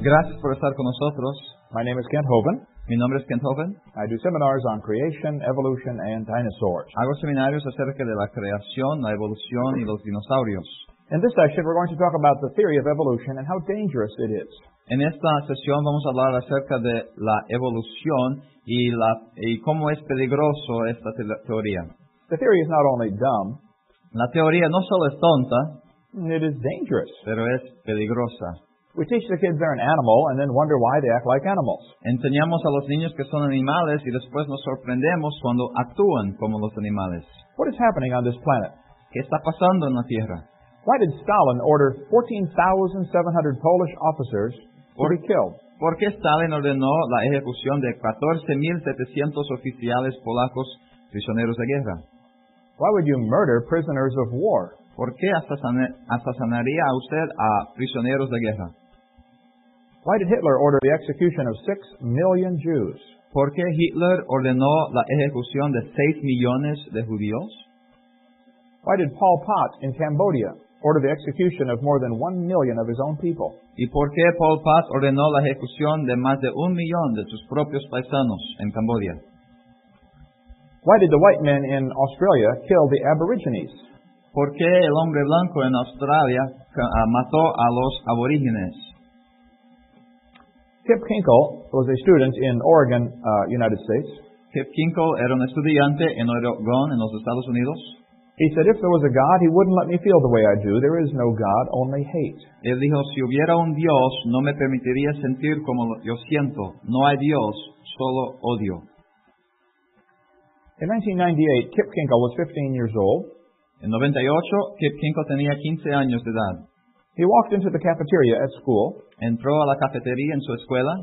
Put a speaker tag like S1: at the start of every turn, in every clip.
S1: Gracias por estar con nosotros.
S2: My name is Kent Hovind.
S1: Mi nombre es Kent Hovind.
S2: I do seminars on creation, evolution, and dinosaurs.
S1: Hago seminarios acerca de la creación, la evolución y los dinosaurios.
S2: In this session, we're going to talk about the theory of evolution and how dangerous it is.
S1: En esta sesión vamos a hablar acerca de la evolución y, la, y cómo es peligroso esta te- teoría.
S2: The theory is not only dumb,
S1: La teoría no solo es tonta,
S2: it is dangerous.
S1: pero es peligrosa.
S2: We teach the kids they're an animal and then wonder why they act like animals.
S1: Enseñamos a los niños que son animales y después nos sorprendemos cuando actúan como los animales.
S2: What is happening on this planet?
S1: ¿Qué está pasando en la Tierra?
S2: Why did Stalin order 14,700 Polish officers to be killed?
S1: ¿Por qué Stalin ordenó la ejecución de 14.700 oficiales polacos prisioneros de guerra?
S2: Why would you murder prisoners of war?
S1: ¿Por qué asasane- asesinaría a usted a prisioneros de guerra?
S2: Why did Hitler order the execution of 6 million Jews?
S1: ¿Por qué Hitler ordenó la ejecución de 6 millones de judíos?
S2: Why did Pol Pot in Cambodia order the execution of more than 1 million of his own people?
S1: ¿Y por qué Paul Pot ordenó la ejecución de más de un millón de sus propios paisanos en Cambodia?
S2: Why did the white men in Australia kill the Aborigines?
S1: ¿Por qué el hombre blanco en Australia ca- ah, mató a los aborígenes?
S2: Kip Kinkle was a student in Oregon, uh, United States.
S1: Kip Kinkle era un estudiante en Oregón, en los Estados Unidos.
S2: He said, If there was a God, he wouldn't let me feel the way I do. There is no God, only hate.
S1: Él dijo, si hubiera un Dios, no me permitiría sentir como lo- yo siento. No hay Dios, solo odio.
S2: In 1998, Kip Kinkle was 15 years old.
S1: En 98, Kip Kinkle tenía 15 años de edad.
S2: He walked into the cafeteria at school,
S1: Entró a la cafetería en su escuela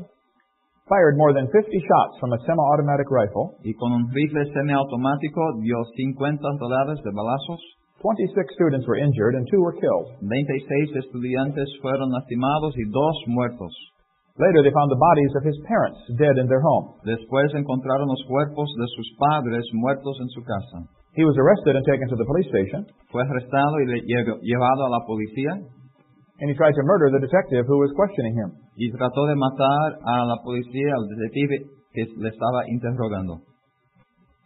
S2: fired more than 50 shots from a semi automatic rifle,
S1: y con un rifle semiautomático dio 50 dólares de balazos.
S2: 26 students were injured, and two were killed.
S1: 26 estudiantes fueron lastimados y dos muertos.
S2: Later, they found the bodies of his parents dead in their home.
S1: Después encontraron los cuerpos de sus padres muertos en su casa.
S2: He was arrested and taken to the police station,
S1: Fue arrestado y le- lle- llevado a la policía
S2: and he tried to murder the detective who was questioning him.
S1: y trató de matar a la policía, al detective que le estaba interrogando.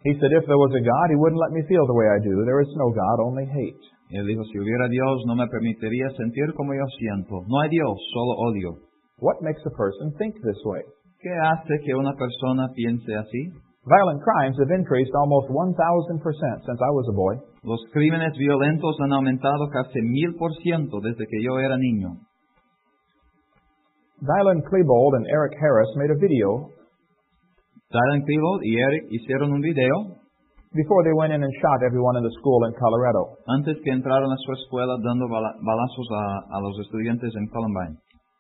S2: He said, If there was a God, he wouldn't let me feel the way I do. There is no God, only hate.
S1: Él dijo, si hubiera Dios no me permitiría sentir como yo siento. No hay Dios, solo odio.
S2: What makes a person think this way?
S1: ¿Qué hace que una persona piense así?
S2: Violent crimes have increased almost 1,000% since I was a boy.
S1: Los crímenes violentos han aumentado casi mil por ciento desde que yo era niño.
S2: Dylan Klebold and Eric Harris made a video
S1: Dylan Klebold y Eric hicieron un video
S2: before they went in and shot everyone in the school in Colorado.
S1: antes que entraron a su escuela dando bala- balazos a, a los estudiantes en Columbine.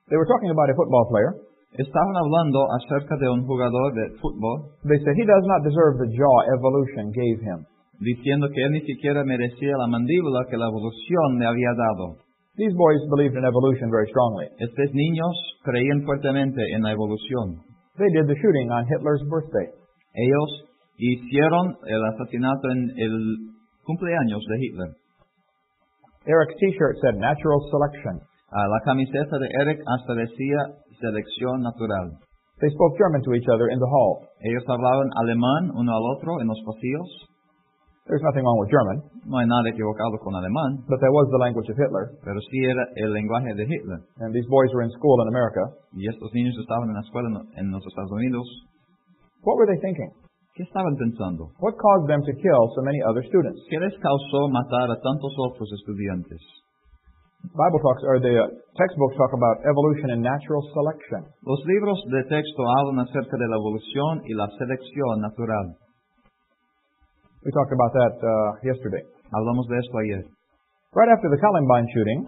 S2: They were talking about a football player.
S1: Estaban hablando acerca de un jugador de fútbol
S2: They said he does not deserve the jaw evolution gave him.
S1: diciendo que él ni siquiera merecía la mandíbula que la evolución le había dado.
S2: These boys believed in evolution very strongly.
S1: Estos niños creían fuertemente en la evolución.
S2: They did the shooting on Hitler's birthday.
S1: Ellos hicieron el asesinato en el cumpleaños de Hitler.
S2: Eric's t-shirt said natural selection.
S1: Ah, la camiseta de Eric hasta decía selección natural.
S2: They spoke German to each other in the hall.
S1: Ellos hablaban alemán uno al otro en los pasillos.
S2: There's nothing wrong with German,
S1: No hay nada equivocado con alemán,
S2: but that was the language of Hitler,
S1: pero sí era el lenguaje de Hitler.
S2: and these boys were in school in America.
S1: Y estos niños estaban en la escuela en- en los Estados Unidos.
S2: What were they thinking?
S1: ¿Qué estaban pensando?
S2: What caused them to kill so many other students?
S1: ¿Qué les causó matar a tantos otros estudiantes?
S2: Bible talks or the uh, textbooks talk about evolution and natural selection.
S1: Los libros de texto hablan acerca de la evolución y la selección natural.
S2: We talked about that uh, yesterday.
S1: Hablamos de esto ayer.
S2: Right after the Columbine shooting,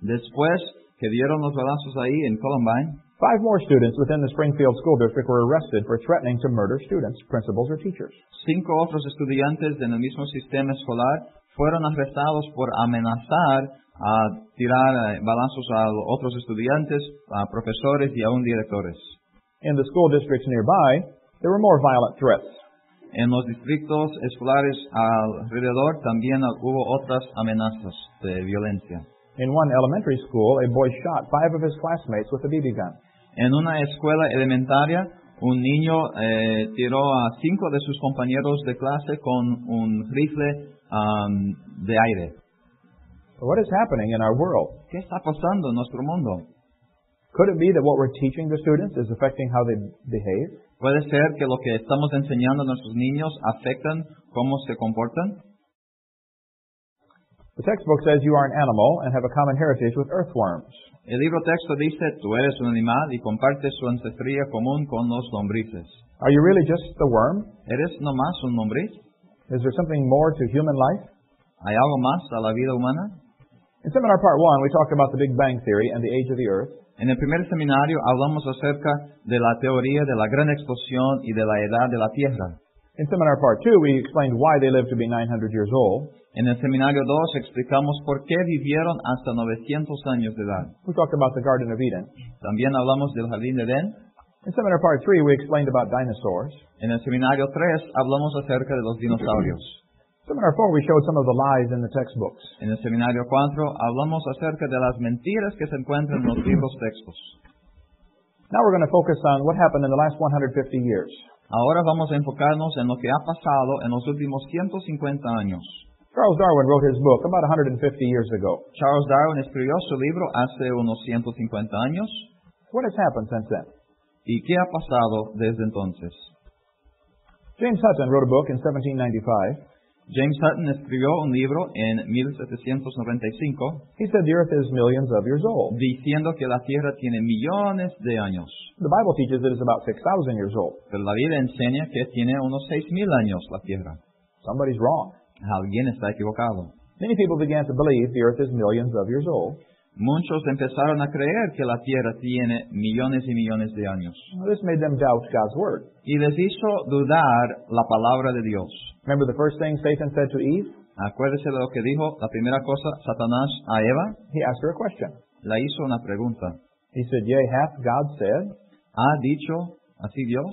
S1: Después que dieron los balazos ahí en Columbine,
S2: five more students within the Springfield School District were arrested for threatening to murder students, principals, or teachers.
S1: Cinco otros estudiantes en el mismo sistema escolar fueron arrestados por amenazar a tirar eh, balazos a lo- otros estudiantes, a profesores y aún directores.
S2: In the school districts nearby, there were more violent threats.
S1: En los distritos escolares alrededor también hubo otras amenazas de violencia.
S2: In one elementary school, a boy shot five of his classmates with a BB gun.
S1: en una escuela elementaria, un niño eh, tiró a cinco de sus compañeros de clase con un rifle am, de aire.
S2: What is happening in our world?
S1: ¿Qué está pasando en nuestro mundo?
S2: Could it be that what we're teaching the students is affecting how they behave?
S1: Puede ser que lo que estamos enseñando a nuestros niños afectan cómo se comportan.
S2: The textbook says you are an animal and have a common heritage with earthworms.
S1: El libro texto dice, tú eres un animal y compartes su ancestría común con los lombrices.
S2: Are you really just the worm?
S1: ¿Eres nomás un lombriz?
S2: Is there something more to human life?
S1: ¿Hay algo más a la vida humana?
S2: In seminar part one, we talked about the Big Bang Theory and the age of the earth.
S1: En el primer seminario hablamos acerca de la teoría de la gran explosión y de la edad de la Tierra.
S2: In seminar part two, we explained why they lived to be 900 years old.
S1: En el seminario 2 explicamos por qué vivieron hasta 900 años de edad.
S2: We talked about the Garden of Eden.
S1: También hablamos del jardín de Edén.
S2: In seminar part three, we explained about dinosaurs.
S1: En el seminario 3 hablamos acerca de los dinosaurios.
S2: Seminar four, we showed some of the lies in the textbooks.
S1: En el seminario 4 hablamos acerca de las mentiras que se encuentran en los libros textos.
S2: Now we're going to focus on what happened in the last 150 years.
S1: Ahora vamos a enfocarnos en lo que ha pasado en los últimos 150 años.
S2: Charles Darwin wrote his book about 150 years ago.
S1: Charles Darwin escribió su libro hace unos 150 años.
S2: What has happened since then?
S1: ¿Y qué ha pasado desde entonces?
S2: James Hutton wrote a book in 1795.
S1: James Hutton escribió un libro en 1795
S2: He said the earth is millions of years old.
S1: diciendo que la Tierra tiene millones de años.
S2: The Bible teaches it is about 6,000 years old.
S1: Pero la Biblia enseña que tiene unos 6.000 años la Tierra.
S2: Somebody's wrong.
S1: Alguien está equivocado.
S2: Many people began to believe the earth is millions of years old.
S1: Muchos empezaron a creer que la Tierra tiene millones y millones de años.
S2: Now, This made them doubt God's word.
S1: Y les hizo dudar la palabra de Dios.
S2: Remember the first thing Satan said to Eve?
S1: Acuérdese de lo que dijo la primera cosa Satanás a Eva.
S2: He asked her a question.
S1: La hizo una pregunta.
S2: He said, Yea, hath God said?
S1: ¿Ha dicho así Dios?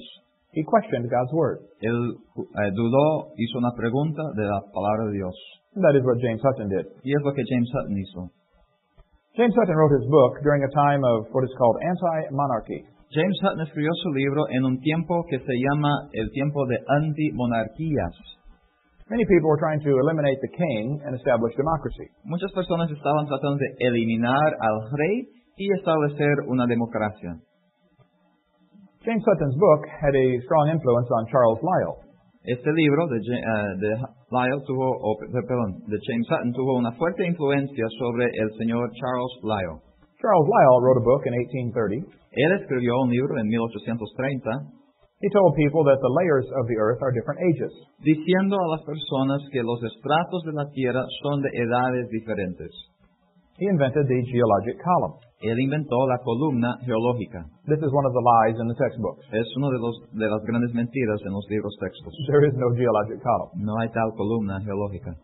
S2: He questioned God's word.
S1: Él eh, dudó, hizo una pregunta de la palabra de Dios.
S2: And that is what James Hutton did.
S1: Y es lo que James Hutton hizo.
S2: James Hutton wrote his book during a time of what is called anti-monarchy.
S1: James Hutton escribió su libro en un tiempo que se llama el tiempo de antimonarquías.
S2: Many people were trying to eliminate the king and establish democracy.
S1: Muchas personas estaban tratando de eliminar al rey y establecer una democracia.
S2: James Hutton's book had a strong influence on Charles Lyell.
S1: Este libro de, Ja- eh, de Lyell tuvo, o, pe- perdón, de James Hutton tuvo una fuerte influencia sobre el señor Charles Lyell.
S2: Charles Lyell wrote a book in 1830.
S1: Él escribió un libro en 1830
S2: He told people that the layers of the earth are different ages.
S1: diciendo a las personas que los estratos de la Tierra son de edades diferentes.
S2: He invented the geologic column.
S1: Él inventó la columna geológica.
S2: This is one of the lies in the textbooks.
S1: Es una de, los- de las grandes mentiras en los libros textos.
S2: There is no geologic column.
S1: No hay tal columna geológica.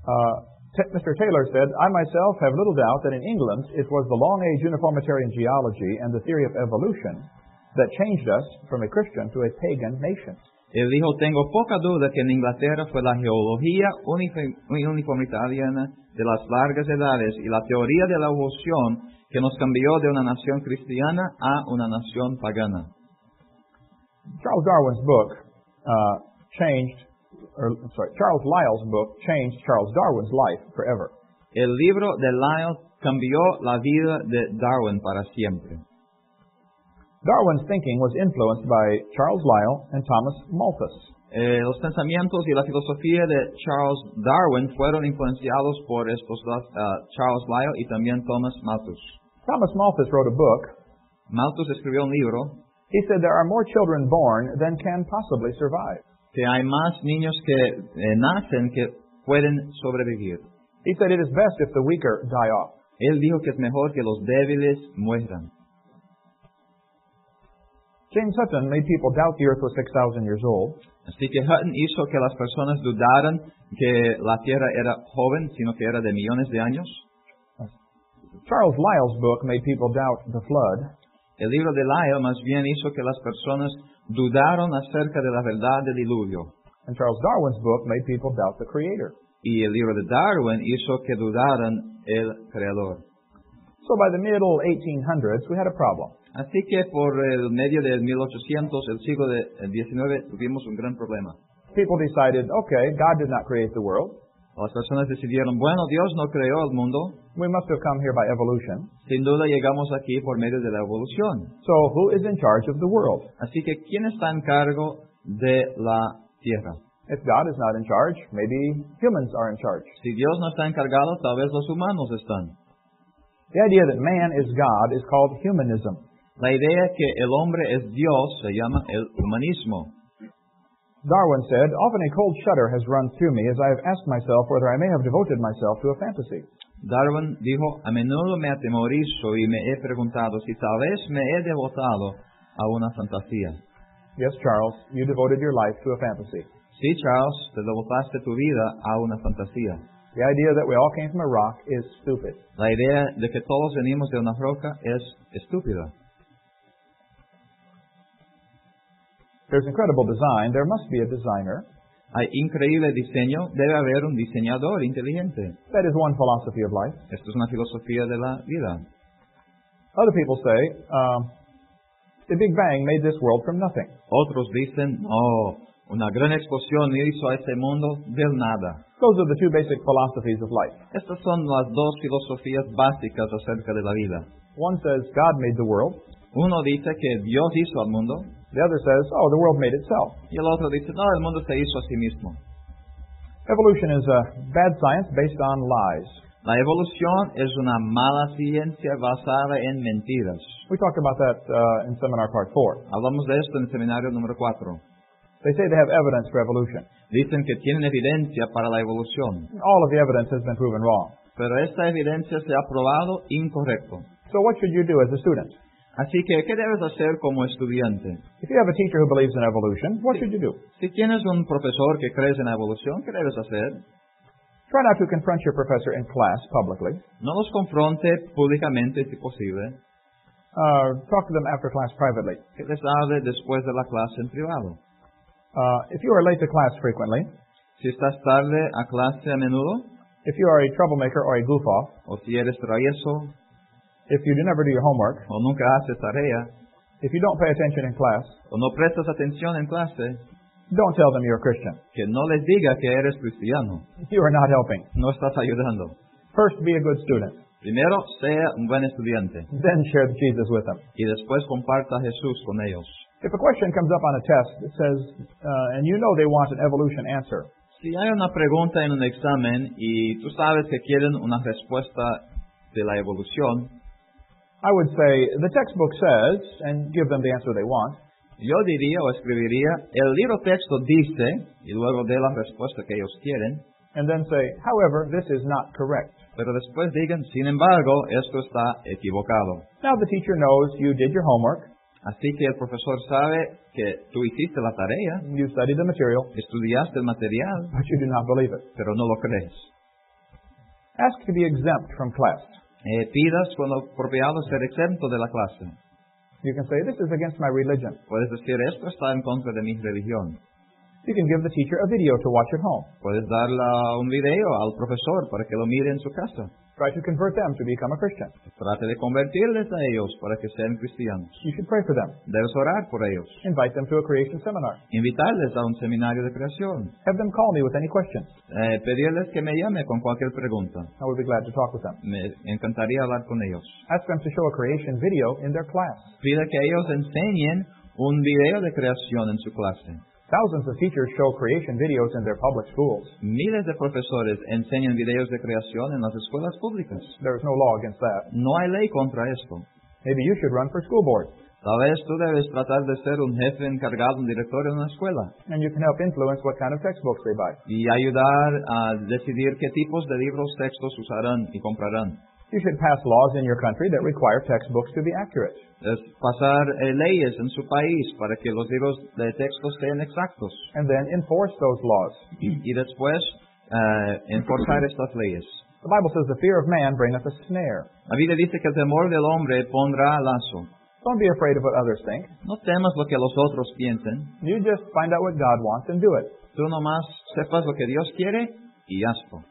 S2: Uh, T- Mr. Taylor said, I myself have little doubt that in England it was the long age uniformitarian geology and the theory of evolution that changed us from a Christian to a pagan nation.
S1: Él dijo, tengo poca duda que en Inglaterra fue la geología unifi- uniformitariana de las largas edades y la teoría de la evolución que nos cambió de una nación cristiana a una nación pagana.
S2: Charles Darwin's book uh, changed, or I'm sorry, Charles Lyell's book changed Charles Darwin's life forever.
S1: El libro de Lyell cambió la vida de Darwin para siempre.
S2: Darwin's thinking was influenced by Charles Lyell and Thomas Malthus.
S1: Eh, los pensamientos y la filosofía de Charles Darwin fueron influenciados por estos dos, ah, Charles Lyell y también Thomas Malthus.
S2: Thomas Malthus wrote a book.
S1: Malthus escribió un libro
S2: He said there are more children born than can possibly survive.
S1: que hay más niños que eh, nacen que pueden sobrevivir.
S2: He said it is best if the weaker die off.
S1: Él dijo que es mejor que los débiles mueran.
S2: James Hutton made people doubt the earth was 6,000 years old.
S1: Así que Hutton hizo que las personas dudaran que la Tierra era joven, sino que era de millones de años.
S2: Charles Lyell's book made people doubt the flood.
S1: El libro de Lyell más bien hizo que las personas dudaron acerca de la verdad del diluvio.
S2: And Charles Darwin's book made people doubt the creator.
S1: Y el libro de Darwin hizo que dudaran el creador.
S2: So by the middle 1800s, we had a problem.
S1: Así que por el medio del 1800, el siglo de- el XIX, tuvimos un gran problema.
S2: People decided, okay, God did not create the world.
S1: Las personas decidieron, bueno, Dios no creó el mundo,
S2: We must have come here by evolution.
S1: sin duda llegamos aquí por medio de la evolución.
S2: So who is in charge of the world?
S1: Así que, ¿quién está en cargo de la tierra?
S2: If God is not in charge, maybe humans are in charge.
S1: Si Dios no está encargado, tal vez los humanos están.
S2: The idea that man is God is called humanism.
S1: La idea que el hombre es Dios se llama el humanismo.
S2: Darwin said, Often a cold shudder has run through me as I have asked myself whether I may have devoted myself to a fantasy.
S1: Darwin dijo, a menudo me atemorizo y me he preguntado si tal vez me he devotado a una fantasía.
S2: Yes, Charles, you devoted your life to a fantasy.
S1: Sí, Charles, te devotaste tu vida a una fantasía.
S2: The idea that we all came from a rock is stupid.
S1: La idea de que todos venimos de una roca es estúpida.
S2: There's incredible design. There must be a designer.
S1: Hay increíble diseño, debe haber un diseñador inteligente.
S2: That is one philosophy of life.
S1: Esto es una filosofía de la vida.
S2: Other people say, um, the Big Bang made this world from nothing.
S1: Otros dicen, oh, una gran explosión hizo a este mundo del nada.
S2: Those are the two basic philosophies of life.
S1: Estas son las dos filosofías básicas acerca de la vida.
S2: One says God made the world.
S1: Uno dice que Dios hizo al mundo
S2: The other says, oh, the world made itself.
S1: y el otro dice, no, el mundo se hizo a sí mismo.
S2: Evolution is a bad science based on lies.
S1: La evolución es una mala ciencia basada en mentiras.
S2: We talked about that uh, in seminar part four.
S1: Hablamos de esto en el seminario número 4.
S2: They say they have evidence for evolution.
S1: Dicen que tienen evidencia para la evolución,
S2: All of the evidence has been proven wrong.
S1: pero esta evidencia se ha probado incorrecto.
S2: So what should you do as a student?
S1: Así que, ¿qué debes hacer como estudiante?
S2: If you have a teacher who believes in evolution, what should you do?
S1: Si tienes un profesor que crees en la evolución, ¿qué debes hacer?
S2: Try not to confront your professor in class publicly.
S1: No los confronte públicamente si posible,
S2: Uh, talk to them after class privately.
S1: que les hable después de la clase en privado.
S2: Uh, if you are late to class frequently,
S1: Si estás tarde a clase a menudo,
S2: if you are a troublemaker or a goof-off,
S1: o si eres travieso,
S2: if you do never do your homework,
S1: o nunca haces tarea,
S2: if you don't pay attention in class,
S1: o no prestas atención en clase,
S2: don't tell them you're a Christian.
S1: que no les diga que eres cristiano,
S2: You are not helping.
S1: no estás ayudando.
S2: First, be a good student.
S1: Primero, sea un buen estudiante
S2: Then share Jesus with them.
S1: y después comparta a Jesús con ellos.
S2: If a question comes up on a test that says, uh, and you know they want an evolution answer,
S1: Si hay una pregunta en un examen y tú sabes que quieren una respuesta de la evolución,
S2: I would say, the textbook says, and give them the answer they want.
S1: yo diría o escribiría, el libro texto dice, y luego dé la respuesta que ellos quieren,
S2: and then say, however, this is not correct.
S1: pero después digan, sin embargo, esto está equivocado.
S2: Now the teacher knows you did your homework,
S1: Así que el profesor sabe que tú hiciste la tarea,
S2: you studied the material,
S1: estudiaste el material,
S2: but you do not believe it.
S1: pero no lo crees.
S2: Ask to be exempt from class.
S1: Eh, pidas con lo apropiado ser exento de la clase.
S2: You can say, this is against my religion.
S1: Puedes decir, esto está en contra de mi religión.
S2: You can give the teacher a video to watch at home.
S1: Puedes darle un video al profesor para que lo mire en su casa.
S2: Try to convert them to become a Christian.
S1: Trate de convertirles a ellos para que sean cristianos.
S2: You should pray for them.
S1: Debes orar por ellos.
S2: Invite them to a creation seminar.
S1: Invitarles a un seminario de creación.
S2: Have them call me with any questions.
S1: Eh, pedirles que me llame con cualquier pregunta.
S2: I would be glad to talk with them.
S1: Me encantaría hablar con ellos.
S2: Ask them to show a creation video in their class.
S1: Pide que ellos enseñen un video de creación en su clase.
S2: Thousands of teachers show creation videos in their public schools.
S1: Miles de profesores enseñan videos de creación en las escuelas públicas.
S2: There is no law against that.
S1: No hay ley contra esto.
S2: Maybe you should run for school board.
S1: Tal vez tú debes tratar de ser un jefe encargado, un director en una escuela.
S2: and you can help influence what kind of textbooks they buy.
S1: y ayudar a decidir qué tipos de libros textos usarán y comprarán.
S2: You should pass laws in your country that require textbooks to be accurate.
S1: Es pasar eh, leyes en su país para que los libros de textos sean exactos
S2: And then enforce those laws.
S1: y después eh, enforzar estas leyes.
S2: The Bible says the fear of man bringeth a snare.
S1: La Biblia dice que el temor del hombre pondrá lazo.
S2: Don't be afraid of what others think.
S1: No temas lo que los otros piensen,
S2: You just find out what God wants and do it.
S1: tú nomás sepas lo que Dios quiere y hazlo.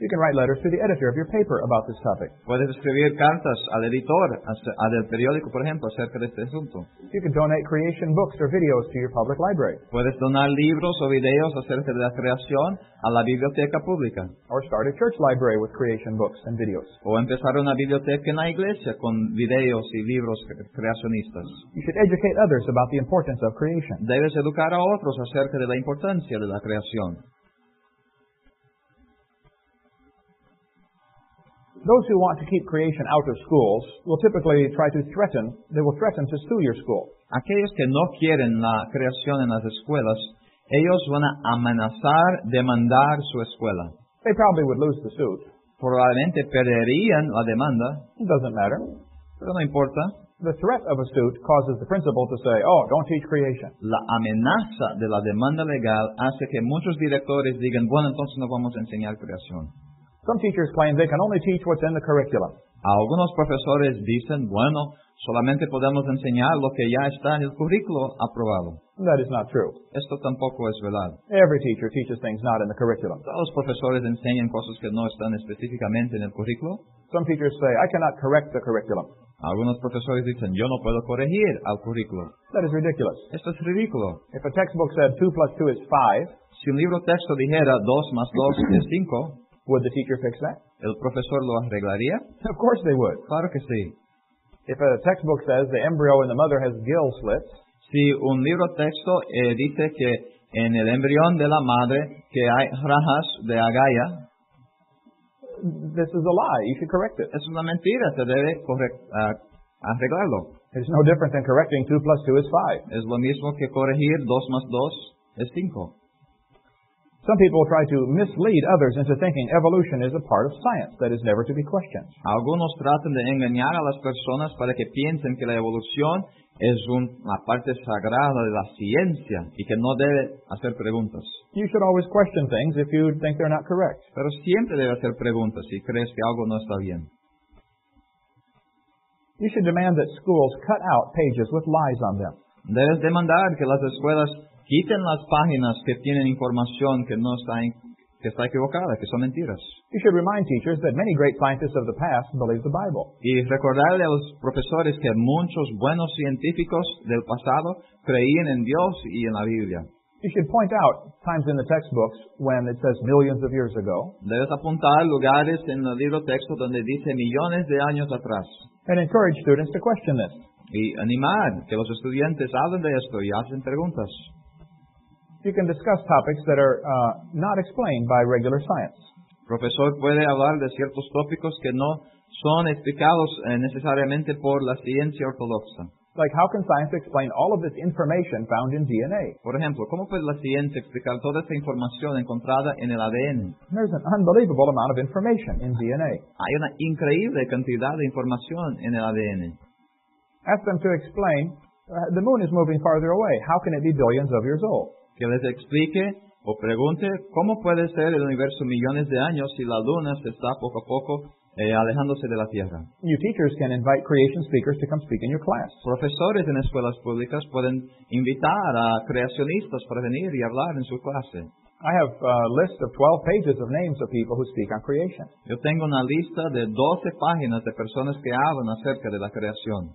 S2: You can write letters to the editor of your paper about this topic.
S1: Puedes escribir cartas al editor, as- al del periódico, por ejemplo, acerca de este asunto.
S2: You can donate creation books or videos to your public library
S1: Puedes donar libros o videos acerca de la creación a la biblioteca pública.
S2: or start a church library with creation books and videos.
S1: O empezar una biblioteca en la iglesia con videos y libros cre- creacionistas.
S2: You should educate others about the importance of creation.
S1: Debes educar a otros acerca de la importancia de la creación.
S2: Those who want to keep creation out of schools will typically try to threaten, they will threaten to sue your school.
S1: Aquellos que no quieren la creación en las escuelas, ellos van a amenazar demandar su escuela.
S2: They probably would lose the suit.
S1: Probablemente perderían la demanda,
S2: It doesn't matter.
S1: pero no importa.
S2: The threat of a suit causes the principal to say, oh, don't teach creation.
S1: La amenaza de la demanda legal hace que muchos directores digan, bueno, entonces no vamos a enseñar creación.
S2: Some teachers claim they can only teach what's in the curriculum.
S1: Algunos profesores dicen, bueno, solamente podemos enseñar lo que ya está en el currículo aprobado.
S2: That is not true.
S1: Esto tampoco es verdad.
S2: Every teacher teaches things not in the curriculum.
S1: Todos los profesores enseñan cosas que no están específicamente en el currículo.
S2: Some teachers say, I cannot correct the curriculum.
S1: Algunos profesores dicen, yo no puedo corregir al currículo.
S2: That is ridiculous.
S1: Esto es ridículo.
S2: If a textbook said 2 plus 2 is 5,
S1: Si un libro texto dijera 2 más 2 es 5,
S2: would the teacher fix that?
S1: ¿el profesor lo arreglaría?
S2: Of course they would.
S1: Claro que sí.
S2: If a textbook says the embryo in the mother has gill slits,
S1: Si un libro texto eh, dice que en el embrión de la madre que hay rajas de agaya,
S2: this is a lie. You should correct it.
S1: es una mentira, se debe corre- ah, arreglarlo.
S2: It's no different than correcting 2 plus 2 is 5.
S1: Es lo mismo que corregir 2 más 2 es 5.
S2: Some people try to mislead others into thinking evolution is a part of science that is never to be questioned.
S1: Algunos tratan de engañar a las personas para que piensen que la evolución es un- una parte sagrada de la ciencia y que no debe hacer preguntas.
S2: You should always question things if you think they're not correct.
S1: Pero siempre debe hacer preguntas si crees que algo no está bien.
S2: You should demand that schools cut out pages with lies on them.
S1: Debes demandar que las escuelas quiten las páginas que tienen información que no está, en- que está equivocada, que son mentiras.
S2: You should remind teachers that many great scientists of the past believed the Bible.
S1: Y recordarle a los profesores que muchos buenos científicos del pasado creían en Dios y en la Biblia.
S2: You should point out times in the textbooks when it says millions of years ago,
S1: Debes apuntar lugares en el libro texto donde dice millones de años atrás
S2: and encourage students to question this.
S1: y animar que los estudiantes hablen de esto y hacen preguntas.
S2: You can discuss topics that are uh, not explained by regular science.
S1: El profesor puede hablar de ciertos tópicos que no son explicados eh, necesariamente por la ciencia ortodoxa.
S2: Like, how can science explain all of this information found in DNA?
S1: Por ejemplo, ¿cómo puede la ciencia explicar toda esta información encontrada en el ADN?
S2: There's an unbelievable amount of information in DNA.
S1: Hay una increíble cantidad de información en el ADN.
S2: Ask them to explain uh, the moon is moving farther away. How can it be billions of years old?
S1: Que les explique o pregunte cómo puede ser el universo millones de años si la luna se está poco a poco eh, alejándose de la Tierra.
S2: You teachers can invite creation speakers to come speak in your class.
S1: Profesores en escuelas públicas pueden invitar a creacionistas para venir y hablar en su clase.
S2: I have a list of 12 pages of names of people who speak on creation.
S1: Yo tengo una lista de 12 páginas de personas que hablan acerca de la creación.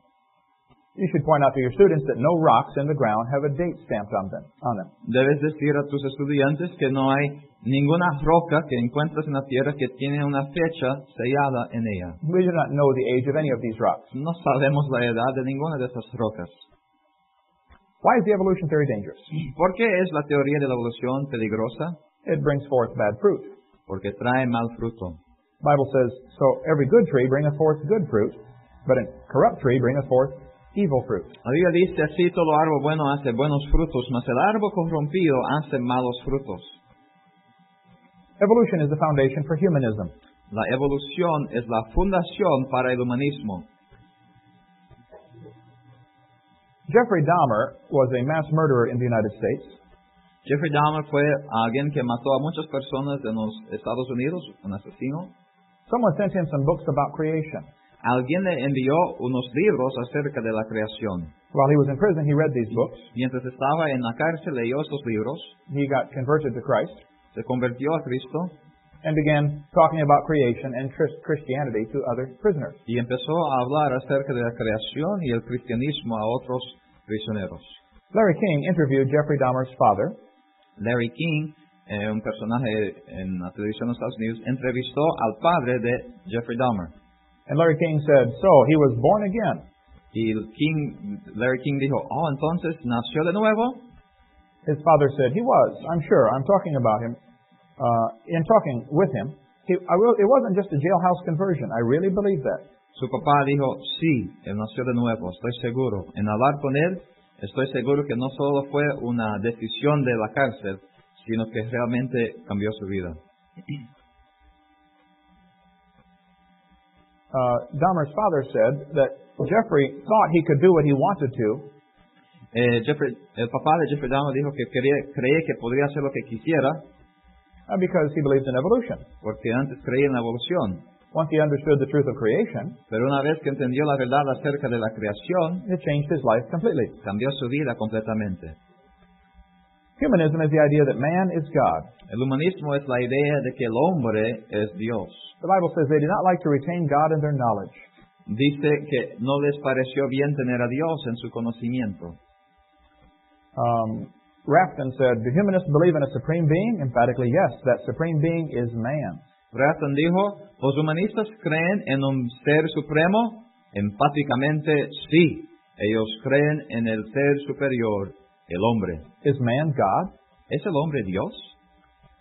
S2: You should point out to your students that no rocks in the ground have a date stamped on them. On them.
S1: Debes decir a tus estudiantes que no hay ninguna roca que encuentras en la tierra que tiene una fecha sellada en ella.
S2: We do not know the age of any of these rocks.
S1: No sabemos la edad de ninguna de esas rocas.
S2: Why is the evolution theory dangerous?
S1: ¿Por qué es la teoría de la evolución peligrosa?
S2: It brings forth bad fruit.
S1: Porque trae mal fruto.
S2: Bible says, So every good tree bringeth forth good fruit, but a corrupt tree bringeth forth evil fruit.
S1: La Biblia dice así, todo árbol bueno hace buenos frutos, mas el árbol corrompido hace malos frutos.
S2: Evolution is the foundation for humanism.
S1: La evolución es la fundación para el humanismo.
S2: Jeffrey Dahmer was a mass murderer in the United States.
S1: Jeffrey Dahmer fue alguien que mató a muchas personas en los Estados Unidos, un asesino.
S2: Someone sent him some books about creation.
S1: Alguien le envió unos libros acerca de la creación.
S2: While he was in prison, he read these books.
S1: Mientras estaba en la cárcel leyó estos libros,
S2: He got converted to Christ,
S1: se convirtió a Cristo
S2: and began talking about creation and Chris- Christianity to other prisoners.
S1: y empezó a hablar acerca de la creación y el cristianismo a otros prisioneros.
S2: Larry King interviewed Jeffrey Dahmer's father,
S1: Larry King, eh, un personaje en la televisión de Estados Unidos, entrevistó al padre de Jeffrey Dahmer.
S2: and Larry King said, So he was born again.
S1: Y King, Larry King dijo, oh, entonces nació de nuevo.
S2: His father said, He was, I'm sure. I'm talking about him. Uh, in talking with him, he, I will, it wasn't just a jailhouse conversion. I really believe that.
S1: Su papá dijo, sí, él nació de nuevo, estoy seguro. En hablar con él, estoy seguro que no solo fue una decisión de la cárcel, sino que realmente cambió su vida.
S2: Uh, Dahmer's father said that Jeffrey thought he could do what he wanted to,
S1: Eh, Jeffrey- el papá de Jeffrey Dahmer dijo que quería- creía que podría hacer lo que quisiera,
S2: uh, because he believed in evolution.
S1: porque antes creía en la evolución.
S2: Once he understood the truth of creation,
S1: Pero una vez que entendió la verdad acerca de la creación,
S2: it changed his life completely.
S1: cambió su vida completamente.
S2: Humanism is the idea that man is God.
S1: El humanismo es la idea de que el hombre es Dios.
S2: The Bible says they do not like to retain God in their knowledge.
S1: Dice que no les pareció bien tener a Dios en su conocimiento.
S2: Um, Rafton said, Do humanists believe in a supreme being? Emphatically, yes. That supreme being is man.
S1: Bratton dijo, ¿los humanistas creen en un ser supremo? Empáticamente sí. Ellos creen en el ser superior, el hombre.
S2: Is man God?
S1: ¿Es el hombre Dios?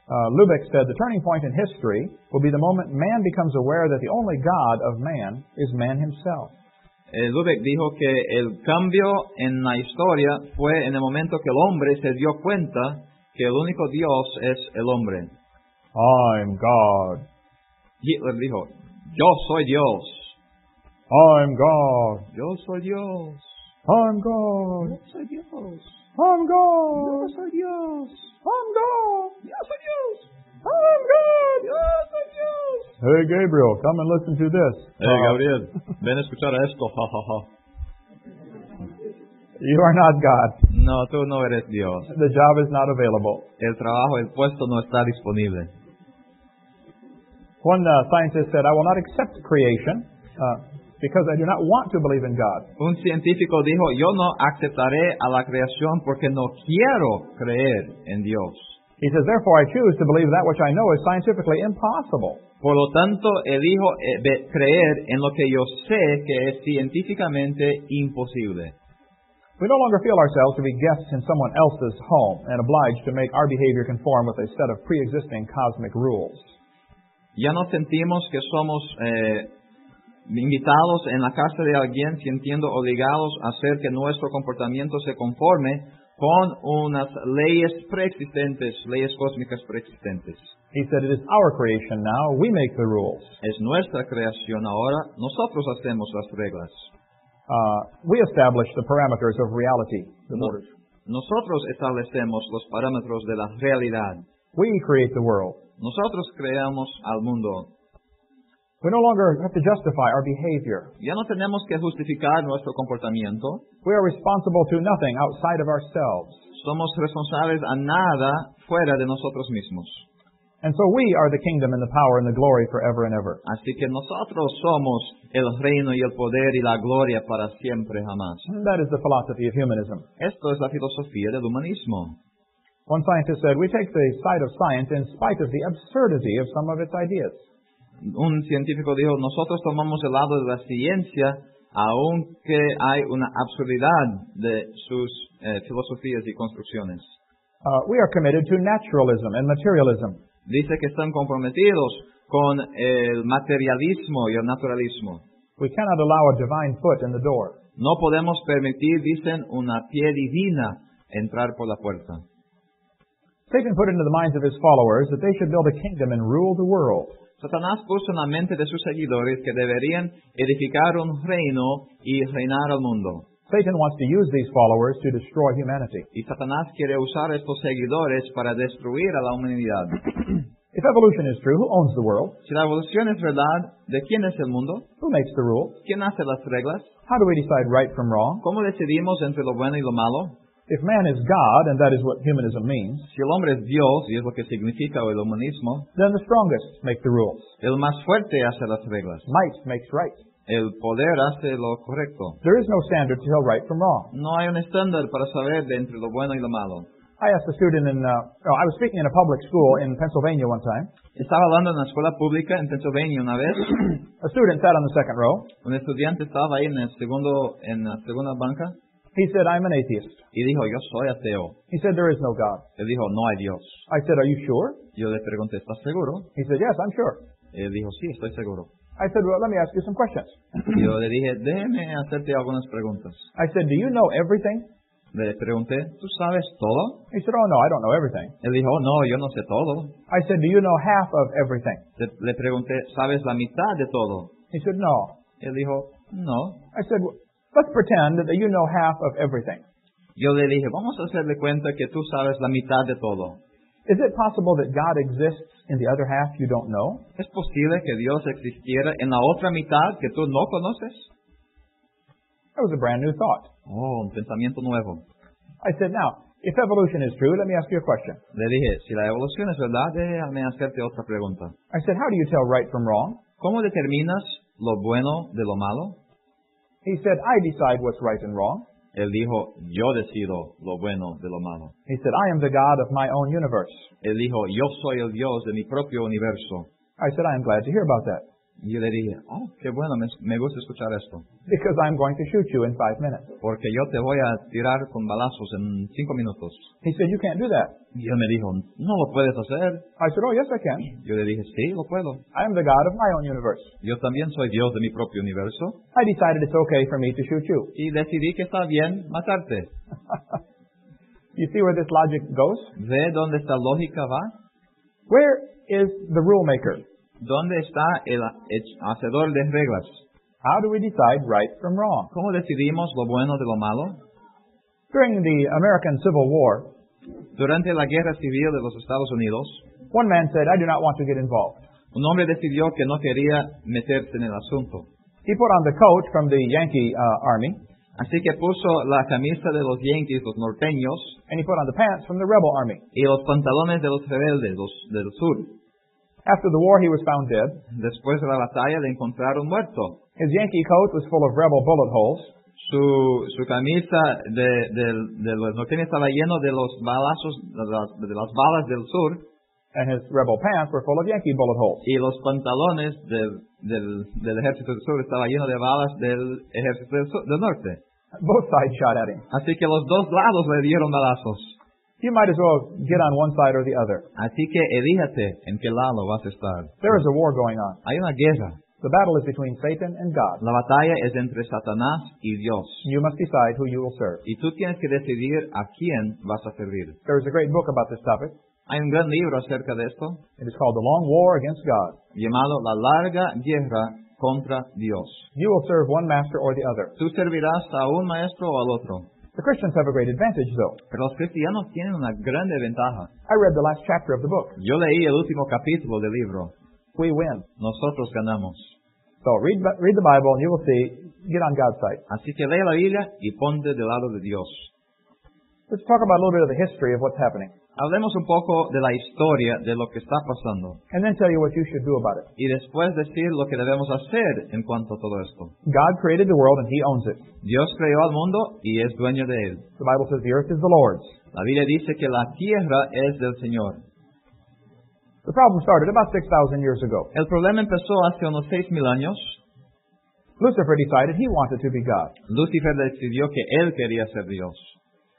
S2: Uh, Lubeck said, The turning point in history will be the moment man becomes aware that the only God of man is man himself.
S1: Eh, Lubeck dijo que el cambio en la historia fue en el momento que el hombre se dio cuenta que el único Dios es el hombre.
S2: I'm God.
S1: Hitler dijo, yo soy Dios.
S2: I'm God.
S1: Yo soy Dios.
S2: I'm God.
S1: soy Dios.
S2: I'm God.
S1: soy Dios.
S2: I'm God.
S1: Yo soy Dios.
S2: I'm God.
S1: soy Dios.
S2: Hey, Gabriel, come and listen to this. Uh,
S1: Hey, Eh, Gabriel, ven a escuchar esto. ja, ja, ja.
S2: You are not God.
S1: No, tú no eres Dios.
S2: The job is not available.
S1: El trabajo, el puesto no está disponible.
S2: One uh, scientist said, I will not accept creation uh, because I do not want to believe in God.
S1: Un científico dijo, yo no aceptaré a la creación porque no quiero creer en Dios.
S2: He says, therefore, I choose to believe that which I know is scientifically impossible.
S1: Por lo tanto, elijo eh, ve- creer en lo que yo sé que es científicamente imposible.
S2: We no longer feel ourselves to be guests in someone else's home and obliged to make our behavior conform with a set of pre existing cosmic rules.
S1: Ya no sentimos que somos eh, invitados en la casa de alguien, sintiendo obligados a hacer que nuestro comportamiento se conforme con unas leyes preexistentes, leyes cósmicas preexistentes.
S2: He said, it is our creation now. We make the rules.
S1: Es nuestra creación ahora, nosotros hacemos las reglas.
S2: Uh, we establish the parameters of reality, the
S1: No-
S2: borders.
S1: nosotros establecemos los parámetros de la realidad.
S2: We create the world.
S1: Nosotros creamos al mundo.
S2: We no longer have to justify our behavior.
S1: Ya no tenemos que justificar nuestro comportamiento.
S2: We are responsible to nothing outside of ourselves.
S1: Somos responsables a nada fuera de nosotros mismos.
S2: And so we are the kingdom and the power and the glory forever and ever.
S1: Así que nosotros somos el reino y el poder y la gloria para siempre jamás.
S2: And that is the philosophy of humanism.
S1: Esto es la filosofía del humanismo.
S2: One scientist said, We take the side of science in spite of the absurdity of some of its ideas.
S1: Un científico dijo, nosotros tomamos el lado de la ciencia aunque hay una absurdidad de sus eh, filosofías y construcciones.
S2: Uh, we are committed to naturalism and materialism.
S1: Dice que están comprometidos con el materialismo y el naturalismo.
S2: We cannot allow a divine foot in the door.
S1: No podemos permitir, dicen, una pie divina entrar por la puerta.
S2: Satan put into the minds of his followers that they should build a kingdom and rule the world.
S1: Satanás puso en la mente de sus seguidores que deberían edificar un reino y reinar al mundo.
S2: Satan wants to use these followers to destroy humanity.
S1: Y Satanás quiere usar a estos seguidores para destruir a la humanidad.
S2: If evolution is true, who owns the world?
S1: Si la evolución es verdad, ¿de quién es el mundo?
S2: Who makes the rules?
S1: ¿Quién hace las reglas?
S2: How do we decide right from wrong?
S1: ¿Cómo decidimos entre lo bueno y lo malo?
S2: If man is God, and that is what humanism means,
S1: Si el hombre es Dios, y es lo que significa el humanismo,
S2: then the strongest make the rules.
S1: el más fuerte hace las reglas.
S2: Might makes right.
S1: El poder hace lo correcto.
S2: There is no standard to tell right from wrong.
S1: No hay un estándar para saber de entre lo bueno y lo malo.
S2: I asked a student in, uh, oh, I was speaking in a public school in Pennsylvania one time.
S1: Estaba hablando en la escuela pública en Pennsylvania una vez.
S2: A student sat on the second row.
S1: Un estudiante estaba ahí en, el segundo, en la segunda banca
S2: He said, I'm an atheist.
S1: y dijo, yo soy ateo.
S2: He said, there is no God.
S1: Él dijo, no hay Dios.
S2: I said, are you sure?
S1: Yo le pregunté, ¿estás seguro?
S2: He said, yes, I'm sure.
S1: Él dijo, sí, estoy seguro.
S2: I said, well, let me ask you some questions.
S1: Yo le dije, déjeme hacerte algunas preguntas.
S2: I said, do you know everything?
S1: Le pregunté, ¿tú sabes todo?
S2: He said, oh no, I don't know everything.
S1: Él dijo, no, yo no sé todo.
S2: I said, do you know half of everything?
S1: Le, le pregunté, ¿sabes la mitad de todo?
S2: He said, no.
S1: Él dijo, no.
S2: I said, well, let's pretend that you know half of everything.
S1: Yo le dije, vamos a hacerle cuenta que tú sabes la mitad de todo.
S2: Is it possible that God exists in the other half you don't know?
S1: ¿Es posible que Dios existiera en la otra mitad que tú no conoces?
S2: That was a brand new thought.
S1: Oh, un pensamiento nuevo.
S2: I said, now, if evolution is true, let me ask you a question.
S1: Le dije, si la evolución es verdad, déjame hacerte otra pregunta.
S2: I said, how do you tell right from wrong?
S1: ¿Cómo determinas lo bueno de lo malo?
S2: He said, I decide what's right and wrong.
S1: Él dijo, yo decido lo bueno de lo malo.
S2: He said, I am the God of my own universe.
S1: Él dijo, yo soy el Dios de mi propio universo.
S2: I said, I am glad to hear about that
S1: Y yo le dije, oh, qué bueno, me, me gusta escuchar esto.
S2: because I'm going to shoot you in five minutes.
S1: Porque yo te voy a tirar con balazos en cinco minutos.
S2: He said, you can't do that.
S1: Y él me dijo, no lo puedes hacer.
S2: I said, oh, yes, I can.
S1: Yo le dije, sí, lo puedo.
S2: I am the God of my own universe.
S1: Yo también soy Dios de mi propio universo.
S2: I decided it's okay for me to shoot you.
S1: Y decidí que está bien matarte.
S2: You see where this logic goes?
S1: ¿Ve dónde esta lógica va?
S2: Where is the rule maker?
S1: ¿Dónde está el hech- hacedor de reglas?
S2: How do we decide right from wrong?
S1: ¿Cómo decidimos lo bueno de lo malo?
S2: During the American Civil War,
S1: Durante la Guerra Civil de los Estados Unidos,
S2: one man said, I do not want to get involved.
S1: un hombre decidió que no quería meterse en el asunto.
S2: He put on the coat from the Yankee uh, army,
S1: Así que puso la camisa de los Yankees, los norteños,
S2: and he put on the pants from the rebel army.
S1: y los pantalones de los rebeldes, los del sur.
S2: After the war, he was found dead.
S1: Después de la batalla le encontraron muerto.
S2: His Yankee coat was full of rebel bullet holes,
S1: Su, su camisa de, de, de los norteños estaba lleno de los balazos, de las, de las balas del sur,
S2: and his rebel pants were full of Yankee bullet holes.
S1: y los pantalones del, del, del ejército del sur estaba lleno de balas del ejército del, sur- del norte.
S2: Both sides shot at him.
S1: Así que los dos lados le dieron balazos.
S2: You might as well get on one side or the other.
S1: Así que elíjate en qué lado vas a estar.
S2: There is a war going on.
S1: Hay una guerra.
S2: The battle is between Satan and God.
S1: La batalla es entre Satanás y Dios.
S2: You must decide who you will serve.
S1: Y tú tienes que decidir a quién vas a servir.
S2: There is a great book about this topic.
S1: Hay un gran libro acerca de esto
S2: It is called The Long War Against God.
S1: llamado La larga guerra contra Dios.
S2: You will serve one master or the other.
S1: Tú servirás a un maestro o al otro.
S2: The Christians have a great advantage, though.
S1: Pero los cristianos tienen una grande ventaja.
S2: I read the last chapter of the book.
S1: Yo leí el último capítulo del libro.
S2: We win.
S1: Nosotros ganamos.
S2: So read, read the Bible and you will see, get on God's side.
S1: Así que lee la Biblia y ponte del lado de Dios.
S2: Let's talk about a little bit of the history of what's happening
S1: Hablemos un poco de la historia de lo que está pasando
S2: and then tell you what you should do about it.
S1: y después decir lo que debemos hacer en cuanto a todo esto.
S2: God created the world and he owns it.
S1: Dios creó al mundo y es dueño de él.
S2: The Bible says the earth is the Lord's.
S1: La Biblia dice que la tierra es del Señor.
S2: The problem started about 6,000 years ago.
S1: El problema empezó hace unos seis mil años.
S2: Lucifer decided he wanted to be God.
S1: Lucifer decidió que él quería ser Dios.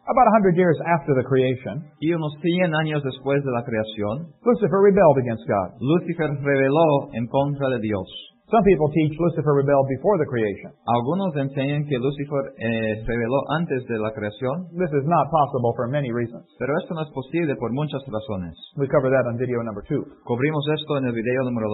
S2: About 100 years after the creation,
S1: Y unos 100 años después de la creación,
S2: Lucifer rebelled against God.
S1: Lucifer rebeló en contra de Dios.
S2: Some people teach Lucifer rebelled before the creation.
S1: Algunos enseñan que Lucifer eh, rebeló antes de la creación,
S2: This is not possible for many reasons.
S1: pero esto no es posible por muchas razones.
S2: We cover that on video number two.
S1: Cubrimos esto en el video número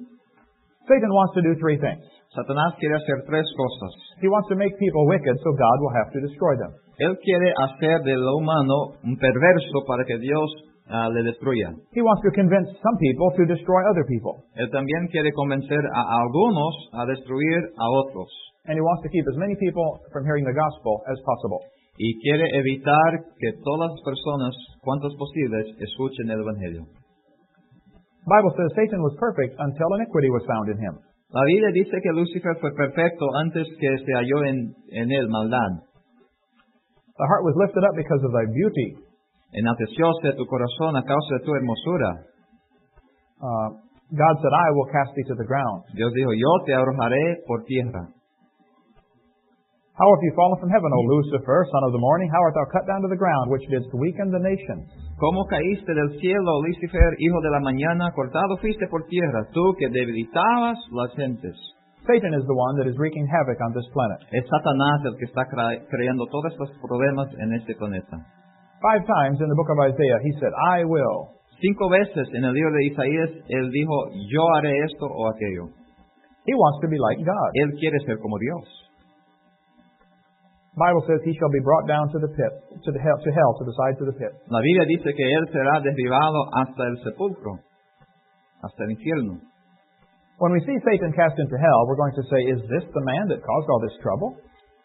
S1: 2.
S2: Satan wants to do three things.
S1: Satanás quiere hacer tres cosas.
S2: He wants to make people wicked so God will have to destroy them.
S1: Él quiere hacer de lo humano un perverso para que Dios ah, le destruya.
S2: He wants to convince some people to destroy other people.
S1: Él también quiere convencer a algunos a destruir a otros.
S2: And he wants to keep as many people from hearing the gospel as possible.
S1: y quiere evitar que todas las personas, cuantas posibles, escuchen el Evangelio.
S2: The Bible says Satan was perfect until iniquity was found in him.
S1: La Biblia dice que Lucifer fue perfecto antes que se halló en, en él maldad.
S2: The heart was lifted up because of thy beauty.
S1: Enaltecióse tu corazón a causa de tu hermosura.
S2: Uh, God said, I will cast thee to the ground.
S1: Dios dijo, yo te arrojaré por tierra.
S2: How have you fallen from heaven, O Lucifer, son of the morning? How art thou cut down to the ground, which didst weaken the nations?
S1: ¿Cómo caíste del cielo, Lucifer, hijo de la mañana? Cortado fuiste por tierra, tú que debilitabas las gentes.
S2: Satan is the one that is wreaking havoc on this planet.
S1: Es Satanás el que está crea- creando todos estos problemas en este planeta.
S2: Five times in the book of Isaiah, he said, I will.
S1: Cinco veces en el libro de Isaías, él dijo, yo haré esto o aquello.
S2: He wants to be like God.
S1: Él quiere ser como Dios.
S2: The Bible says he shall be brought down to the pit, to the hell, to hell, to the sides of the pit.
S1: La Biblia dice que él será derribado hasta el sepulcro, hasta el infierno.
S2: When we see Satan cast into hell, we're going to say, is this the man that caused all this trouble?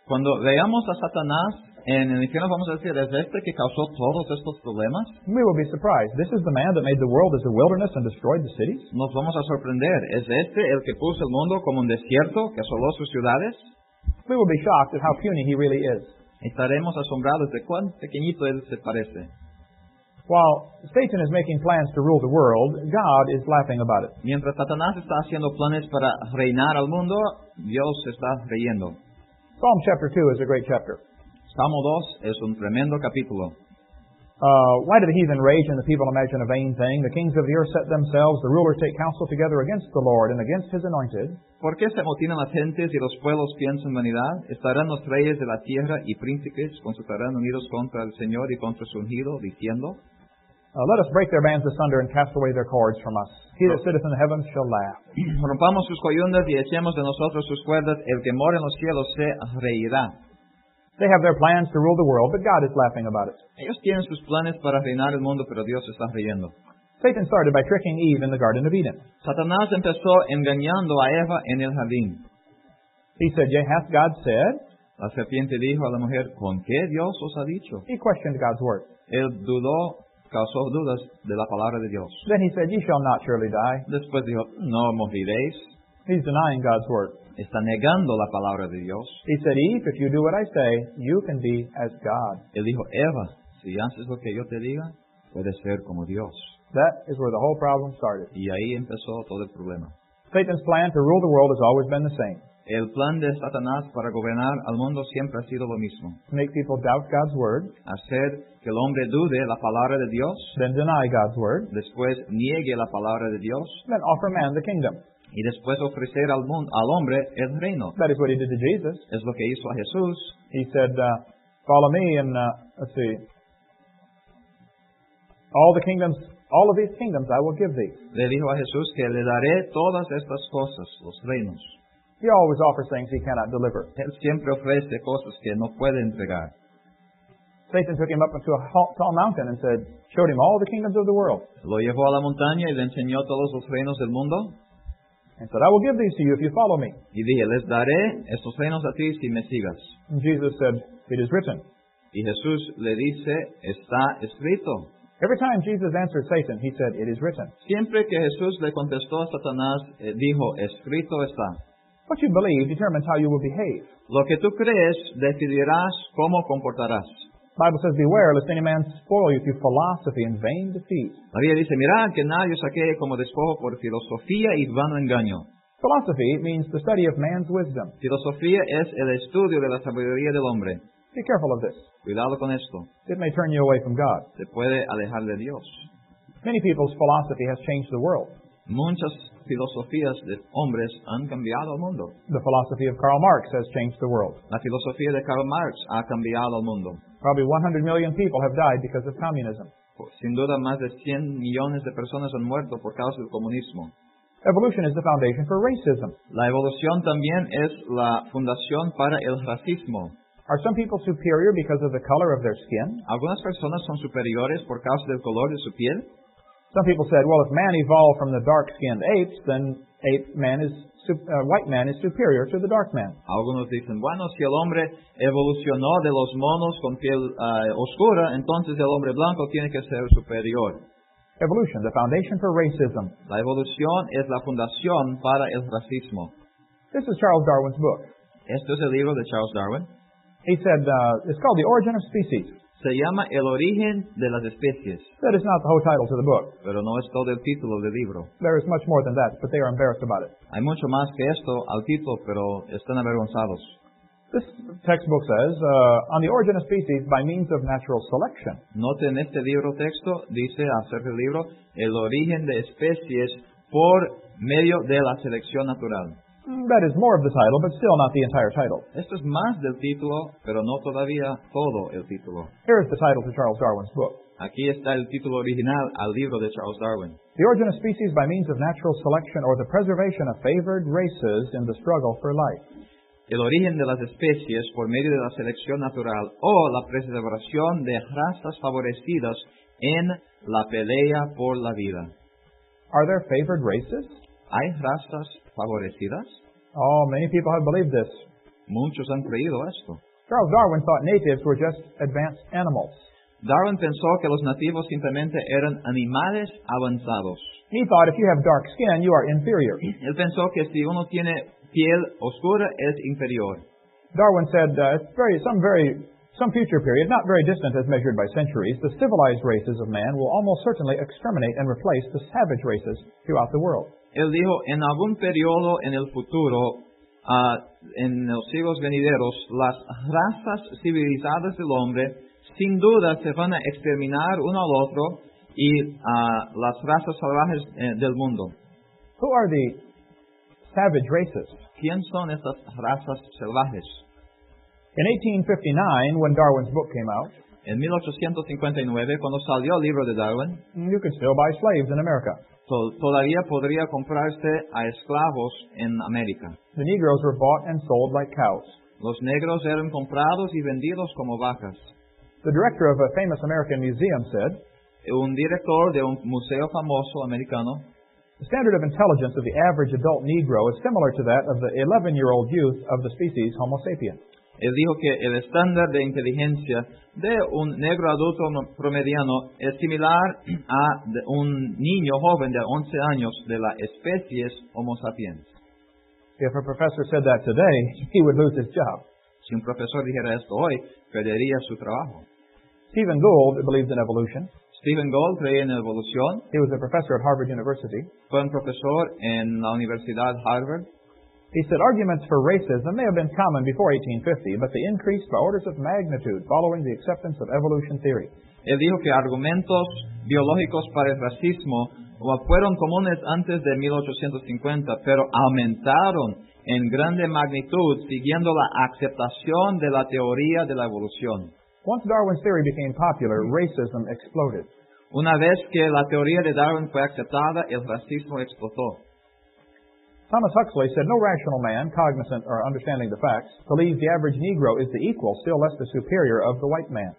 S1: Cuando veamos a Satanás en el infierno, vamos a decir, ¿es este que causó todos estos problemas?
S2: We will be surprised. This is the man that made the world as a wilderness and destroyed the cities?
S1: Nos vamos a sorprender. ¿Es este el que puso el mundo como un desierto, que asoló sus ciudades?
S2: We will be shocked at how puny he really is.
S1: Estaremos asombrados de cuán pequeñito él se parece.
S2: While Satan is making plans to rule the world, God is laughing about it.
S1: Mientras Satanás está haciendo planes para reinar al mundo, Dios está reyendo.
S2: Psalm chapter 2 is a great chapter.
S1: Salmo 2 es un tremendo capítulo.
S2: Uh, why do the heathen rage and the people imagine a vain thing? The kings of the earth set themselves, the rulers take counsel together against the Lord and against his anointed.
S1: ¿Por qué se amotinan las gentes y los pueblos piensan vanidad? Estarán los reyes de la tierra y príncipes consultarán unidos contra el Señor y contra su ungido, diciendo,
S2: Uh, let us break their bands asunder and cast away their cords from us. He that sitteth in the heavens shall laugh.
S1: rompamos sus coyundas y echemos de nosotros sus cuerdas, el que mora en los cielos se reirá.
S2: They have their plans to rule the world, but God is laughing about it.
S1: Ellos tienen sus planes para reinar el mundo, pero Dios está riendo.
S2: Satan started by tricking Eve in the Garden of Eden.
S1: Satanás empezó engañando a Eva en el jardín.
S2: He said, Yea, hath God said?
S1: La serpiente dijo a la mujer, ¿con qué Dios os ha dicho?
S2: He questioned God's word.
S1: Él dudó, causó dudas de la palabra de Dios.
S2: Then he said, Ye shall not surely die.
S1: Después dijo, no moriréis.
S2: He's denying God's word.
S1: Está negando la palabra de Dios.
S2: He said, Eve, if you do what I say, you can be as God.
S1: Él dijo, Eva, si haces lo que yo te diga, puedes ser como Dios.
S2: That is where the whole problem started.
S1: Y ahí empezó todo el problema.
S2: Satan's plan to rule the world has always been the same
S1: El plan de Satanás para gobernar al mundo siempre ha sido lo mismo.
S2: to make people doubt God's word,
S1: Hacer que el hombre dude la palabra de Dios,
S2: then deny God's word,
S1: después niegue la palabra de Dios
S2: then offer man the kingdom.
S1: y después ofrecer al, mun- al hombre el reino.
S2: That is what he did to Jesus.
S1: Es lo que hizo a Jesús.
S2: He said, uh, Follow me, and uh, let's see. All the kingdoms, all of these kingdoms I will give thee.
S1: Le dijo a Jesús que le daré todas estas cosas, los reinos.
S2: He always offers things he cannot deliver.
S1: Él siempre ofrece cosas que no puede entregar.
S2: Satan took him up into a ha- tall mountain and said, showed him all the kingdoms of the world,
S1: Lo llevó a la montaña y le enseñó todos los reinos del mundo.
S2: and said, I will give these to you if you follow me.
S1: Y dije, les daré estos reinos a ti si me sigas.
S2: And Jesus said, It is written.
S1: Y Jesús le dice, está escrito.
S2: Every time Jesus answered Satan, he said, It is written.
S1: Siempre que Jesús le contestó a Satanás, eh, dijo, escrito está.
S2: What you believe determines how you will behave.
S1: Lo que tú crees decidirás cómo comportarás.
S2: The Bible says, Beware lest any man spoil you through philosophy and vain deceit.
S1: La Biblia dice, mirad que nadie os saquee como despojo por filosofía y vano engaño.
S2: Philosophy means the study of man's wisdom.
S1: Filosofía es el estudio de la sabiduría del hombre.
S2: Be careful of this.
S1: Cuidado con esto,
S2: It may turn you away from God.
S1: se puede alejar de Dios.
S2: Many people's philosophy has changed the world.
S1: Muchas filosofías de hombres han cambiado al mundo.
S2: The philosophy of Karl Marx has changed the world.
S1: La filosofía de Karl Marx ha cambiado al mundo.
S2: Probably 100 million people have died because of communism.
S1: Sin duda, más de 100 millones de personas han muerto por causa del comunismo.
S2: Evolution is the foundation for racism.
S1: La evolución también es la fundación para el racismo.
S2: Are some people superior because of the color of their skin?
S1: Algunas personas son superiores por causa del color de su piel.
S2: Some people said, well, if man evolved from the dark skinned apes, then a man is sup- a white man is superior to the dark man.
S1: Algunos dicen, bueno, si el hombre evolucionó de los monos con piel ah, oscura, entonces el hombre blanco tiene que ser superior.
S2: Evolution, the foundation for racism.
S1: La evolución es la fundación para el racismo.
S2: This is Charles Darwin's book.
S1: Esto es el libro de Charles Darwin.
S2: He said uh, it's called The Origin of Species.
S1: Se llama El origen de las especies,
S2: That is not the whole title to the book.
S1: pero no es todo el título del libro.
S2: There is much more than that, but they are embarrassed about it.
S1: Hay mucho más que esto al título, pero están avergonzados.
S2: This textbook says, uh, on the origin of species by means of natural selection.
S1: Noten este libro texto, dice acerca del libro, el origen de especies por medio de la selección natural.
S2: Hmm, That is more of the title, but still not the entire title.
S1: Esto es más del título, pero no todavía todo el título.
S2: Here is the title to Charles Darwin's book.
S1: Aquí está el título original al libro de Charles Darwin.
S2: The origin of species by means of natural selection or the preservation of favored races in the struggle for life.
S1: El origen de las especies por medio de la selección natural o la preservación de razas favorecidas en la pelea por la vida.
S2: Are there favored races?
S1: ¿Hay razas favorecidas?
S2: Oh, many people have believed this.
S1: Muchos han creído esto.
S2: Charles Darwin thought natives were just advanced animals.
S1: Darwin pensó que los nativos simplemente eran animales avanzados.
S2: He thought if you have dark skin, you are inferior.
S1: Él pensó que si uno tiene piel oscura es inferior.
S2: Darwin said, uh, it's very, some very, some future period, not very distant as measured by centuries, the civilized races of man will almost certainly exterminate and replace the savage races throughout the world.
S1: Él dijo, en algún periodo en el futuro, ah, en los siglos venideros, las razas civilizadas del hombre sin duda se van a exterminar uno al otro y ah, las razas salvajes eh, del mundo.
S2: Who are the savage races?
S1: ¿Quién son estas razas salvajes?
S2: In 1859, when Darwin's book came out,
S1: En 1859, cuando salió el libro de Darwin,
S2: you could still buy slaves in America.
S1: to- todavía podría comprarse a esclavos en América.
S2: The Negroes were bought and sold like cows.
S1: Los negros eran comprados y vendidos como vacas.
S2: The director of a famous American museum said,
S1: Un director de un museo famoso americano
S2: The standard of intelligence of the average adult Negro is similar to that of the 11 year old youth of the species Homo sapiens.
S1: Él dijo que el estándar de inteligencia de un negro adulto no- promediano es similar a de un niño joven de 11 años de la especie Homo sapiens.
S2: If a professor said that today, he would lose his job.
S1: Si un profesor dijera esto hoy, perdería su trabajo.
S2: Stephen Gould believed in evolution.
S1: Stephen Gold creía en la evolución,
S2: He was a professor at Harvard University.
S1: fue un profesor en la Universidad Harvard.
S2: He said arguments for racism may have been common before 1850, but they increased by orders of magnitude following the acceptance of evolution theory.
S1: Él dijo que argumentos biológicos para el racismo fueron comunes antes de 1850, pero aumentaron en grande magnitud siguiendo la aceptación de la teoría de la evolución.
S2: Once Darwin's theory became popular, racism exploded.
S1: Una vez que la teoría de Darwin fue aceptada, el racismo explotó.
S2: Thomas Huxley said no rational man, cognizant or understanding the facts, believes the average Negro is the equal, still less the superior of the white man.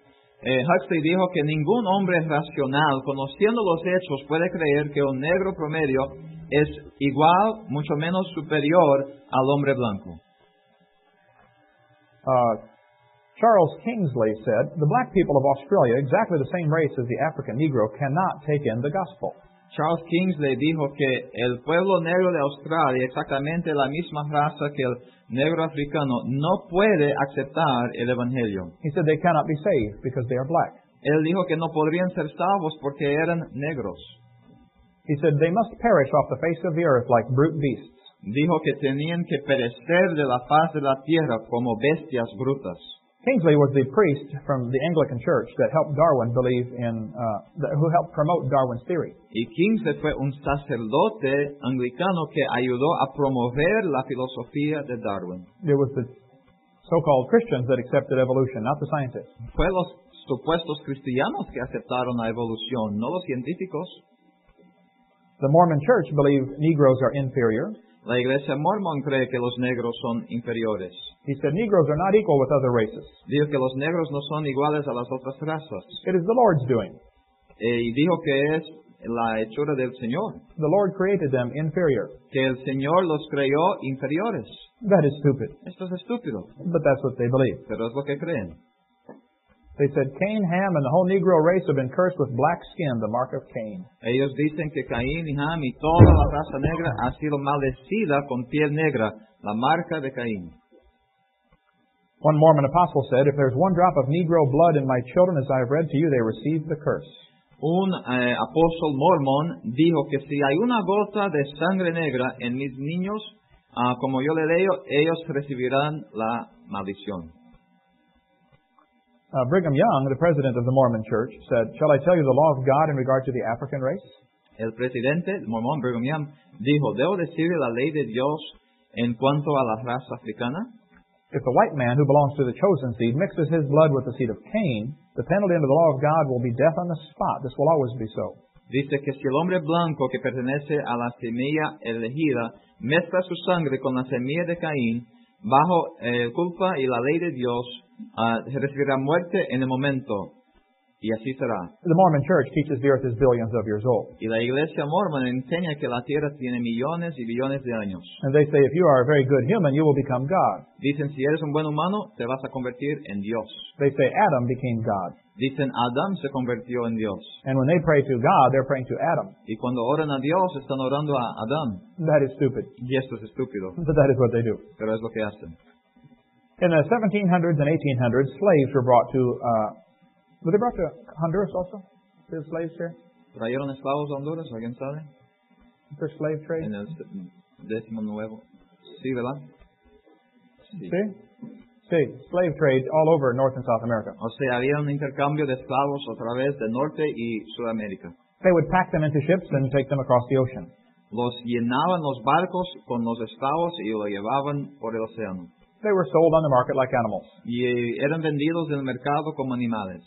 S1: Eh, Huxley dijo que ningún hombre racional, conociendo los hechos, puede creer que un negro promedio es igual, mucho menos superior al hombre blanco.
S2: Uh, Charles Kingsley said, The black people of Australia, exactly the same race as the African Negro, cannot take in the gospel.
S1: Charles Kingsley dijo que el pueblo negro de Australia, exactamente la misma raza que el negro africano, no puede aceptar el Evangelio.
S2: He said they cannot be saved because they are black.
S1: Él dijo que no podrían ser salvos porque eran negros.
S2: He said they must perish off the face of the earth like brute beasts.
S1: Dijo que tenían que perecer de la faz de la tierra como bestias brutas.
S2: Kingsley was the priest from the Anglican Church that helped Darwin believe in, uh, that, who helped promote Darwin's theory.
S1: Y Kingsley fue un sacerdote anglicano que ayudó a promover la filosofía de Darwin.
S2: It was the so-called Christians that accepted evolution, not the scientists.
S1: Fue los supuestos cristianos que aceptaron la evolución, no los científicos.
S2: The Mormon Church believed Negroes are inferior.
S1: La iglesia mormón cree que los negros son inferiores.
S2: He said Negroes are not equal with other races.
S1: Dijo que los negros no son iguales a las otras razas.
S2: It is the Lord's doing.
S1: Eh, Y dijo que es la hechura del Señor,
S2: The Lord created them inferior.
S1: que el Señor los creó inferiores.
S2: That is stupid,
S1: Esto es estúpido,
S2: but that's what they believe.
S1: pero es lo que creen.
S2: They said Cain, Ham, and the whole Negro race have been cursed with black skin, the mark of Cain.
S1: Ellos dicen que Caín y Ham y toda la raza negra ha sido maldecida con piel negra, la marca de Caín.
S2: One Mormon apostle said, If there's one drop of Negro blood in my children as I have read to you, they receive the curse.
S1: Un eh, apóstol mormón dijo que si hay una gota de sangre negra en mis niños, ah, como yo le leo, ellos recibirán la maldición.
S2: Uh, Brigham Young, the president of the Mormon Church, said, Shall I tell you the law of God in regard to the African race?
S1: El presidente mormón Brigham Young dijo, ¿debo decirle la ley de Dios en cuanto a la raza africana?
S2: If the white man who belongs to the chosen seed mixes his blood with the seed of Cain, the penalty under the law of God will be death on the spot. This will always be so.
S1: Dice que si el hombre blanco que pertenece a la semilla elegida mezcla su sangre con la semilla de Caín, bajo eh, culpa y la ley de Dios, ah, recibirá muerte en el momento. Y así será.
S2: The Mormon Church teaches the earth is billions of years old.
S1: Y la iglesia mormona enseña que la tierra tiene millones y billones de años.
S2: And they say, If you are a very good human, you will become God.
S1: Dicen, si eres un buen humano, te vas a convertir en Dios.
S2: They say Adam became God.
S1: Dicen, Adán se convirtió en Dios.
S2: And when they pray to God, they're praying to Adam.
S1: Y cuando oran a Dios, están orando a Adán.
S2: That is stupid.
S1: Y esto es estúpido,
S2: But that is what they do.
S1: pero es lo que hacen.
S2: In the 1700s and 1800s, slaves were brought to, uh, were they brought to Honduras also? The slaves here?
S1: ¿Trajeron esclavos a Honduras? ¿Alguien sabe?
S2: For slave trade?
S1: En el décimo nuevo. Sí, ¿verdad? Sí.
S2: See? See, slave trade all over North and South America.
S1: O sea, había un intercambio de esclavos a través del norte y Sudamérica.
S2: They would pack them into ships and take them across the ocean.
S1: Los llenaban los barcos con los esclavos y lo llevaban por el océano.
S2: They were sold on the market like animals.
S1: y eh, eran vendidos en el mercado como animales.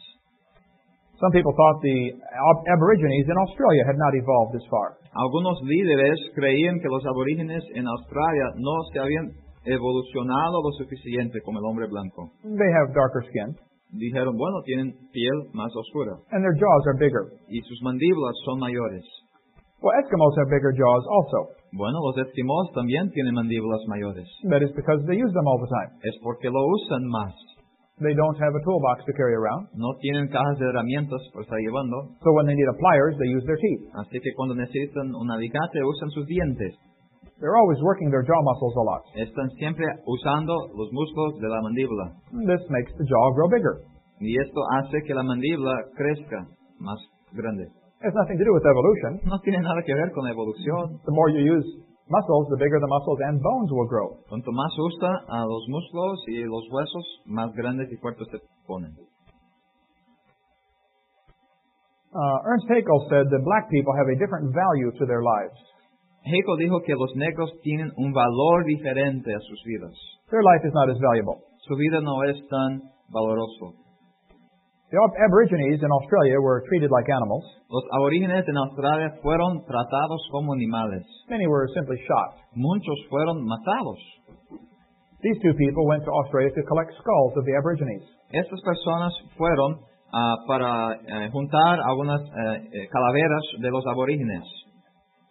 S2: Some people thought the ab- Aborigines in Australia had not evolved this far.
S1: Algunos líderes creían que los aborígenes en Australia no se habían evolucionado lo suficiente como el hombre blanco.
S2: They have darker skin,
S1: Dijeron, bueno, tienen piel más oscura
S2: and their jaws are bigger.
S1: y sus mandíbulas son mayores.
S2: Well, Eskimos have bigger jaws also.
S1: Bueno, los esquimós también tienen mandíbulas mayores.
S2: That is because they use them all the time.
S1: Es porque lo usan más.
S2: They don't have a toolbox to carry around,
S1: No tienen cajas de herramientas por estar llevando,
S2: so when they need a pliers, they use their teeth.
S1: así que cuando necesitan un alicate usan sus dientes.
S2: They're always working their jaw muscles a lot.
S1: Están siempre usando los músculos de la mandíbula.
S2: This makes the jaw grow bigger.
S1: Y esto hace que la mandíbula crezca más grande.
S2: It has nothing to do with evolution.
S1: No tiene nada que ver con la evolución.
S2: The more you use muscles, the bigger the muscles and bones will grow.
S1: Cuanto más usa a los músculos y los huesos, más grandes y fuertes se ponen.
S2: Uh, Ernst Haeckel said that black people have a different value to their lives.
S1: Hegel dijo que los negros tienen un valor diferente a sus vidas.
S2: Their life is not as valuable.
S1: Su vida no es tan valoroso.
S2: The Ab- Aborigines in Australia were treated like animals.
S1: Los aborígenes en Australia fueron tratados como animales.
S2: Many were simply shot.
S1: Muchos fueron matados.
S2: These two people went to Australia to collect skulls of the Aborigines.
S1: Estas personas fueron ah, para eh, juntar algunas eh, eh, calaveras de los aborígenes.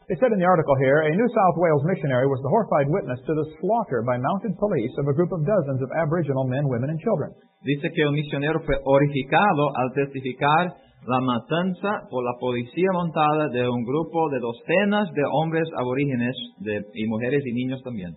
S2: They said in the article here, a New South Wales missionary was the horrified witness to the slaughter by mounted police of a group of dozens of Aboriginal men, women, and children.
S1: Dice que un misionero fue horrificado al testificar la matanza por la policía montada de un grupo de docenas de hombres aborígenes de- y mujeres y niños también.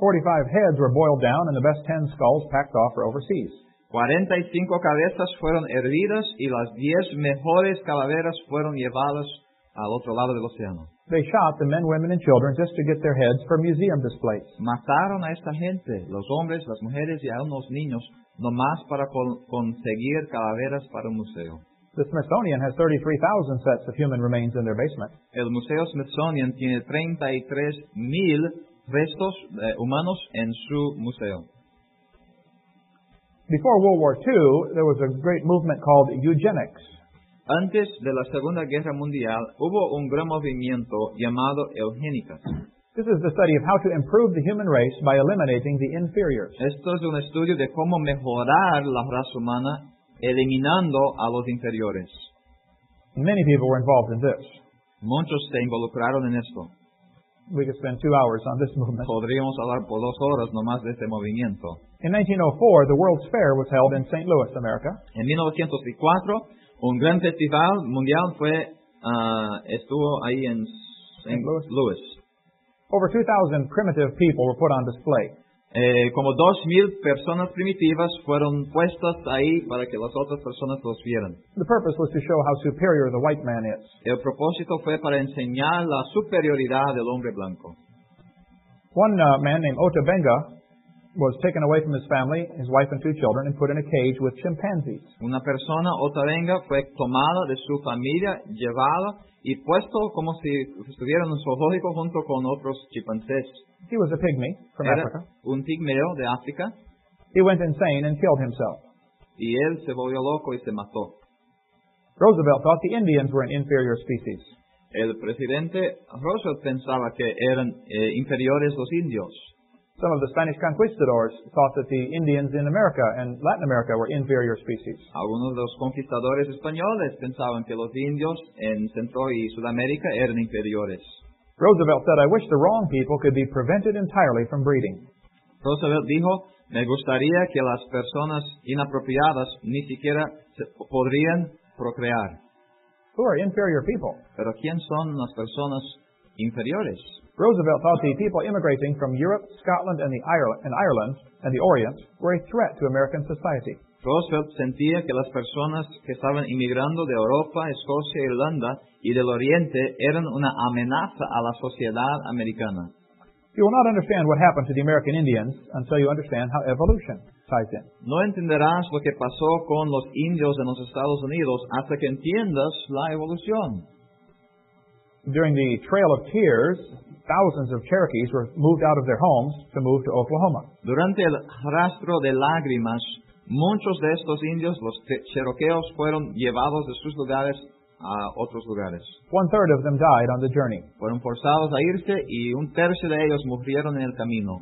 S2: 45 heads were boiled down and the best 10 skulls packed off for overseas.
S1: 45 cabezas fueron hervidas y las 10 mejores calaveras fueron llevadas al otro lado del océano.
S2: They shot the men, women, and children just to get their heads for museum displays.
S1: Mataron a esta gente, los hombres, las mujeres y aún los niños, nomás para con- conseguir calaveras para un museo.
S2: The Smithsonian has 33,000 sets of human remains in their basement.
S1: El Museo Smithsonian tiene 33 mil restos eh, humanos en su museo.
S2: Before World War II, there was a great movement called eugenics.
S1: Antes de la Segunda Guerra Mundial hubo un gran movimiento llamado eugénica.
S2: This is the study of how to improve the human race by eliminating the inferiors.
S1: Esto es un estudio de cómo mejorar la raza humana eliminando a los inferiores.
S2: Many people were involved in this.
S1: Muchos se involucraron en esto.
S2: We could spend two hours on this movement.
S1: Podríamos hablar por dos horas nomás de este movimiento.
S2: In 1904, the World's Fair was held in St. Louis, America.
S1: En 1904, un gran festival mundial fue ah, estuvo ahí en St.
S2: Louis.
S1: Louis.
S2: Over 2,000 primitive people were put on display.
S1: Eh, como dos mil personas primitivas fueron puestas ahí para que las otras personas los vieran.
S2: The purpose was to show how superior the white man is.
S1: El propósito fue para enseñar la superioridad del hombre blanco.
S2: One uh, man named Ota Benga was taken away from his family, his wife and two children, and put in a cage with chimpanzees.
S1: Una persona otarenga fue tomada de su familia, llevada y puesto como si estuviera en un zoológico junto con otros chimpancés.
S2: He was a pygmy from
S1: Era
S2: Africa.
S1: un pigmeo de África
S2: He went insane and killed himself.
S1: y él se volvió loco y se mató.
S2: Roosevelt thought the Indians were an inferior species.
S1: El presidente Roosevelt pensaba que eran eh, inferiores los indios.
S2: Some of the Spanish conquistadors thought that the Indians in America and Latin America were inferior species.
S1: Algunos de los conquistadores españoles pensaban que los indios en Centro y Sudamérica eran inferiores.
S2: Roosevelt said, I wish the wrong people could be prevented entirely from breeding.
S1: Roosevelt dijo, me gustaría que las personas inapropiadas ni siquiera se podrían procrear.
S2: Who are inferior people?
S1: Pero ¿quién son las personas inferiores?
S2: Roosevelt thought the people immigrating from Europe, Scotland, and, the Ireland, and Ireland and the Orient were a threat to American society.
S1: Roosevelt sentía que las personas que estaban inmigrando de Europa, Escocia, e Irlanda y del Oriente eran una amenaza a la sociedad americana.
S2: You will not understand what happened to the American Indians until you understand how evolution ties in.
S1: No entenderás lo que pasó con los indios en los Estados Unidos hasta que entiendas la evolución.
S2: During the Trail of Tears, thousands of Cherokees were moved out of their homes to move to Oklahoma.
S1: Durante el rastro de lágrimas, muchos de estos indios, los che- cheroqueos, fueron llevados de sus lugares a otros lugares.
S2: One third of them died on the journey.
S1: Fueron forzados a irse y un tercio de ellos murieron en el camino.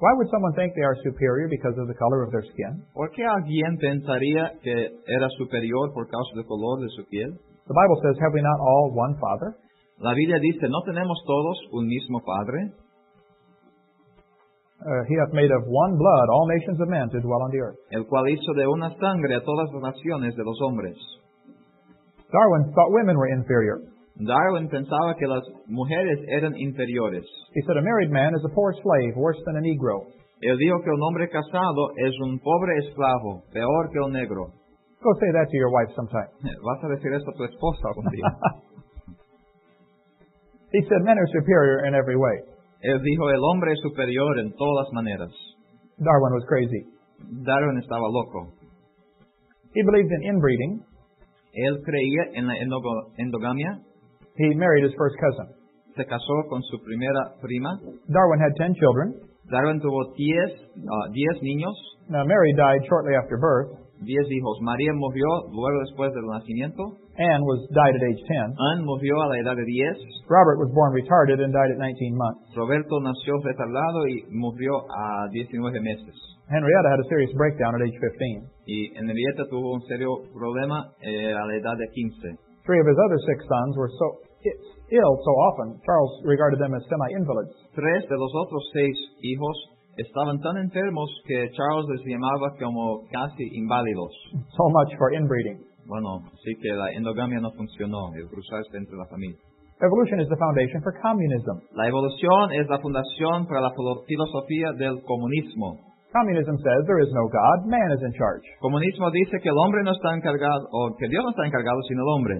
S2: Why would someone think they are superior because of the color of their skin?
S1: ¿Por qué alguien pensaría que era superior por causa del color de su piel?
S2: The Bible says, Have we not all one Father?
S1: La Biblia dice, ¿no tenemos todos un mismo Padre?
S2: Uh, he hath made of one blood all nations of men to dwell on the earth.
S1: El cual hizo de una sangre a todas las naciones de los hombres.
S2: Darwin thought women were inferior.
S1: Darwin pensaba que las mujeres eran inferiores.
S2: He said, A married man is a poor slave, worse than a Negro.
S1: Él dijo que un hombre casado es un pobre esclavo, peor que un negro.
S2: Go say that to your wife sometime.
S1: Vas a decir esto a tu esposa algún día.
S2: He said, Men are superior in every way.
S1: Él dijo, el hombre es superior en todas maneras.
S2: Darwin was crazy.
S1: Darwin estaba loco.
S2: He believed in inbreeding.
S1: Él creía en la endo- endogamia,
S2: He married his first cousin.
S1: se casó con su primera prima.
S2: Darwin had 10 children.
S1: Darwin tuvo 10 ah, 10 niños,
S2: Now, Mary died shortly after birth.
S1: 10 hijos. María murió luego después del nacimiento.
S2: Anne was died at age 10.
S1: Anne murió a la edad de 10.
S2: Robert was born retarded and died at 19 months.
S1: Roberto nació retardado y murió a 19 meses.
S2: Henrietta had a serious breakdown at age 15.
S1: Y Henrietta tuvo un serio problema eh, a la edad de 15.
S2: Three of his other six sons were so ill so often, Charles regarded them as semi-invalids.
S1: Tres de los otros seis hijos estaban tan enfermos que Charles les llamaba como casi inválidos.
S2: So much for inbreeding.
S1: Bueno, sí que la endogamia no funcionó, el cruzarse entre la familia.
S2: Evolution is the foundation for communism.
S1: La evolución es la fundación para la filo- filosofía del comunismo.
S2: Communism says there is no God, man is in charge.
S1: Comunismo dice que el hombre no está encargado, o que Dios no está encargado sino el hombre.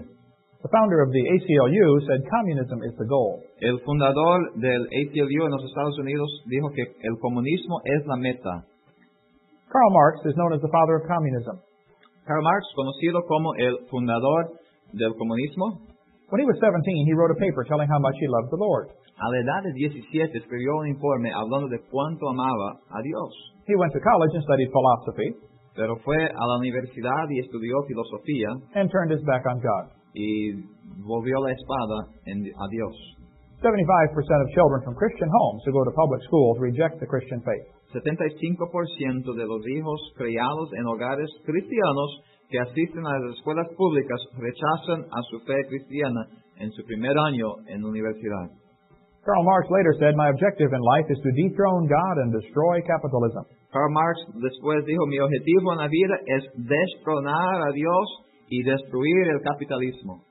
S2: The founder of the ACLU said communism is the goal.
S1: El fundador del ACLU en los Estados Unidos dijo que el comunismo es la meta.
S2: Karl Marx is known as the father of communism.
S1: Karl Marx, conocido como el fundador del comunismo,
S2: When he was 17, he wrote a paper telling how much he loved the Lord.
S1: a la edad de 17 escribió un informe hablando de cuánto amaba a Dios,
S2: He went to college and studied philosophy
S1: pero fue a la universidad y estudió filosofía
S2: and turned his back on God.
S1: y volvió la espada en- a Dios.
S2: 75% of children from Christian homes who go to public schools reject the Christian faith.
S1: 75% de los hijos criados en hogares cristianos que asisten a las escuelas públicas rechazan a su fe cristiana en su primer año en la universidad.
S2: Karl Marx later said, My objective in life is to dethrone God and destroy capitalism.
S1: Karl Marx después dijo, mi objetivo en la vida es destronar a Dios y destruir el capitalismo.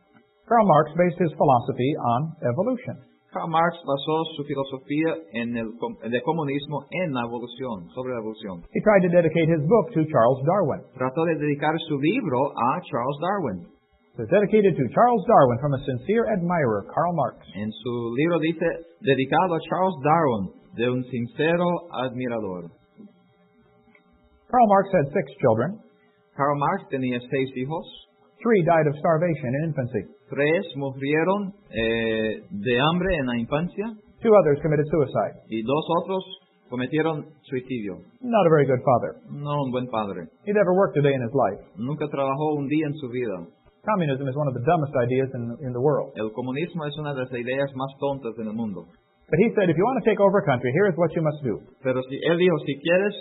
S2: Karl Marx based his philosophy on evolution.
S1: Karl Marx basó su filosofía en el com- de comunismo en la evolución, sobre la evolución.
S2: He tried to dedicate his book to Charles Darwin.
S1: Trató de dedicar su libro a Charles Darwin.
S2: It's dedicated to Charles Darwin from a sincere admirer, Karl Marx.
S1: En su libro dice, dedicado a Charles Darwin, de un sincero admirador.
S2: Karl Marx had six children.
S1: Karl Marx tenía seis hijos,
S2: Three died of starvation in infancy.
S1: tres murieron eh, de hambre en la infancia
S2: Two others committed suicide.
S1: y dos otros cometieron suicidio.
S2: Not a very good father.
S1: No un buen padre.
S2: He never worked a day in his life.
S1: Nunca trabajó un día en su vida.
S2: Communism is one of the dumbest ideas in, in the world.
S1: El comunismo es una de las ideas más tontas en el mundo.
S2: But he said, if you want to take over a country, here is what you must do.
S1: Pero si él dijo, si quieres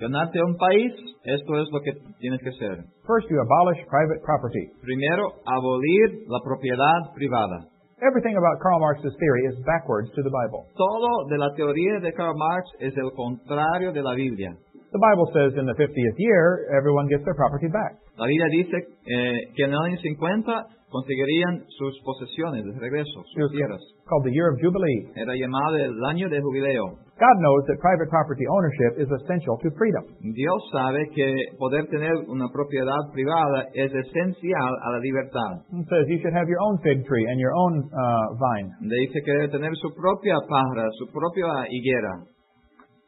S1: ganarte un país, esto es lo que tienes que hacer.
S2: First, you abolish private property.
S1: Primero, abolir la propiedad privada.
S2: Everything about Karl Marx's theory is backwards to the Bible.
S1: Todo de la teoría de Karl Marx es el contrario de la Biblia.
S2: The Bible says in the 50th year, everyone gets their property back.
S1: La Biblia dice eh, que en el año 50 conseguirían sus posesiones de regreso,
S2: It was
S1: sus tierras.
S2: called the year of Jubilee.
S1: Era llamado el año de jubileo.
S2: God knows that private property ownership is essential to freedom.
S1: Dios sabe que poder tener una propiedad privada es esencial a la libertad.
S2: It says you should have your own fig tree and your own uh, vine.
S1: Le dice que debe tener su propia pájara, su propia higuera.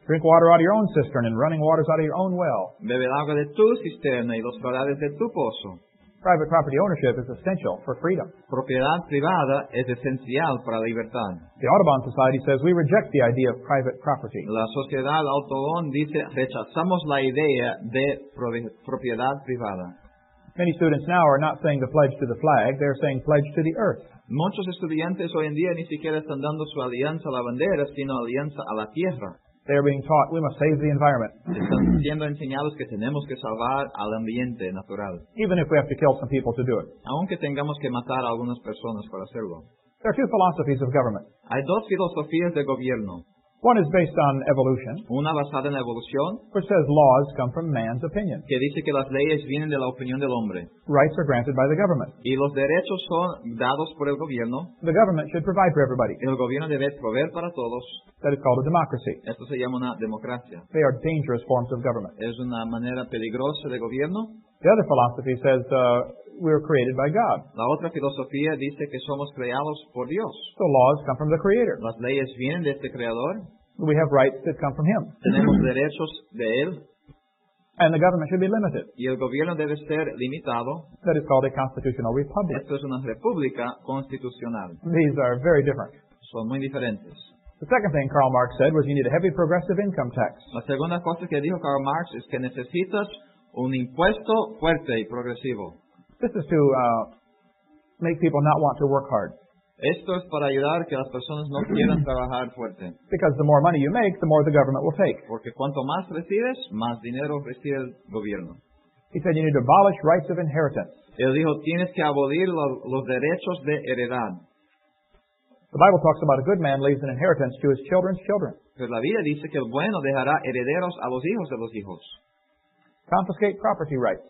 S2: Drink water out of your own cistern and running waters out of your own well.
S1: Bebe el agua de tu cisterna y los corales de tu pozo.
S2: Private property ownership is essential for freedom.
S1: Propiedad privada es esencial para la libertad.
S2: The Audubon Society says we reject the idea of private property.
S1: La sociedad autobón dice rechazamos la idea de prove- propiedad privada.
S2: Many students now are not saying the pledge to the flag, they're saying pledge to the earth.
S1: Muchos estudiantes hoy en día ni siquiera están dando su alianza a la bandera, sino alianza a la tierra.
S2: They are being taught we must save the environment,
S1: Están siendo enseñados que tenemos que salvar al ambiente natural,
S2: even if we have to kill some people to do it.
S1: aunque tengamos que matar a algunas personas para hacerlo.
S2: There are two philosophies of government.
S1: Hay dos filosofías de gobierno,
S2: One is based on evolution,
S1: una basada en la evolución,
S2: which says laws come from man's opinion.
S1: que dice que las leyes vienen de la opinión del hombre
S2: Rights are granted by the government.
S1: y los derechos son dados por el gobierno.
S2: The government should provide for everybody.
S1: El gobierno debe proveer para todos.
S2: That is called a democracy.
S1: Esto se llama una democracia.
S2: They are dangerous forms of government.
S1: Es una manera peligrosa de gobierno.
S2: The other philosophy says uh, we were created by God,
S1: La otra filosofía dice que somos creados por Dios.
S2: so laws come from the Creator.
S1: Las leyes vienen de este creador.
S2: We have rights that come from Him,
S1: Tenemos derechos de él
S2: and the government should be limited.
S1: y el gobierno debe ser limitado.
S2: That is called a constitutional republic.
S1: Esto es una república constitucional.
S2: These are very different.
S1: Son muy diferentes.
S2: The second thing Karl Marx said was you need a heavy progressive income tax.
S1: La segunda cosa que dijo Karl Marx es que necesitas un impuesto fuerte y progresivo.
S2: This is to uh, make people not want to work hard,
S1: Esto es para ayudar que las personas no quieran trabajar fuerte,
S2: because the more money you make, the more the government will take.
S1: porque cuanto más recibes, más dinero recibe el gobierno.
S2: He said you need to abolish rights of inheritance.
S1: Él dijo, tienes que abolir lo- los derechos de heredad.
S2: The Bible talks about a good man leaves an inheritance to his children's children.
S1: Pero la Biblia dice que el bueno dejará herederos a los hijos de los hijos.
S2: Confiscate property rights.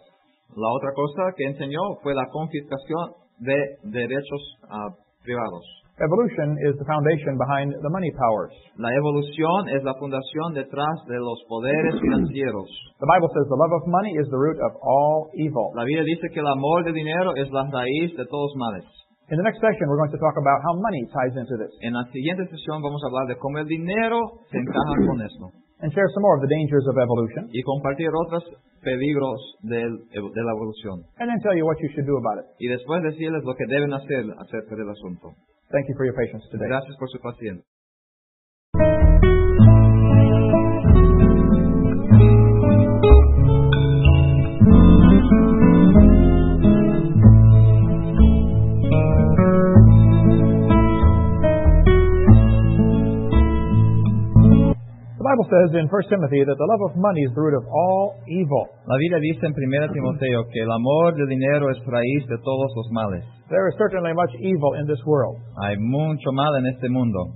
S1: La otra cosa que enseñó fue la confiscación de derechos ah, privados.
S2: Evolution is the foundation behind the money powers.
S1: La evolución es la fundación detrás de los poderes financieros.
S2: The Bible says the love of money is the root of all evil.
S1: La Biblia dice que el amor de dinero es la raíz de todos males.
S2: In the next section, we're going to talk about how money ties into this
S1: En la siguiente sesión vamos a hablar de cómo el dinero se encaja con esto
S2: and share some more of the dangers of evolution
S1: y compartir otros peligros del- de la evolución.
S2: and then tell you what you should do about it.
S1: y después decirles lo que deben hacer acerca del asunto.
S2: Thank you for your patience today.
S1: Gracias por su paciencia.
S2: The Bible says says in 1 Timothy that the love of money is the root of all evil.
S1: La Biblia dice en 1 Timoteo que el amor del dinero es raíz de todos los males.
S2: There is certainly much evil in this world.
S1: Hay mucho mal en este mundo.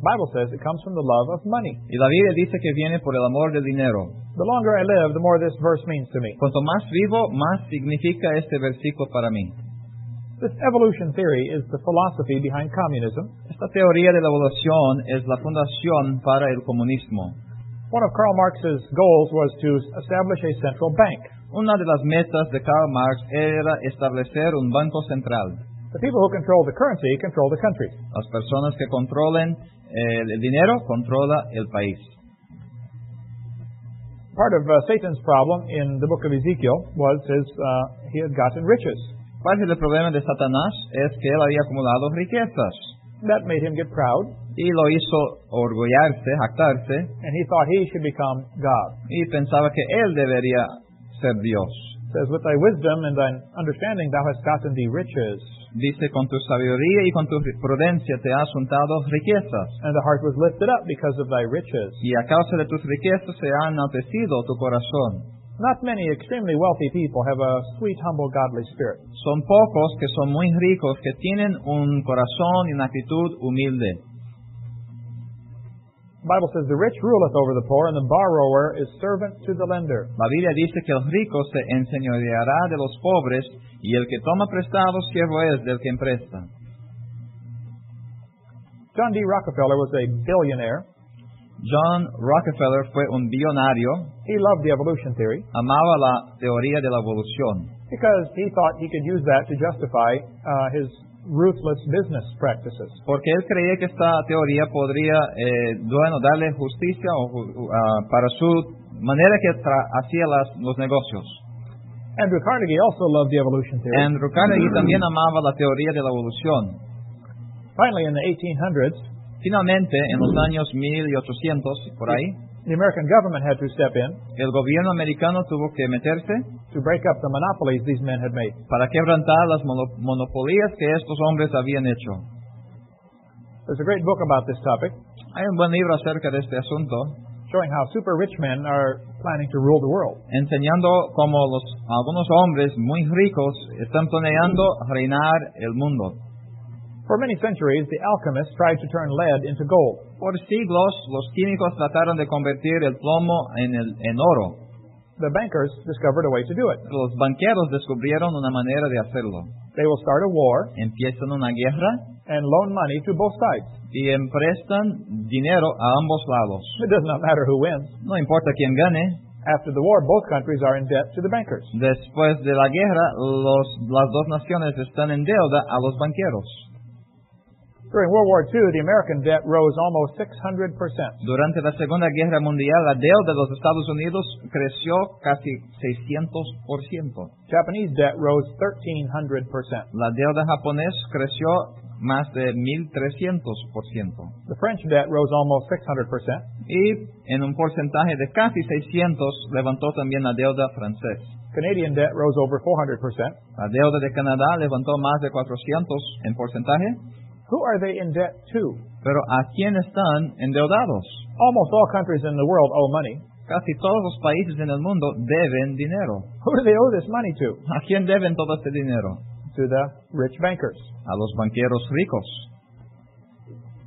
S2: The Bible says it comes from the love of money.
S1: Y la Biblia dice que viene por el amor del dinero.
S2: The longer I live, the more this verse means to me.
S1: Cuanto más vivo, más significa este versículo para mí.
S2: This evolution theory is the philosophy behind communism.
S1: Esta teoría de la evolución es la fundación para el comunismo.
S2: One of Karl Marx's goals was to establish a central bank.
S1: Una de las metas de Karl Marx era establecer un banco central.
S2: The people who control the currency control the country.
S1: Las personas que controlen eh, el dinero controla el país.
S2: Part of uh, Satan's problem in the book of Ezekiel was his, uh, he had gotten riches.
S1: Parte del problema de Satanás es que él había acumulado riquezas
S2: That made him get proud,
S1: y lo hizo orgullarse, jactarse
S2: and he thought he should become God.
S1: y pensaba que él debería ser Dios.
S2: It says, With thy wisdom and thine understanding thou hast gotten thee riches,
S1: Dice, con tu sabiduría y con tu prudencia te has juntado riquezas
S2: and the heart was lifted up because of thy riches.
S1: y a causa de tus riquezas se ha enaltecido tu corazón.
S2: Not many extremely wealthy people have a sweet, humble, godly spirit.
S1: Son pocos que son muy ricos, que tienen un corazón y una actitud humilde.
S2: The Bible says, The rich ruleth over the poor, and the borrower is servant to the lender.
S1: La Biblia dice que el rico se enseñoreará de los pobres y el que toma prestado siervo es del que presta.
S2: John D. Rockefeller was a billionaire.
S1: John Rockefeller fue un billonario,
S2: He loved the evolution theory
S1: amaba la teoría de la evolución
S2: because he thought he could use that to justify uh, his ruthless business practices.
S1: porque él creía que esta teoría podría, eh, bueno, darle justicia o ju- ju- ah, para su manera que tra- hacía las- los negocios.
S2: Andrew Carnegie also loved the evolution theory.
S1: Andrew Carnegie también amaba la teoría de la evolución.
S2: finally, in the 1800s,
S1: Finalmente, en los años 1800 y por ahí,
S2: the American government had to step in
S1: el gobierno americano tuvo que meterse
S2: to break up the monopolies these men had made.
S1: para quebrantar las mono- monopolías que estos hombres habían hecho.
S2: There's a great book about this topic
S1: Hay un buen libro acerca de este asunto,
S2: showing how super rich men are planning to rule the world.
S1: enseñando cómo los, algunos hombres muy ricos están planeando reinar el mundo.
S2: For many centuries, the alchemists tried to turn lead into gold.
S1: Por siglos, los químicos trataron de convertir el plomo en, el- en oro.
S2: The bankers discovered a way to do it.
S1: Los banqueros descubrieron una manera de hacerlo.
S2: They will start a war
S1: Empiezan una guerra
S2: and loan money to both sides.
S1: y emprestan dinero a ambos lados.
S2: It does not matter who wins.
S1: No importa quién gane,
S2: After the war, both countries are in debt to the bankers.
S1: después de la guerra, los- las dos naciones están en deuda a los banqueros.
S2: During World War II, the American debt rose almost 600%.
S1: Durante la Segunda Guerra Mundial, la deuda de los Estados Unidos creció casi 600%.
S2: Japanese debt rose 1,300%.
S1: La deuda japonés creció más de 1.300%.
S2: The French debt rose almost 600%.
S1: Y en un porcentaje de casi 600 levantó también la deuda francés.
S2: Canadian debt rose over 400%.
S1: La deuda de Canadá levantó más de 400 en porcentaje.
S2: Who are they in debt to?
S1: Pero ¿a quién están endeudados?
S2: Almost all countries in the world owe money.
S1: Casi todos los países en el mundo deben dinero.
S2: Who do they owe this money to?
S1: ¿A quién deben todo este dinero?
S2: To the rich bankers.
S1: A los banqueros ricos.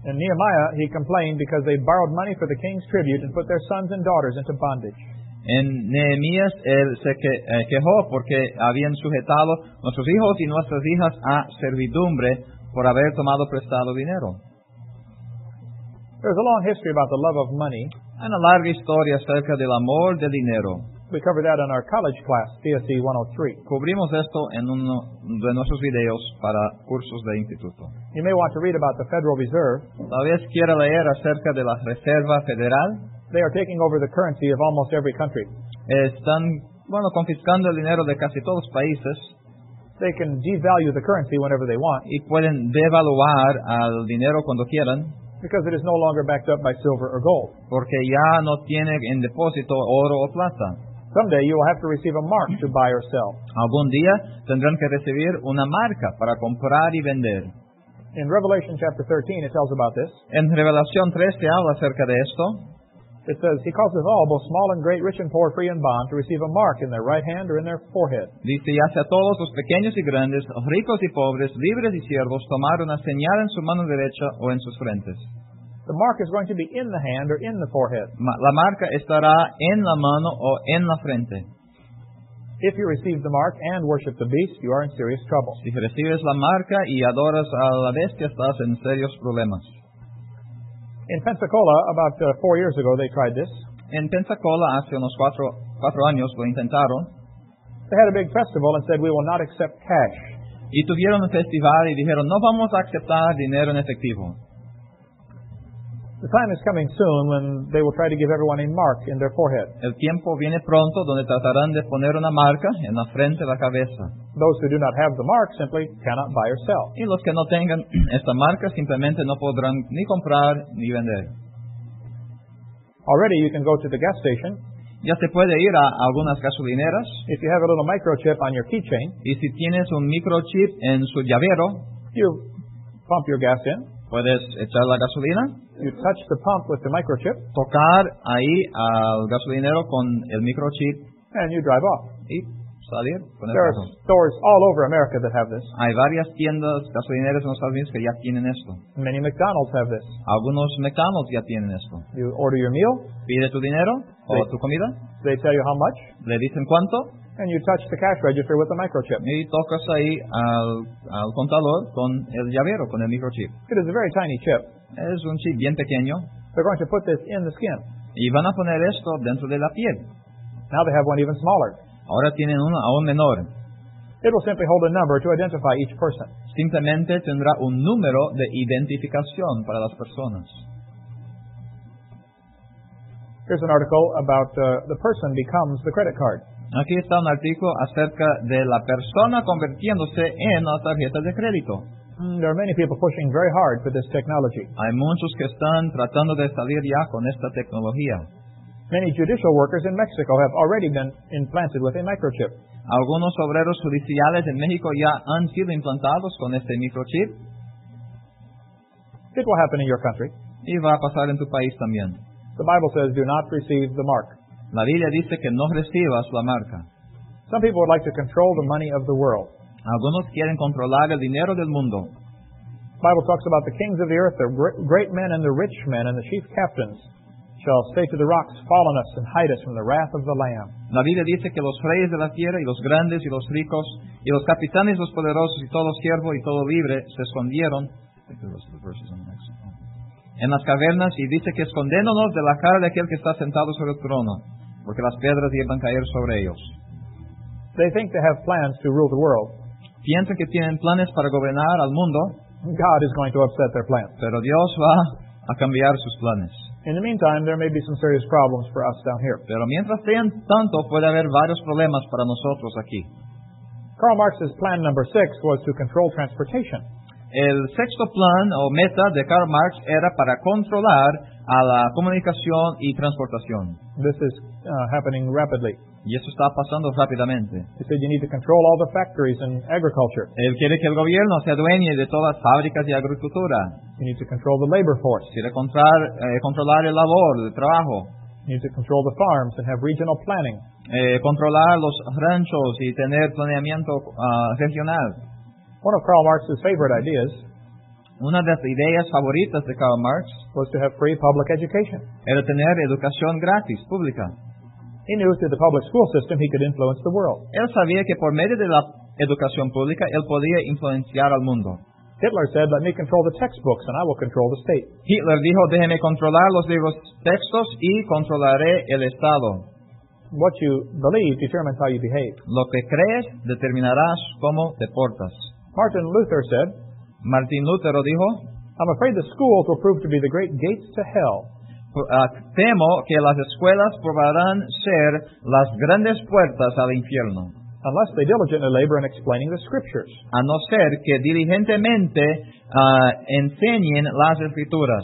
S2: In Nehemiah, he complained because they borrowed money for the king's tribute and put their sons and daughters into bondage.
S1: En Nehemías él se que- eh, quejó porque habían sujetado nuestros hijos y nuestras hijas a servidumbre por haber tomado prestado dinero.
S2: There's a long history about the love of money.
S1: Hay una larga historia acerca del amor del dinero.
S2: We covered that in our college class, E CSE 103.
S1: Cubrimos esto en uno de nuestros videos para cursos de instituto.
S2: You may want to read about the Federal Reserve.
S1: Tal vez quiera leer acerca de la Reserva Federal.
S2: They are taking over the currency of almost every country.
S1: Están, bueno, confiscando el dinero de casi todos los países
S2: They can devalue the currency whenever they want
S1: y pueden devaluar al dinero cuando quieran
S2: because it is no longer backed up by silver or gold.
S1: porque ya no tiene en depósito oro o plata.
S2: Someday you will have to receive a mark to buy or sell.
S1: Algún día tendrán que recibir una marca para comprar y vender.
S2: In Revelation chapter 13, it tells about this.
S1: En Revelación 3 se habla acerca de esto.
S2: It says, He causeth all, both small and great, rich and poor, free and bond, to receive a mark in their right hand or in their forehead.
S1: Dice, y hace a todos los pequeños y grandes, ricos y pobres, libres y siervos, tomar una señal en su mano derecha o en sus frentes.
S2: The mark is going to be in the hand or in the forehead.
S1: Ma- La marca estará en la mano o en la frente.
S2: If you receive the mark and worship the beast, you are in serious trouble.
S1: Si recibes la marca y adoras a la bestia, estás en serios problemas.
S2: In Pensacola, about uh, four years ago, they tried this.
S1: En Pensacola, hace unos cuatro, cuatro años, lo intentaron
S2: They had a big festival and said, We will not accept cash.
S1: y tuvieron un festival y dijeron, no vamos a aceptar dinero en efectivo.
S2: The time is coming soon when they will try to give everyone a mark in their forehead.
S1: El tiempo viene pronto donde tratarán de poner una marca en la frente de la cabeza.
S2: Those who do not have the mark simply cannot buy or sell.
S1: Y los que no tengan esta marca simplemente no podrán ni comprar ni vender.
S2: Already, you can go to the gas station.
S1: Ya se puede ir a algunas gasolineras
S2: If you have a little microchip on your keychain,
S1: y si tienes un microchip en su llavero,
S2: you pump your gas in,
S1: puedes echar la gasolina,
S2: you touch the pump with the microchip,
S1: tocar ahí al gasolinero con el microchip
S2: and you drive off.
S1: y salir con el
S2: There are
S1: carro.
S2: stores all over America that have this.
S1: Hay varias tiendas gasolineras en los Estados Unidos que ya tienen esto.
S2: Many McDonald's have this.
S1: Algunos McDonald's ya tienen esto.
S2: You order your meal,
S1: Pide tu dinero o
S2: Sí.
S1: tu comida,
S2: they tell you how much,
S1: le dicen cuánto
S2: and you touch the cash register with the microchip.
S1: y tocas ahí al, al contador con el llavero, con el microchip.
S2: It is a very tiny chip.
S1: Es un chip bien pequeño
S2: They're going to put this in the skin.
S1: y van a poner esto dentro de la piel.
S2: Now they have one even smaller.
S1: Ahora tienen uno aún menor.
S2: It will simply hold a number to identify each person.
S1: Simplemente tendrá un número de identificación para las personas.
S2: Here's an article about uh, the person becomes the credit card.
S1: Aquí está un artículo acerca de la persona convirtiéndose en la tarjeta de crédito.
S2: Mm, There are many people pushing very hard for this technology.
S1: Hay muchos que están tratando de salir ya con esta tecnología.
S2: Many judicial workers in Mexico have already been implanted with a microchip.
S1: Algunos obreros judiciales en México ya han sido implantados con este microchip
S2: It will happen in your country.
S1: y va a pasar en tu país también.
S2: The Bible says, do not receive the mark.
S1: La Biblia dice que no recibas la marca.
S2: Some people would like to control the money of the world.
S1: Algunos quieren controlar el dinero del mundo.
S2: The Bible talks about the kings of the earth, the gr- great men and the rich men and the chief captains shall say to the rocks, fall on us and hide us from the wrath of the Lamb.
S1: La Biblia dice que los reyes de la tierra y los grandes y los ricos y los capitanes, los poderosos y todo siervo y todo libre se escondieron en las cavernas y dice que escondéndonos de la cara de aquel que está sentado sobre el trono, porque las piedras iban a caer sobre ellos.
S2: They think they have plans to rule the world.
S1: Piensan que tienen planes para gobernar al mundo,
S2: God is going to upset their plans.
S1: pero Dios va a cambiar sus planes.
S2: In the meantime, there may be some serious problems for us down here.
S1: Pero mientras sean tanto, puede haber varios problemas para nosotros aquí.
S2: Karl Marx's plan number six was to control transportation.
S1: El sexto plan o meta de Karl Marx era para controlar a la comunicación y transportación.
S2: This is uh, happening rapidly.
S1: Y eso está pasando rápidamente.
S2: He said you need to control all the factories and agriculture.
S1: Él quiere que el gobierno se adueñe de todas las fábricas de agricultura.
S2: You need to control the labor force.
S1: Quiere controlar, eh, controlar el labor, el trabajo.
S2: You need to control the farms and have regional planning.
S1: eh, controlar los ranchos y tener planeamiento ah, regional.
S2: One of Karl Marx's favorite ideas
S1: Una de las ideas favoritas de Karl Marx
S2: was to have free public education.
S1: era tener educación gratis, pública.
S2: He knew through the public school system he could influence the world.
S1: Él sabía que por medio de la educación pública él podía influenciar al mundo.
S2: Hitler said, let me control the textbooks and I will control the state.
S1: Hitler dijo, déjeme controlar los libros textos y controlaré el Estado.
S2: What you believe determines how you behave.
S1: Lo que crees determinarás cómo te portas.
S2: Martin Luther said,
S1: Martín Lutero dijo,
S2: I'm afraid the schools will prove to be the great gates to hell.
S1: "Ah, temo que las escuelas probarán ser las grandes puertas al infierno,
S2: unless they diligently labor in explaining the scriptures.
S1: a no ser que diligentemente ah, enseñen las escrituras.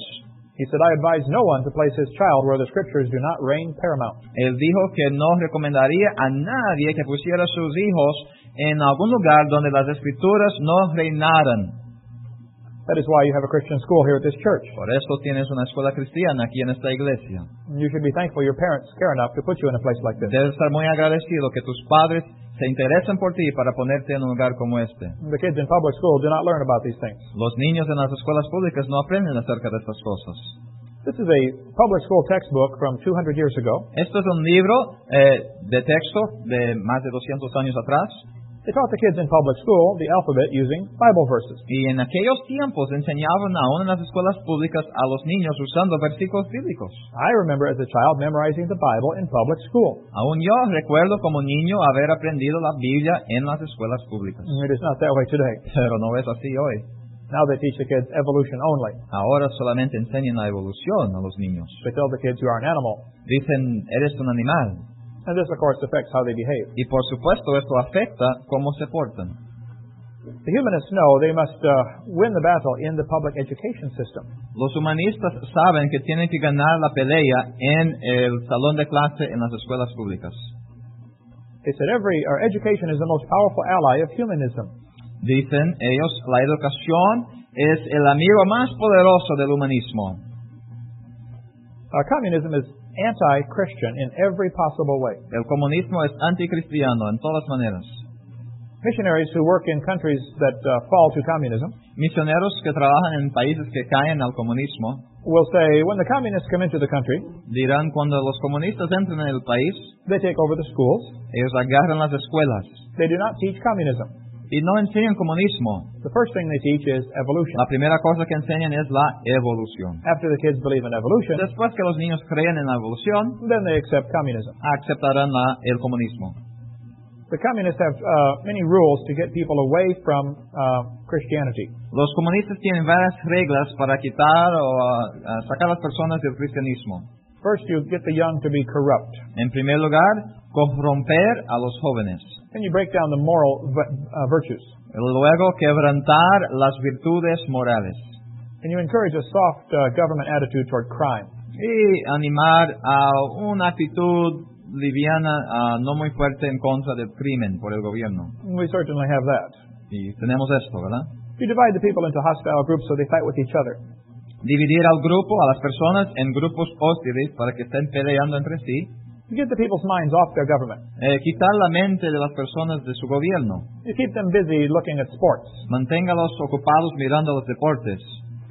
S2: He said, I advise no one to place his child where the scriptures do not reign paramount.
S1: Él dijo que no recomendaría a nadie que pusiera a sus hijos en algún lugar donde las escrituras no reinaran.
S2: That is why you have a Christian school here at this church.
S1: Por eso tienes una escuela cristiana aquí en esta iglesia.
S2: You should be thankful your parents care enough to put you in a place like this.
S1: Debes estar muy agradecido que tus padres se interesen por ti para ponerte en un lugar como este.
S2: The kids in public school do not learn about these things.
S1: Los niños en las escuelas públicas no aprenden acerca de estas cosas.
S2: This is a public school textbook from 200 years ago.
S1: Esto es un libro eh, de texto de más de 200 años atrás
S2: They taught the kids in public school the alphabet using Bible verses.
S1: y en aquellos tiempos enseñaban aún en las escuelas públicas a los niños usando versículos bíblicos.
S2: I remember as a child memorizing the Bible in public school.
S1: Aún yo recuerdo como niño haber aprendido la Biblia en las escuelas públicas,
S2: It is not that way today.
S1: pero no es así hoy.
S2: Now they teach the kids evolution only.
S1: Ahora solamente enseñan la evolución a los niños.
S2: They tell the kids you are an animal.
S1: Dicen, eres un animal.
S2: And this, of course, affects how they behave.
S1: Y por supuesto esto afecta cómo se portan.
S2: The humanists know they must uh, win the battle in the public education system.
S1: Los humanistas saben que tienen que ganar la pelea en el salón de clase en las escuelas públicas.
S2: They said every our education is the most powerful ally of humanism.
S1: Dicen ellos, la educación es el amigo más poderoso del humanismo.
S2: Uh, communism is anti-Christian in every possible way.
S1: El comunismo es anticristiano en todas maneras.
S2: Missionaries who work in countries that uh, fall to communism
S1: Misioneros que trabajan en países que caen al comunismo
S2: will say when the communists come into the country,
S1: dirán cuando los comunistas entran en el país,
S2: they take over the schools.
S1: ellos agarran las escuelas
S2: They do not teach communism.
S1: y no enseñan comunismo.
S2: The first thing they teach is evolution.
S1: La primera cosa que enseñan es la evolución.
S2: After the kids believe in evolution,
S1: Después que los niños creen en la evolución,
S2: then they accept communism.
S1: aceptarán la- el comunismo.
S2: The communists have uh, many rules to get people away from uh, Christianity.
S1: Los comunistas tienen varias reglas para quitar o ah, ah, sacar a las personas del cristianismo.
S2: First, you get the young to be corrupt.
S1: En primer lugar, corromper a los jóvenes.
S2: Then you break down the moral v- uh, virtues.
S1: Luego, quebrantar las virtudes morales.
S2: And you encourage a soft uh, government attitude toward crime.
S1: Y animar a una actitud liviana, ah, no muy fuerte en contra del crimen por el gobierno.
S2: And we certainly have that.
S1: Y tenemos esto, ¿verdad?
S2: You divide the people into hostile groups so they fight with each other.
S1: Dividir al grupo, a las personas, en grupos hostiles para que estén peleando entre sí.
S2: You get the people's minds off their government.
S1: Eh, quitar la mente de las personas de su gobierno.
S2: You keep them busy looking at sports.
S1: Manténgalos ocupados mirando los deportes.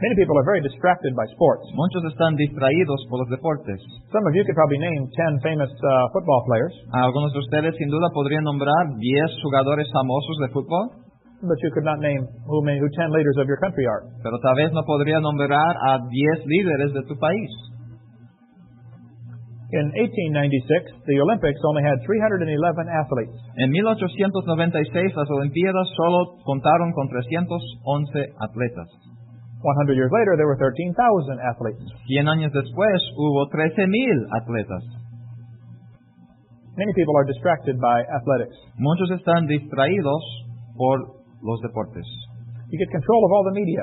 S2: Many people are very distracted by sports.
S1: Muchos están distraídos por los deportes.
S2: Some of you could probably name 10 famous uh, football players,
S1: Algunos de ustedes sin duda podrían nombrar 10 jugadores famosos de fútbol,
S2: but you could not name who, may, who 10 leaders of your country are.
S1: pero tal vez no podrían nombrar a 10 líderes de tu país.
S2: In 1896, the Olympics only had 311 athletes.
S1: En 1896 las Olimpiadas solo contaron con 311 atletas.
S2: 100 years later, there were 13,000 athletes.
S1: 100 años después hubo 13.000 atletas.
S2: Many people are distracted by athletics.
S1: Muchos están distraídos por los deportes.
S2: You get control of all the media.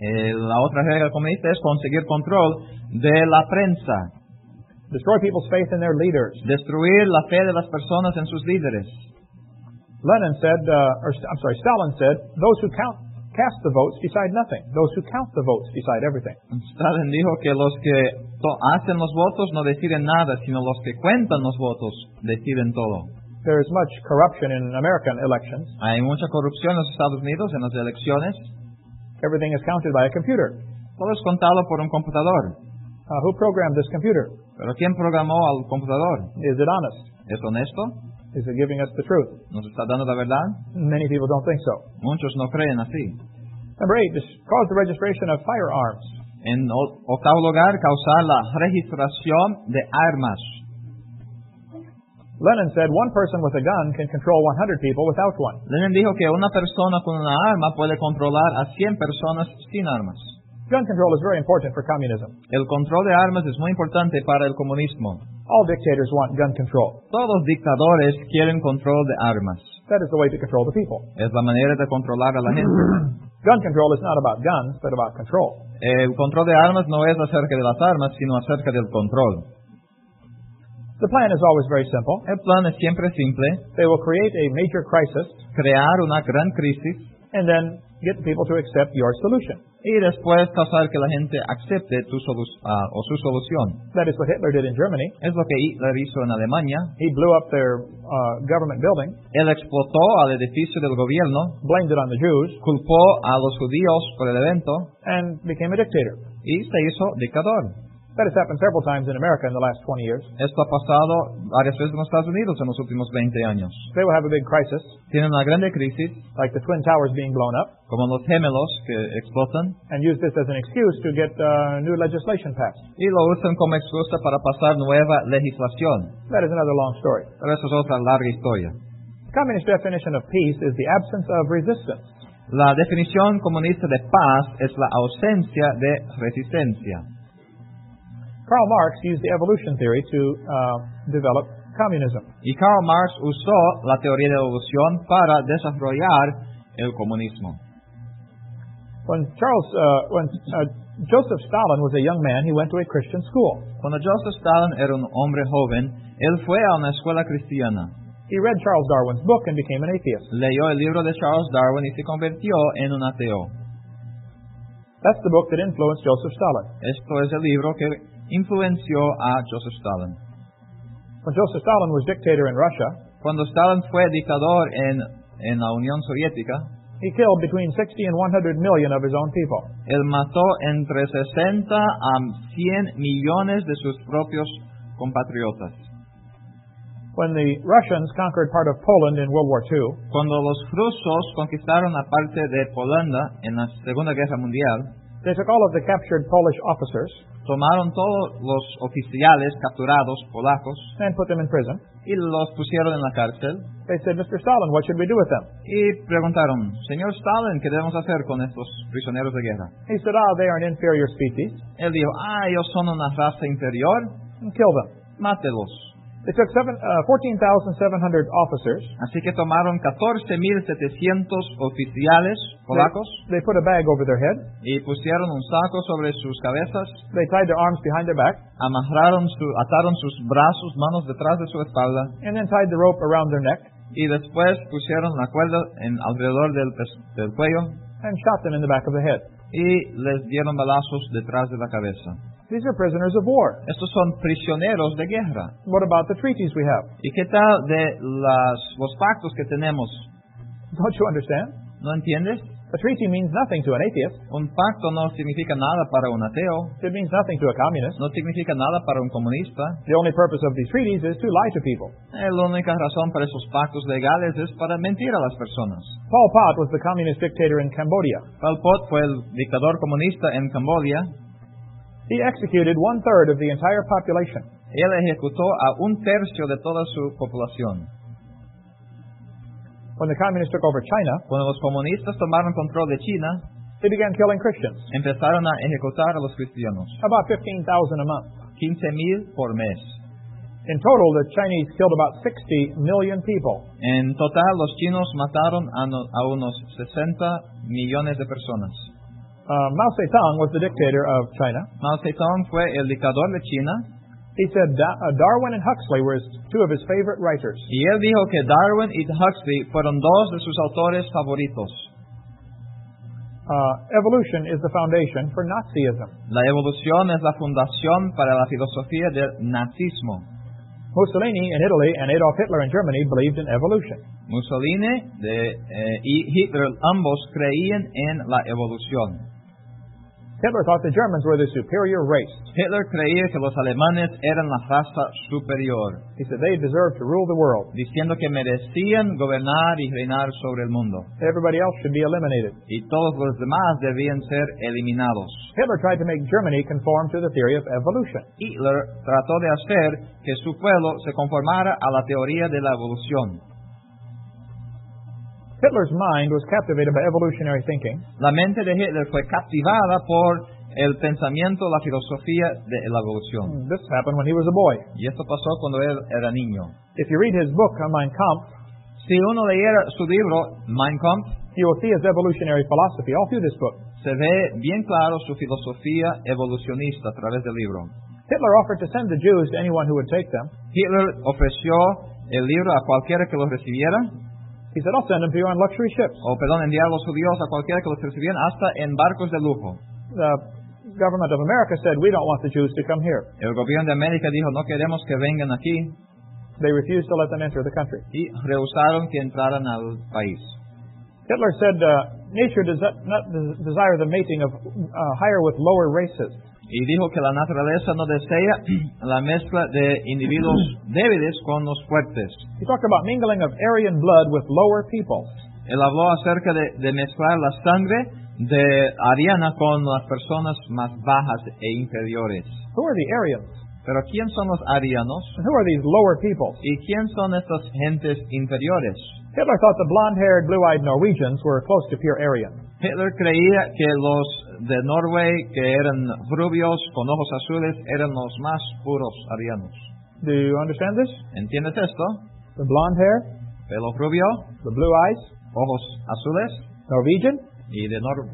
S1: Eh, la otra regla comunista es conseguir control de la prensa,
S2: Destroy people's faith in their leaders.
S1: destruir la fe de las personas en sus líderes.
S2: Lenin said, uh, or I'm sorry, Stalin said, those who count, cast the votes decide nothing. Those who count the votes decide everything.
S1: Stalin dijo que los que to- hacen los votos no deciden nada, sino los que cuentan los votos deciden todo.
S2: There is much corruption in American elections.
S1: Hay mucha corrupción en los Estados Unidos en las elecciones.
S2: Everything is counted by a computer.
S1: Todo es contado por un computador.
S2: Uh, who programmed this computer?
S1: Pero ¿quién programó al computador?
S2: Is it honest?
S1: ¿Es honesto?
S2: Is it giving us the truth?
S1: ¿Nos está dando la verdad?
S2: Many people don't think so.
S1: Muchos no creen así.
S2: Number eight, just cause the registration of firearms.
S1: En o- octavo lugar, causar la registración de armas.
S2: Lenin said one person with a gun can control 100 people without one.
S1: Lenin dijo que una persona con una arma puede controlar a 100 personas sin armas.
S2: Gun control is very important for communism.
S1: El control de armas es muy importante para el comunismo.
S2: All dictators want gun control.
S1: Todos los dictadores quieren control de armas.
S2: That is the way to control the people.
S1: Es la manera de controlar a la gente.
S2: Gun control is not about guns, but about control.
S1: El control de armas no es acerca de las armas, sino acerca del control.
S2: The plan is always very simple.
S1: El plan es siempre simple,
S2: They will create a major crisis
S1: crear una gran crisis
S2: and then get people to accept your solution.
S1: y después causar que la gente acepte tu solu- ah, o su solución.
S2: That is what Hitler did in Germany.
S1: Es lo que Hitler hizo en Alemania.
S2: He blew up their uh, government building,
S1: Él explotó al edificio del gobierno,
S2: blamed it on the Jews,
S1: culpó a los judíos por el evento
S2: and became a dictator.
S1: y se hizo dictador.
S2: That has happened several times in America in the last 20 years.
S1: Esto ha pasado varias veces en los Estados Unidos en los últimos 20 años.
S2: They will have a big crisis,
S1: Tienen una grande crisis,
S2: like the Twin Towers being blown up,
S1: como los gemelos que explotan,
S2: and use this as an excuse to get uh, new legislation passed.
S1: y lo usan como excusa para pasar nueva legislación.
S2: That is another long story.
S1: Pero eso es otra larga historia.
S2: Communist definition of peace is the absence of resistance.
S1: La definición comunista de paz es la ausencia de resistencia.
S2: Karl Marx used the evolution theory to uh, develop communism.
S1: Y Karl Marx usó la teoría de la evolución para desarrollar el comunismo.
S2: When Charles, uh, when uh, Joseph Stalin was a young man, he went to a Christian school.
S1: Cuando Joseph Stalin era un hombre joven, él fue a una escuela cristiana,
S2: He read Charles Darwin's book and became an atheist.
S1: leyó el libro de Charles Darwin y se convirtió en un ateo.
S2: That's the book that influenced Joseph Stalin.
S1: Esto es el libro que influenció a Joseph Stalin.
S2: When Joseph Stalin was dictator in Russia,
S1: Cuando Stalin fue dictador en, en la Unión Soviética,
S2: he killed between 60 and 100 million of his own people.
S1: Él mató entre 60 a 100 millones de sus propios compatriotas.
S2: When the Russians conquered part of Poland in World War II,
S1: Cuando los rusos conquistaron la parte de Polanda en la Segunda Guerra Mundial,
S2: they took all of the captured Polish officers
S1: tomaron todos los oficiales capturados polacos
S2: and put them in prison.
S1: y los pusieron en la cárcel
S2: They said, Mr. Stalin, what should we do with them?
S1: y preguntaron, señor Stalin, ¿qué debemos hacer con estos prisioneros de guerra?
S2: He said, Ah, they are an inferior species.
S1: Él dijo, ah, ellos son una raza inferior,
S2: And kill them.
S1: mátelos.
S2: They took seven, uh, 14,700 officers.
S1: Así que tomaron 14.700 oficiales polacos
S2: They, they put a bag over their head.
S1: y pusieron un saco sobre sus cabezas,
S2: They tied their arms behind their back
S1: amarraron su, ataron sus brazos, manos detrás de su espalda
S2: and then tied the rope around their neck
S1: y después pusieron la cuerda en, alrededor del, pes- del cuello
S2: and shot them in the back of the head.
S1: y les dieron balazos detrás de la cabeza.
S2: These are prisoners of war.
S1: Estos son prisioneros de guerra.
S2: What about the treaties we have?
S1: ¿Y qué tal de las, los pactos que tenemos?
S2: Don't you understand?
S1: ¿No entiendes?
S2: A treaty means nothing to an atheist.
S1: Un pacto no significa nada para un ateo,
S2: It means nothing to a communist.
S1: no significa nada para un comunista,
S2: The only purpose of these treaties is to lie to people.
S1: Eh, La única razón para esos pactos legales es para mentir a las personas.
S2: Pol Pot was the communist dictator in Cambodia.
S1: Pol Pot fue el dictador comunista en Camboya.
S2: He executed one third of the entire population.
S1: Él ejecutó a un tercio de toda su población.
S2: When the communists took over China,
S1: Cuando los comunistas tomaron control de China,
S2: they began killing Christians.
S1: empezaron a ejecutar a los cristianos.
S2: about 15,000 a month.
S1: 15 mil por mes.
S2: In total, the Chinese killed about 60 million people.
S1: En total, los chinos mataron a, no- a unos 60 millones de personas.
S2: Uh, Mao Zedong was the dictator of China.
S1: Mao Zedong fue el dictador de China
S2: He said da- uh, Darwin and Huxley were his, two of his favorite writers.
S1: y él dijo que Darwin y Huxley fueron dos de sus autores favoritos.
S2: Uh, evolution is the foundation for Nazism.
S1: La evolución es la fundación para la filosofía del nazismo.
S2: Mussolini in Italy and Adolf Hitler in Germany believed in evolution.
S1: Mussolini de- eh, y Hitler ambos creían en la evolución.
S2: Hitler thought the Germans were the superior race.
S1: Hitler creía que los alemanes eran la raza superior,
S2: He said they deserved to rule the world.
S1: diciendo que merecían gobernar y reinar sobre el mundo,
S2: Everybody else should be eliminated.
S1: y todos los demás debían ser eliminados.
S2: Hitler tried to make Germany conform to the theory of evolution.
S1: Hitler trató de hacer que su pueblo se conformara a la teoría de la evolución.
S2: Hitler's mind was captivated by evolutionary thinking.
S1: La mente de Hitler fue captivada por el pensamiento, la filosofía de la evolución.
S2: This happened when he was a boy.
S1: Y esto pasó cuando él era niño.
S2: If you read his book, Mein Kampf,
S1: Si uno leyera su libro, Mein Kampf,
S2: you will see his evolutionary philosophy all through this book.
S1: se ve bien claro su filosofía evolucionista a través del libro.
S2: Hitler offered to send the Jews to anyone who would take them.
S1: Hitler ofreció el libro a cualquiera que lo recibiera
S2: He He said, I'll send them to you on luxury ships.
S1: o perdón, enviar a los judíos a cualquiera que los recibían, hasta en barcos de lujo.
S2: The government of America said, We don't want the Jews to come here.
S1: El gobierno de América dijo, no queremos que vengan aquí,
S2: They refused to let them enter the country.
S1: y rehusaron que entraran al país.
S2: Hitler said, uh, Nature does not, not des- desire the mating of uh, higher with lower races.
S1: Y dijo que la naturaleza no desea la mezcla de individuos débiles con los fuertes.
S2: He talked about mingling of Aryan blood with lower people.
S1: Él habló acerca de, de mezclar la sangre de Ariana con las personas más bajas e inferiores.
S2: Who are the Aryans?
S1: Pero ¿quién son los arianos?
S2: And who are these lower peoples?
S1: ¿Y quién son estas gentes inferiores?
S2: Hitler thought the blonde-haired, blue-eyed Norwegians were close to pure Aryan.
S1: Hitler creía que los de Noruega, que eran rubios con ojos azules, eran los más puros arianos.
S2: Do you understand this?
S1: ¿Entiendes esto?
S2: The blonde hair,
S1: Pelo rubio,
S2: the blue eyes,
S1: ojos azules
S2: Norwegian.
S1: y de Noruega.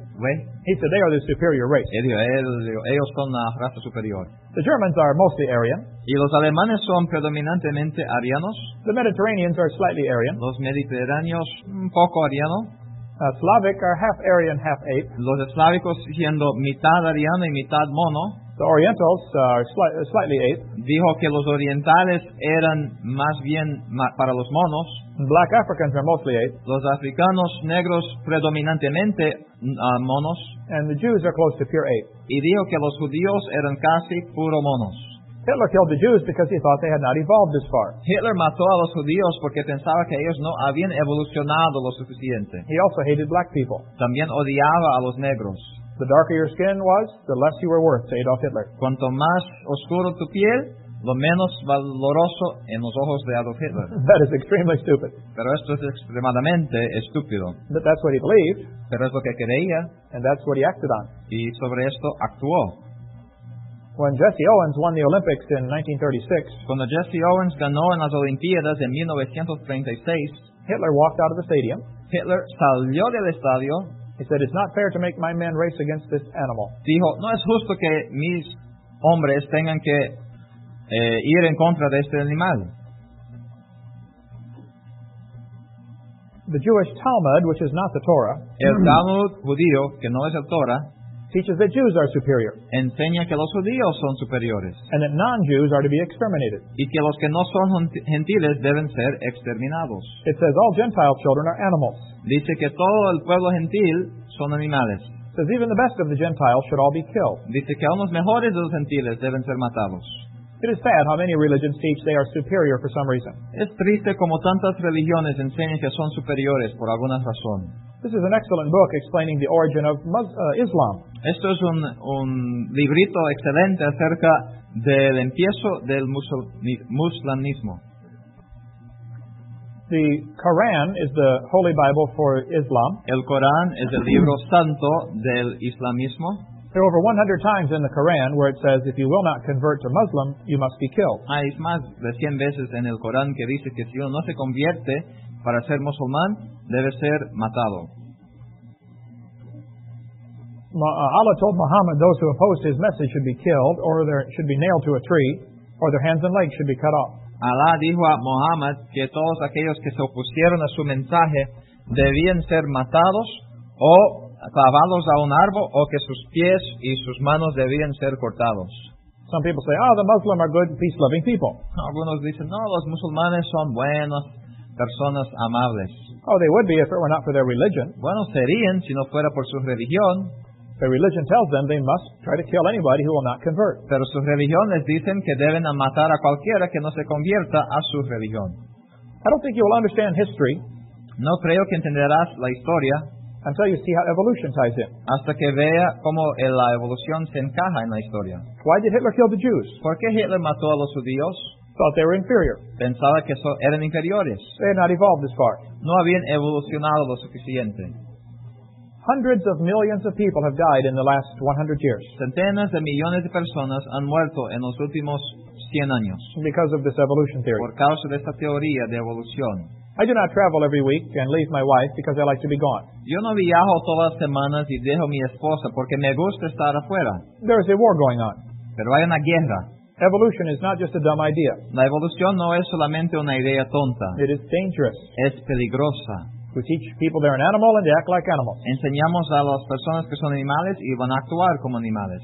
S2: He said they are the superior race.
S1: Él dijo, él dijo, ellos son la raza superior.
S2: The Germans are mostly Aryan.
S1: Y los alemanes son predominantemente arianos,
S2: The Mediterraneans are slightly Aryan.
S1: los mediterráneos un poco ariano,
S2: Uh, Slavic are half Aryan, half ape.
S1: los eslávicos siendo mitad ariano y mitad mono,
S2: The Orientals uh, are sli- uh, slightly ape.
S1: dijo que los orientales eran más bien ma- para los monos,
S2: And black Africans are mostly ape.
S1: los africanos negros predominantemente ah, monos,
S2: And the Jews are close to pure ape.
S1: y dijo que los judíos eran casi puro monos.
S2: Hitler killed the Jews because he thought they had not evolved as far.
S1: Hitler mató a los judíos porque pensaba que ellos no habían evolucionado lo suficiente.
S2: He also hated black people.
S1: También odiaba a los negros.
S2: The darker your skin was, the less you were worth to Adolf Hitler.
S1: Cuanto más oscuro tu piel, lo menos valoroso en los ojos de Adolf Hitler.
S2: That is extremely stupid.
S1: Pero esto es extremadamente estúpido.
S2: But that's what he believed,
S1: Pero es lo que creía
S2: and that's what he acted on.
S1: y sobre esto actuó.
S2: When Jesse Owens won the Olympics in 1936,
S1: Cuando Jesse Owens ganó en las Olimpiadas de 1936,
S2: Hitler walked out of the stadium.
S1: Hitler salió del estadio,
S2: He said, It's not fair to make my men race against this animal.
S1: dijo, no es justo que mis hombres tengan que eh, ir en contra de este animal.
S2: The Jewish Talmud, which is not the Torah,
S1: El Talmud judío, que no es el Torah,
S2: teaches that Jews are superior
S1: enseña que los judíos son superiores
S2: and that non Jews are to be exterminated.
S1: y que los que no son genti- gentiles deben ser exterminados.
S2: It says all Gentile children are animals.
S1: Dice que todo el pueblo gentil son animales.
S2: It says even the best of the Gentiles should all be killed.
S1: Dice que aún los mejores de los gentiles deben ser matados.
S2: It is sad how many religions teach they are superior for some reason.
S1: Es triste como tantas religiones enseñan que son superiores por alguna razón.
S2: This is an excellent book explaining the origin of Mus- uh, Islam.
S1: Esto es un, un librito excelente acerca del empiezo del musul- ni- musulmanismo.
S2: The Quran is the holy Bible for Islam.
S1: El Corán es el libro santo del islamismo.
S2: There are over 100 times in the Quran where it says, if you will not convert to Muslim, you must be killed.
S1: Hay más de 100 veces en el Corán que dice que si uno no se convierte para ser musulmán, debe ser matado.
S2: Ma- uh, Allah told Muhammad those who opposed his message should be killed, or they should be nailed to a tree, or their hands and legs should be cut off.
S1: Alá dijo a Mohammed que todos aquellos que se opusieron a su mensaje debían ser matados o clavados a un árbol o que sus pies y sus manos debían ser cortados.
S2: Some people say, oh, the Muslim are good, peace-loving people.
S1: Algunos dicen, no, los musulmanes son buenos, personas amables.
S2: Oh, they would be if it were not for their religion.
S1: Bueno, serían si no fuera por su religión,
S2: Their religion tells them they must try to kill anybody who will not convert.
S1: pero su religión les dicen que deben matar a cualquiera que no se convierta a su religión.
S2: I don't think you will understand history
S1: No creo que entenderás la historia
S2: until you see how evolution ties in.
S1: hasta que vea cómo eh, la evolución se encaja en la historia.
S2: Why did Hitler kill the Jews?
S1: ¿Por qué Hitler mató a los judíos?
S2: Thought they were inferior.
S1: Pensaba que so- eran inferiores.
S2: They had not evolved as far.
S1: No habían evolucionado lo suficiente.
S2: Hundreds of millions of people have died in the last 100 years
S1: Centenas de millones de personas han muerto en los últimos 100 años
S2: because of this evolution theory.
S1: por causa de esta teoría de evolución.
S2: I do not travel every week and leave my wife because I like to be gone.
S1: Yo no viajo todas las semanas y dejo a mi esposa porque me gusta estar afuera,
S2: There is a war going on.
S1: pero hay una guerra.
S2: Evolution is not just a dumb idea.
S1: La evolución no es solamente una idea tonta,
S2: It is dangerous.
S1: es peligrosa.
S2: We teach people they're an animal and they act like animals.
S1: Enseñamos a las personas que son animales y van a actuar como animales.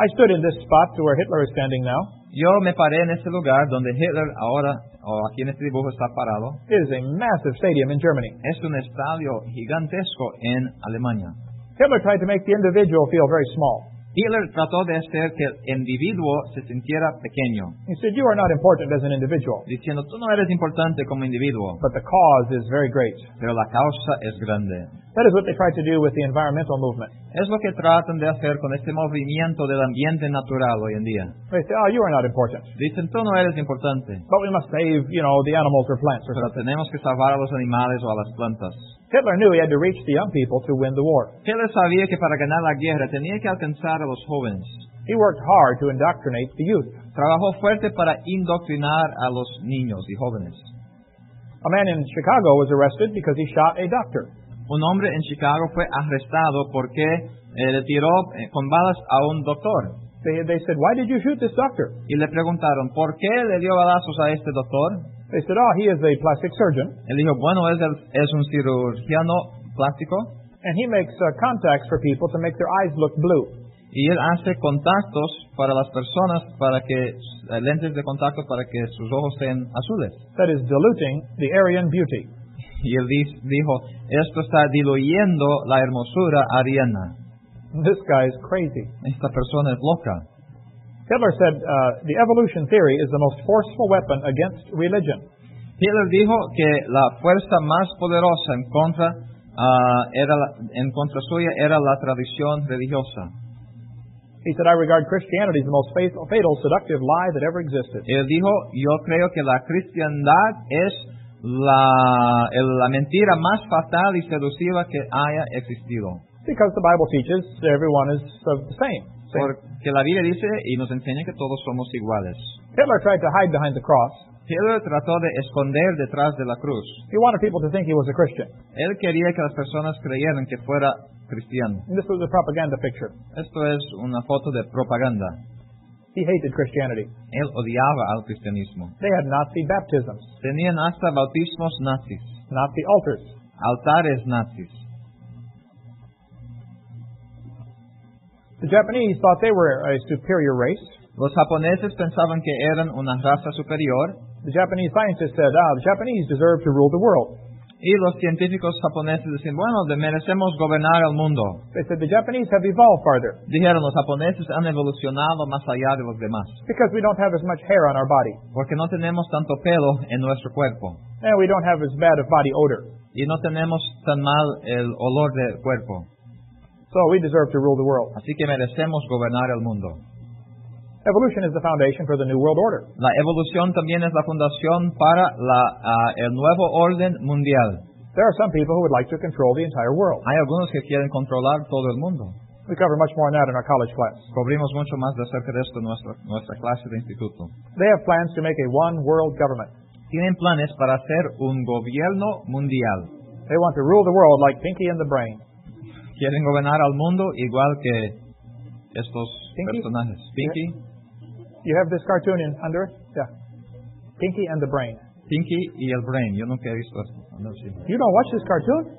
S2: I stood in this spot to where Hitler is standing now.
S1: Yo me paré en este lugar donde Hitler ahora, o aquí en este dibujo, está parado.
S2: It is a massive stadium in Germany.
S1: Es un estadio gigantesco en Alemania.
S2: Hitler tried to make the individual feel very small.
S1: Hitler trató de hacer que el individuo se sintiera pequeño,
S2: He said, You are not important as an individual,
S1: diciendo, tú no eres importante como individuo,
S2: but the cause is very great.
S1: pero la causa es grande.
S2: That is what they tried to do with the environmental movement.
S1: Es lo que tratan de hacer con este movimiento del ambiente natural hoy en día.
S2: They say, Oh, you are not important,
S1: Dicen, tú no eres importante,
S2: but we must save, you know, the animals or plants or
S1: pero
S2: something.
S1: tenemos que salvar a los animales o a las plantas.
S2: Hitler knew he had to reach the young people to win the war.
S1: Hitler sabía que para ganar la guerra tenía que alcanzar a los jóvenes.
S2: He worked hard to indoctrinate the youth.
S1: Trabajó fuerte para indoctrinar a los niños y jóvenes.
S2: A man in Chicago was arrested because he shot a doctor.
S1: Un hombre en Chicago fue arrestado porque eh, le tiró eh, con balas a un doctor.
S2: They, they said, Why did you shoot this doctor?
S1: Y le preguntaron, ¿por qué le dio balazos a este doctor?
S2: They said, Oh, he is a plastic surgeon,
S1: Él dijo, bueno, es, el- es un cirujano plástico
S2: and he makes uh, contacts for people to make their eyes look blue.
S1: y él hace contactos para las personas, para que eh, lentes de contacto para que sus ojos sean azules.
S2: That is diluting the Aryan beauty.
S1: Y él di- dijo, esto está diluyendo la hermosura ariana.
S2: This guy is crazy.
S1: Esta persona es loca.
S2: Hitler said uh, the evolution theory is the most forceful weapon against religion.
S1: Hitler dijo que la fuerza más poderosa en contra, ah, era la- en contra suya era la tradición religiosa.
S2: He said, I regard Christianity as the most fatal, fatal seductive lie that ever existed.
S1: Él dijo, yo creo que la cristiandad es la, el- la mentira más fatal y seductiva que haya existido.
S2: Because the Bible teaches everyone is uh, the same. same.
S1: Porque la Biblia dice y nos enseña que todos somos iguales.
S2: Hitler tried to hide behind the cross.
S1: Hitler trató de esconder detrás de la cruz.
S2: He wanted people to think he was a Christian.
S1: Él quería que las personas creyeran que fuera cristiano.
S2: And this was a propaganda picture.
S1: Esto es una foto de propaganda.
S2: He hated Christianity.
S1: Él odiaba al cristianismo.
S2: They had Nazi baptisms,
S1: Tenían hasta bautismos nazis,
S2: Nazi altars.
S1: altares nazis.
S2: The Japanese thought they were a superior race.
S1: Los japoneses pensaban que eran una raza superior
S2: The Japanese scientists said, ah, the Japanese deserve to rule the world.
S1: Y los científicos japoneses decían, bueno, de- merecemos gobernar el mundo.
S2: They said, the Japanese have evolved farther
S1: Dijeron, los japoneses han evolucionado más allá de los demás,
S2: because we don't have as much hair on our body.
S1: porque no tenemos tanto pelo en nuestro cuerpo
S2: And we don't have as bad of body odor.
S1: y no tenemos tan mal el olor del cuerpo.
S2: So we deserve to rule the world.
S1: Así que merecemos gobernar el mundo.
S2: Evolution is the foundation for the New World Order.
S1: La evolución también es la fundación para la, ah, el nuevo orden mundial.
S2: There are some people who would like to control the entire world.
S1: Hay algunos que quieren controlar todo el mundo.
S2: We cover much more on that in our college class.
S1: Cubrimos mucho más de acerca de esto en nuestra, nuestra clase de instituto.
S2: They have plans to make a one world government.
S1: Tienen planes para hacer un gobierno mundial.
S2: They want to rule the world like Pinky and the Brain.
S1: quieren gobernar al mundo igual que estos
S2: Pinky.
S1: personajes. Pinky,
S2: You have this cartoon in Honduras? Yeah. Pinky and the Brain.
S1: Pinky y el Brain. Yo nunca he visto esto. Ah, no, sí.
S2: You don't watch this cartoon?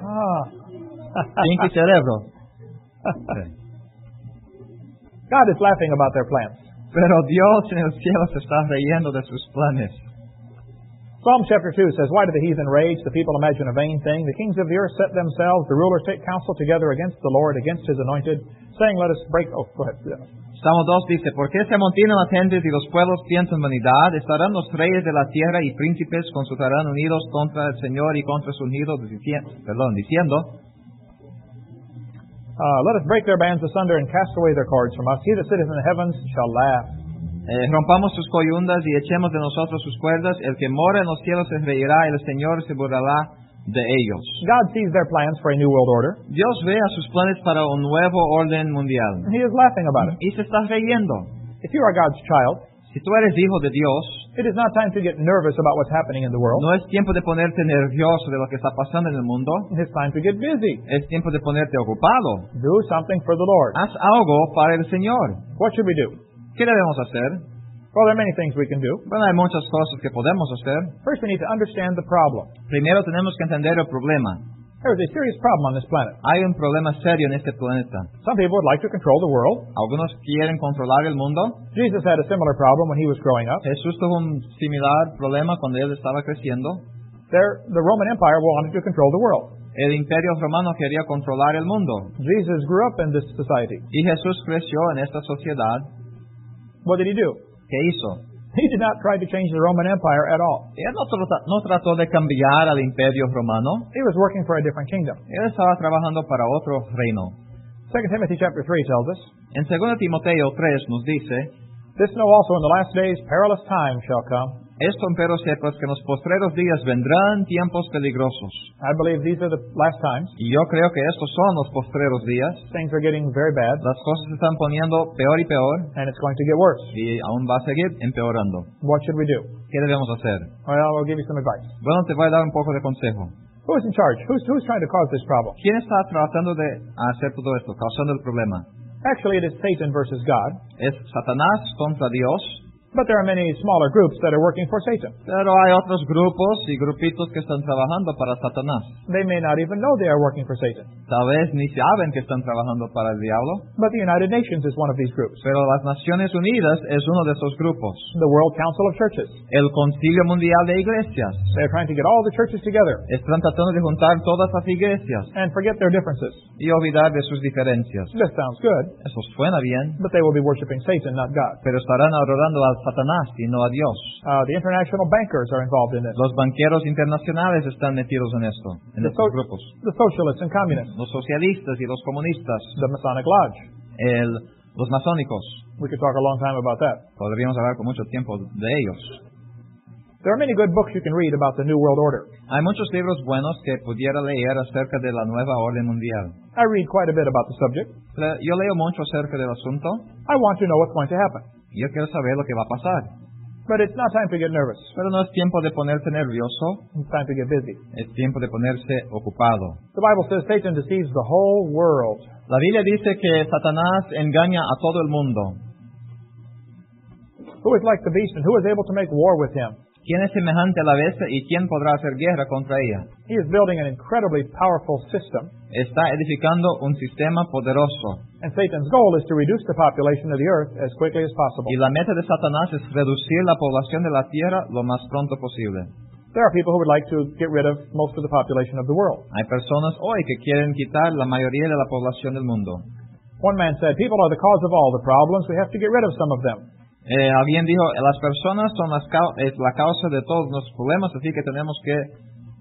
S2: Ah.
S1: Pinky Cerebro. Sí.
S2: God is laughing about their plans.
S1: Pero Dios en el cielo se está riendo de sus planes.
S2: Psalm chapter 2 says, Why do the heathen rage? The people imagine a vain thing. The kings of the earth set themselves. The rulers take counsel together against the Lord, against his anointed, saying, Let us break. Oh, go ahead. Yeah.
S1: Salmo 2 dice, ¿Por qué se amontinan las gentes y los pueblos piensan vanidad? Estarán los reyes de la tierra y príncipes consultarán unidos contra el Señor y contra su ungido, dici- perdón, diciendo,
S2: Uh, let us break their bands asunder and cast away their cords from us. He that sitteth in the heavens shall laugh.
S1: Eh, rompamos sus coyundas y echemos de nosotros sus cuerdas. El que mora en los cielos se reirá, el Señor se burlará de ellos.
S2: God sees their plans for a new world order.
S1: Dios ve a sus planes para un nuevo orden mundial
S2: and He is laughing about it.
S1: y se está riendo.
S2: If you are God's child,
S1: Si tú eres hijo de Dios,
S2: it is not time to get nervous about what's happening in the world.
S1: no es tiempo de ponerte nervioso de lo que está pasando en el mundo.
S2: It is time to get busy.
S1: Es tiempo de ponerte ocupado.
S2: Do something for the Lord.
S1: Haz algo para el Señor.
S2: What should we do?
S1: ¿Qué ¿Qué debemos hacer?
S2: Well, there are many things we can do.
S1: Bueno, hay muchas cosas que podemos hacer.
S2: First, we need to understand the problem.
S1: Primero tenemos que entender el problema.
S2: There is a serious problem on this planet.
S1: Hay un problema serio en este planeta.
S2: Some people would like to control the world.
S1: Algunos quieren controlar el mundo.
S2: Jesus had a similar problem when he was growing up.
S1: Jesús tuvo un similar problema cuando él estaba creciendo.
S2: There, the Roman Empire wanted to control the world.
S1: El imperio romano quería controlar el mundo.
S2: Jesus grew up in this society.
S1: Y Jesús creció en esta sociedad.
S2: What did he do?
S1: ¿Qué hizo?
S2: He did not try to change the Roman Empire at all.
S1: Él no, trata- no trató de cambiar al imperio romano.
S2: He was working for a different kingdom.
S1: Él estaba trabajando para otro reino.
S2: 2 Timothy chapter 3 tells us,
S1: En 2 Timoteo 3 nos dice,
S2: This know also in the last days perilous times shall come.
S1: esto pero sepas que en los postreros días vendrán tiempos peligrosos.
S2: I believe these are the last times.
S1: Y yo creo que estos son los postreros días.
S2: Things are getting very bad,
S1: Las cosas se están poniendo peor y peor
S2: and it's going to get worse.
S1: y aún va a seguir empeorando.
S2: What should we do?
S1: ¿Qué debemos hacer?
S2: Well, I'll give you some advice.
S1: Bueno, te voy a dar un poco de consejo.
S2: Who is in charge? Who's, who's trying to cause this problem?
S1: ¿Quién está tratando de hacer todo esto, causando el problema?
S2: Actually, it is Satan versus God,
S1: Es Satanás contra Dios,
S2: but there are many smaller groups that are working for Satan.
S1: pero hay otros grupos y grupitos que están trabajando para Satanás.
S2: They may not even know they are working for Satan,
S1: Tal vez ni saben que están trabajando para el diablo,
S2: but the United Nations is one of these groups.
S1: pero las Naciones Unidas es uno de esos grupos.
S2: The World Council of Churches.
S1: El Concilio Mundial de Iglesias.
S2: They're trying to get all the churches together
S1: Están tratando de juntar todas las iglesias
S2: and forget their differences.
S1: y olvidar de sus diferencias.
S2: This sounds good,
S1: Eso suena bien,
S2: but they will be worshiping Satan, not God.
S1: pero estarán adorando a Satanás y no a Dios.
S2: Uh, the international bankers are involved in this.
S1: Los banqueros internacionales están metidos en esto, en
S2: The,
S1: estos
S2: so-
S1: grupos.
S2: the socialists and communists.
S1: Los socialistas y los comunistas,
S2: The Masonic Lodge.
S1: el- los masónicos.
S2: We could talk a long time about that.
S1: Podríamos hablar con mucho tiempo de ellos.
S2: There are many good books you can read about the New World Order.
S1: Hay muchos libros buenos que pudiera leer acerca de la nueva orden mundial.
S2: I read quite a bit about the subject.
S1: Le- Yo leo mucho acerca del asunto.
S2: I want to know what's going to happen.
S1: y Yo quiero saber lo que va a pasar.
S2: But it's not time to get nervous.
S1: Pero no es tiempo de ponerse nervioso,
S2: It's time to get busy.
S1: es tiempo de ponerse ocupado.
S2: The Bible says Satan deceives the whole world.
S1: La Biblia dice que Satanás engaña a todo el mundo.
S2: Who is like the beast and who is able to make war with him?
S1: ¿Quién es semejante a la bestia y quién podrá hacer guerra contra ella?
S2: He is building an incredibly powerful system,
S1: Está edificando un sistema poderoso
S2: and Satan's goal is to reduce the population of the earth as quickly as possible.
S1: y la meta de Satanás es reducir la población de la tierra lo más pronto posible.
S2: There are people who would like to get rid of most of the population of the world.
S1: Hay personas hoy que quieren quitar la mayoría de la población del mundo.
S2: One man said, People are the cause of all the problems. We have to get rid of some of them.
S1: Eh, alguien dijo, las personas son las cau- es la causa de todos los problemas, así que tenemos que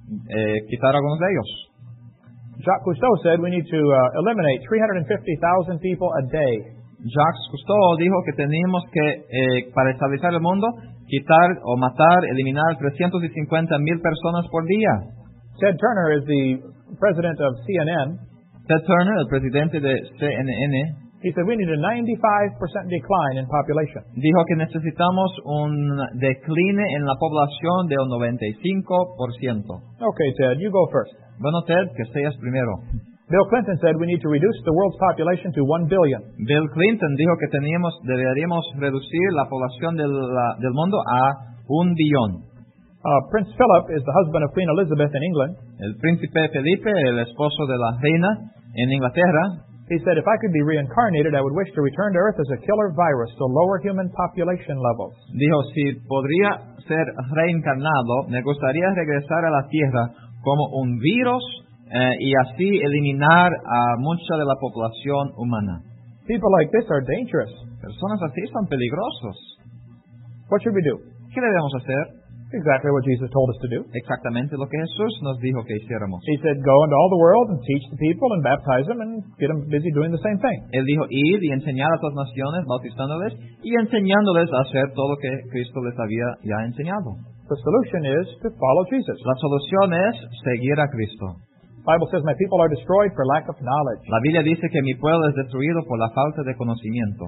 S1: eh, quitar algunos de ellos.
S2: Jacques Cousteau said, We need to uh, eliminate 350,000 people a day.
S1: Jacques Cousteau dijo que teníamos que, eh, para estabilizar el mundo, quitar o matar, eliminar 350 mil personas por día.
S2: Ted Turner is the president of CNN.
S1: Ted Turner, el presidente de CNN,
S2: He said, We need a 95% decline in population.
S1: dijo que necesitamos un decline en la población de un 95%.
S2: Okay, Ted, you go first.
S1: Bueno, Ted, que seas primero.
S2: Bill Clinton said, We need to reduce the world's population to 1 billion.
S1: Bill Clinton dijo que teníamos, deberíamos reducir la población del, la- del mundo a un billón.
S2: Uh, Prince Philip is the husband of Queen Elizabeth in England.
S1: El príncipe Felipe, el esposo de la reina en Inglaterra,
S2: He said, If I could be reincarnated, I would wish to return to Earth as a killer virus to lower human population levels.
S1: dijo, si podría ser reencarnado, me gustaría regresar a la Tierra como un virus eh, y así eliminar a mucha de la población humana.
S2: People like this are dangerous.
S1: Personas así son peligrosos.
S2: What should we do?
S1: ¿Qué debemos hacer?
S2: Exactly what Jesus told us to do.
S1: Exactamente lo que Jesús nos dijo que hiciéramos.
S2: He said, Go into all the world and teach the people and baptize them and get them busy doing the same thing.
S1: Él dijo, id y enseñar a todas las naciones, bautizándoles y enseñándoles a hacer todo lo que Cristo les había ya enseñado.
S2: The solution is to follow Jesus.
S1: La solución es seguir a Cristo.
S2: The Bible says, My people are destroyed for lack of knowledge.
S1: La Biblia dice que mi pueblo es destruido por la falta de conocimiento.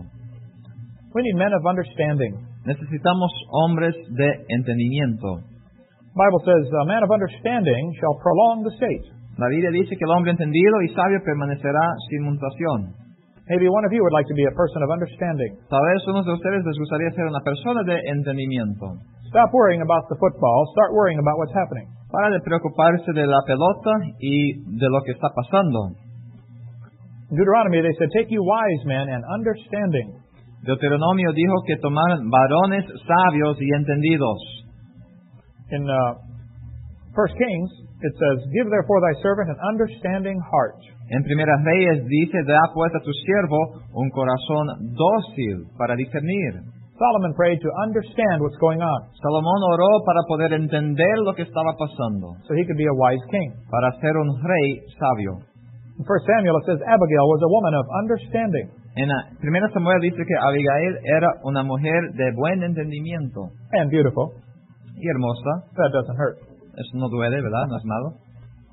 S2: We need men of understanding.
S1: Necesitamos hombres de entendimiento.
S2: The Bible says, A man of understanding shall prolong the state.
S1: La Biblia dice que el hombre entendido y sabio permanecerá sin mutación.
S2: Maybe one of you would like to be a person of understanding.
S1: Tal vez unos de ustedes les gustaría ser una persona de entendimiento.
S2: Stop worrying about the football. Start worrying about what's happening.
S1: Para de preocuparse de la pelota y de lo que está pasando.
S2: In Deuteronomy, they said, Take you wise men and understanding.
S1: Deuteronomio dijo que tomaran varones sabios y entendidos.
S2: In uh, 1 Kings, it says, Give therefore thy servant an understanding heart.
S1: En Primera Reyes dice, da pues a tu siervo un corazón dócil para discernir.
S2: Solomon prayed to understand what's going on
S1: Salomón oró para poder entender lo que estaba pasando,
S2: so he could be a wise king.
S1: para ser un rey sabio.
S2: In 1 Samuel, it says, Abigail was a woman of understanding.
S1: En la- Primera Samuel dice que Abigail era una mujer de buen entendimiento
S2: And beautiful.
S1: y hermosa.
S2: That doesn't hurt.
S1: Eso no duele, ¿verdad? No es malo.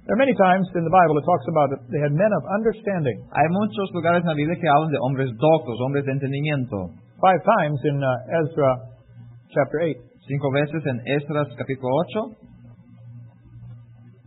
S2: There are many times in the Bible it talks about that they had men of understanding.
S1: Hay muchos lugares en la Biblia que hablan de hombres doctos, hombres de entendimiento.
S2: Five times in uh, Ezra chapter 8.
S1: Cinco veces en Esdras capítulo 8.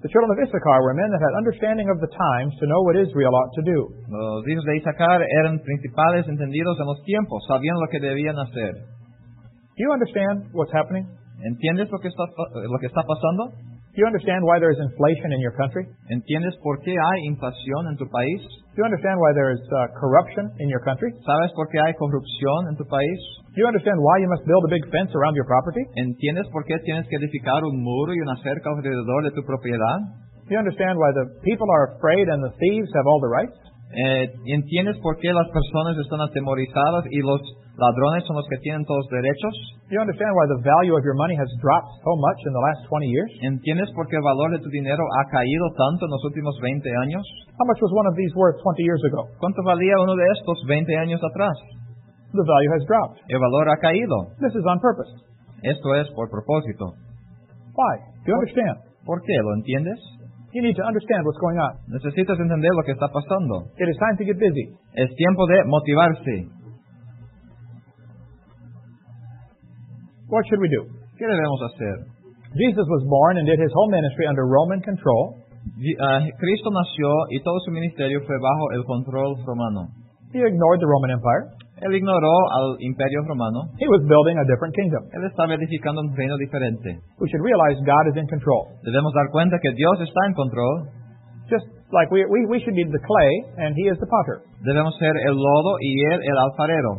S2: The children of Issachar were men that had understanding of the times to know what Israel ought to do.
S1: Los hijos de Isaacar eran principales entendidos en los tiempos, sabían lo que debían hacer.
S2: Do you understand what's happening? Do
S1: ¿Entiendes lo que está, pa- lo que está pasando?
S2: you understand why there is inflation in your country? Do
S1: ¿Entiendes por qué hay inflación en tu país?
S2: you understand why there is uh, corruption in your country?
S1: ¿Sabes por qué hay corrupción en tu país?
S2: Do you understand why you must build a big fence around your property?
S1: ¿Entiendes por qué tienes que edificar un muro y una cerca alrededor de tu propiedad?
S2: Do you understand why the people are afraid and the thieves have all the rights?
S1: Eh, ¿Entiendes por qué las personas están atemorizadas y los ladrones son los que tienen todos los derechos?
S2: Do you understand why the value of your money has dropped so much in the last 20 years?
S1: ¿Entiendes por qué el valor de tu dinero ha caído tanto en los últimos 20 años?
S2: How much was one of these worth 20 years ago?
S1: ¿Cuánto valía uno de estos 20 años atrás?
S2: The value has dropped.
S1: El valor ha caído.
S2: This is on purpose.
S1: Esto es por propósito.
S2: Why? Do you understand?
S1: ¿Por qué? ¿Lo entiendes?
S2: You need to understand what's going on.
S1: Necesitas entender lo que está pasando.
S2: It is time to get busy.
S1: Es tiempo de motivarse.
S2: What should we do?
S1: ¿Qué debemos hacer?
S2: Jesus was born and did his whole ministry under Roman control.
S1: Di- ah, Cristo nació y todo su ministerio fue bajo el control romano.
S2: He ignored the Roman Empire.
S1: Él ignoró al imperio romano.
S2: He was building a different kingdom.
S1: Él estaba edificando un reino diferente.
S2: We should realize God is in control.
S1: Debemos dar cuenta que Dios está en control.
S2: Just like we, we, we should be the clay and he is the potter.
S1: Debemos ser el lodo y él el alfarero.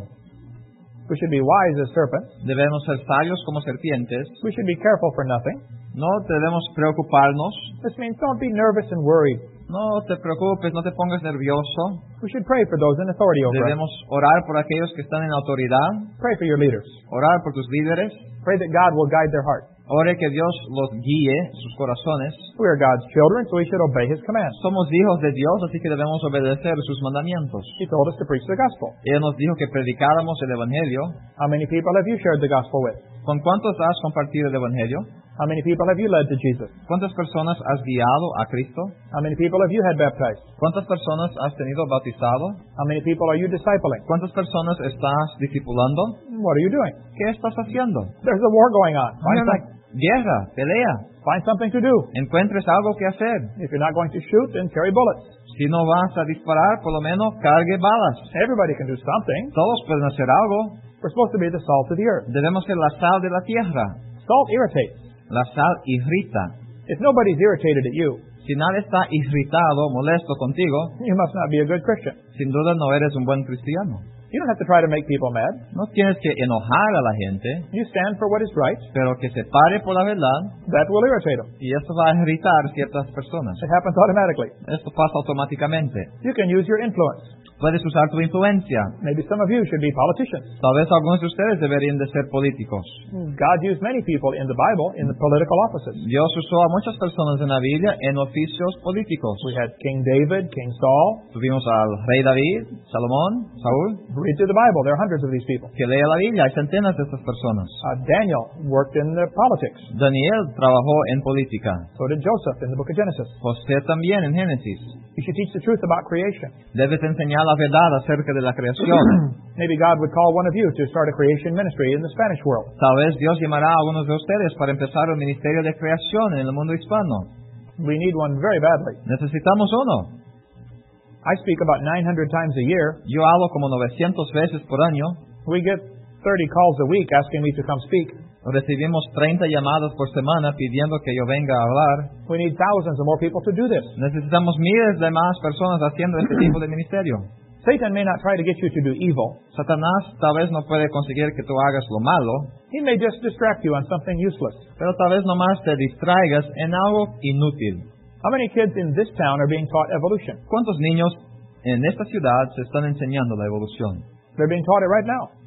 S2: We should be wise as serpents.
S1: Debemos ser sabios como serpientes.
S2: We should be careful for nothing.
S1: No debemos preocuparnos.
S2: This means don't be nervous and worried.
S1: No te preocupes, no te pongas nervioso.
S2: We should pray for those in authority over us.
S1: Debemos orar por aquellos que están en autoridad,
S2: Pray for your leaders.
S1: orar por tus líderes.
S2: Pray that God will guide their heart.
S1: Ore que Dios los guíe sus corazones.
S2: We are God's children, so we should obey his commands.
S1: Somos hijos de Dios, así que debemos obedecer sus mandamientos.
S2: He told us to preach the gospel.
S1: Él nos dijo que predicáramos el Evangelio.
S2: How many people have you shared the gospel with?
S1: ¿Con cuántos has compartido el Evangelio?
S2: How many people have you led to Jesus?
S1: ¿Cuántas personas has guiado a Cristo?
S2: How many people have you had baptized?
S1: ¿Cuántas personas has tenido bautizado?
S2: How many people are you discipling?
S1: ¿Cuántas personas estás discipulando?
S2: What are you doing?
S1: ¿Qué estás haciendo?
S2: There's a war going on. Find,
S1: Hay
S2: some-
S1: una guerra, pelea.
S2: find something to do.
S1: Encuentres algo que hacer.
S2: If you're not going to shoot, then carry bullets.
S1: Si no vas a disparar, por lo menos cargue balas.
S2: Everybody can do something.
S1: Todos pueden hacer algo.
S2: We're supposed to be the salt of the earth.
S1: Debemos ser la sal de la tierra.
S2: Salt irritates.
S1: La sal irrita.
S2: If nobody's irritated at you,
S1: Si nadie está irritado, molesto contigo,
S2: you must not be a good Christian.
S1: sin duda no eres un buen cristiano.
S2: You don't have to try to make people mad.
S1: No tienes que enojar a la gente,
S2: You stand for what is right.
S1: pero que se pare por la verdad
S2: That will irritate them.
S1: y esto va a irritar ciertas personas.
S2: It happens automatically.
S1: Esto pasa automáticamente.
S2: You can use your influence.
S1: Puedes usar tu influencia.
S2: Maybe some of you should be politicians.
S1: Tal vez algunos de ustedes deberían de ser políticos.
S2: God used many people in the Bible in the political offices.
S1: Dios usó a muchas personas en la Biblia en oficios políticos.
S2: We had King David, King Saul.
S1: Tuvimos al rey David, Salomón, Saúl,
S2: Read through the Bible. There are hundreds of these people.
S1: que lea la Biblia. Hay centenas de estas personas.
S2: Uh, Daniel worked in the politics.
S1: Daniel trabajó en política.
S2: So did Joseph in the book of Genesis.
S1: José también en Génesis.
S2: You should teach the truth about creation.
S1: Debes enseñar la verdad acerca de la creación.
S2: Maybe God would call one of you to start a creation ministry in the Spanish world.
S1: Tal vez Dios llamará a algunos de ustedes para empezar un ministerio de creación en el mundo hispano.
S2: We need one very badly.
S1: Necesitamos uno.
S2: I speak about 900 times a year.
S1: Yo hablo como 900 veces por año.
S2: We get 30 calls a week asking me to come speak.
S1: Recibimos 30 llamadas por semana pidiendo que yo venga a hablar.
S2: We need thousands of more people to do this.
S1: Necesitamos miles de más personas haciendo este tipo de ministerio.
S2: Satan may not try to get you to do evil.
S1: Satanás tal vez no puede conseguir que tú hagas lo malo,
S2: He may just distract you on something useless.
S1: pero tal vez nomás te distraigas en algo inútil.
S2: How many kids in this town are being taught evolution?
S1: ¿Cuántos niños en esta ciudad se están enseñando la evolución?
S2: They're being taught it right now.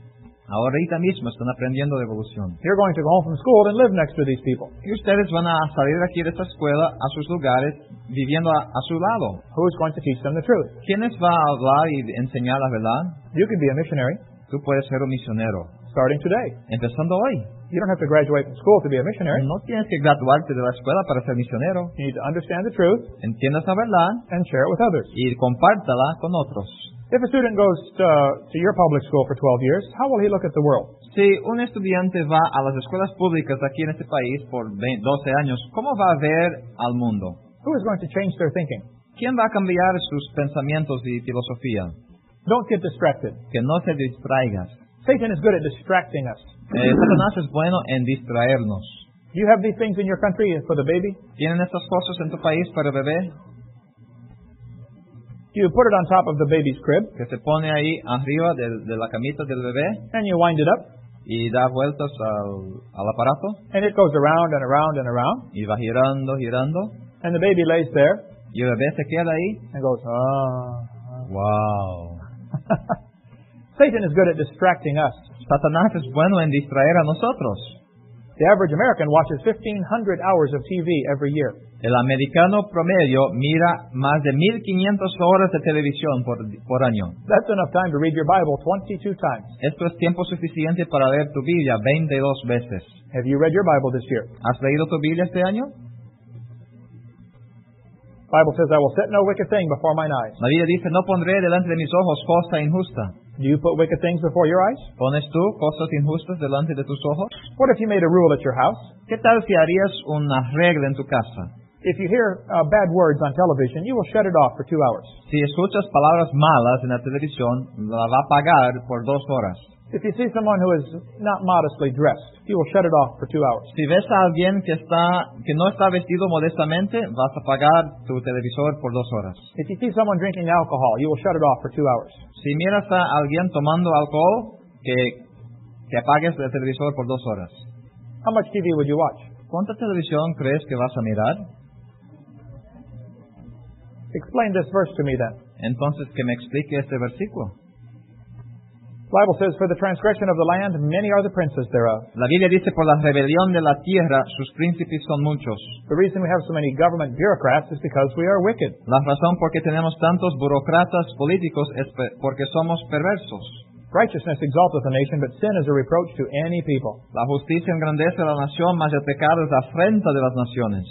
S1: Ahorita mismo están aprendiendo de evolución.
S2: You're going to go home from school and live next to these people.
S1: Y ustedes van a salir aquí de esta escuela a sus lugares viviendo a, a su lado.
S2: Who is going to teach them the truth?
S1: ¿Quién les va a hablar y enseñar la verdad?
S2: You could be a missionary
S1: Tú puedes ser un misionero,
S2: starting today.
S1: empezando hoy.
S2: You don't have to graduate from school to be a missionary.
S1: No tienes que graduarte de la escuela para ser misionero.
S2: You need to understand the truth
S1: Entiendas la verdad
S2: and share it with others.
S1: y compártala con otros.
S2: If a student goes to, to your public school for 12 years, how will he look at the world?
S1: Si un estudiante va a las escuelas públicas aquí en este país por 20, 12 años, ¿cómo va a ver al mundo?
S2: Who is going to change their thinking?
S1: ¿Quién va a cambiar sus pensamientos y filosofía?
S2: Don't get distracted.
S1: Que no te distraigas.
S2: Satan is good at distracting us.
S1: Eh, Satanás es bueno en distraernos.
S2: Do you have these things in your country for the baby?
S1: ¿Tienen estas cosas en tu país para el bebé?
S2: You put it on top of the baby's crib
S1: Que se pone ahí arriba de, de la camita del bebé
S2: and you wind it up
S1: y da vueltas al, al aparato
S2: and it goes around and around and around
S1: y va girando, girando.
S2: and the baby lays there
S1: Y el bebé se queda ahí.
S2: and goes, ah. ah."
S1: ¡Wow!
S2: Satan is good at distracting us.
S1: Satanás es bueno en distraer a nosotros.
S2: The average American watches 1,500 hours of TV every year.
S1: El americano promedio mira más de 1500 horas de televisión por, por año.
S2: That's enough time to read your Bible 22 times.
S1: Esto es tiempo suficiente para leer tu Biblia 22 veces.
S2: Have you read your Bible this year?
S1: ¿Has leído tu Biblia este año?
S2: Bible says, I will set no wicked thing before mine eyes.
S1: La Biblia dice, no pondré delante de mis ojos cosa injusta.
S2: Do you put wicked things before your eyes?
S1: ¿Pones tú cosas injustas delante de tus ojos?
S2: What if you made a rule at your house?
S1: ¿Qué tal si harías una regla en tu casa?
S2: If you hear uh, bad words on television, you will shut it off for two hours.
S1: Si escuchas palabras malas en la televisión, la va a pagar por dos horas.
S2: If you see someone who is not modestly dressed, you will shut it off for two hours.
S1: Si ves a alguien que, está, que no está vestido modestamente, vas a pagar tu televisor por dos horas.
S2: If you see someone drinking alcohol, you will shut it off for two hours.
S1: Si miras a alguien tomando alcohol, que, que apagues el televisor por dos horas.
S2: How much TV would you watch?
S1: ¿Cuánta televisión crees que vas a mirar?
S2: Explain this verse to me then.
S1: Entonces que me explique este versículo.
S2: The Bible says, For the transgression of the land, many are the princes thereof.
S1: La Biblia dice, por la rebelión de la tierra, sus príncipes son muchos.
S2: The reason we have so many government bureaucrats is because we are wicked.
S1: La razón por qué tenemos tantos burócratas políticos es pe- porque somos perversos.
S2: Righteousness exalteth a nation, but sin is a reproach to any people.
S1: La justicia engrandece a la nación, mas el pecado es la afrenta de las naciones.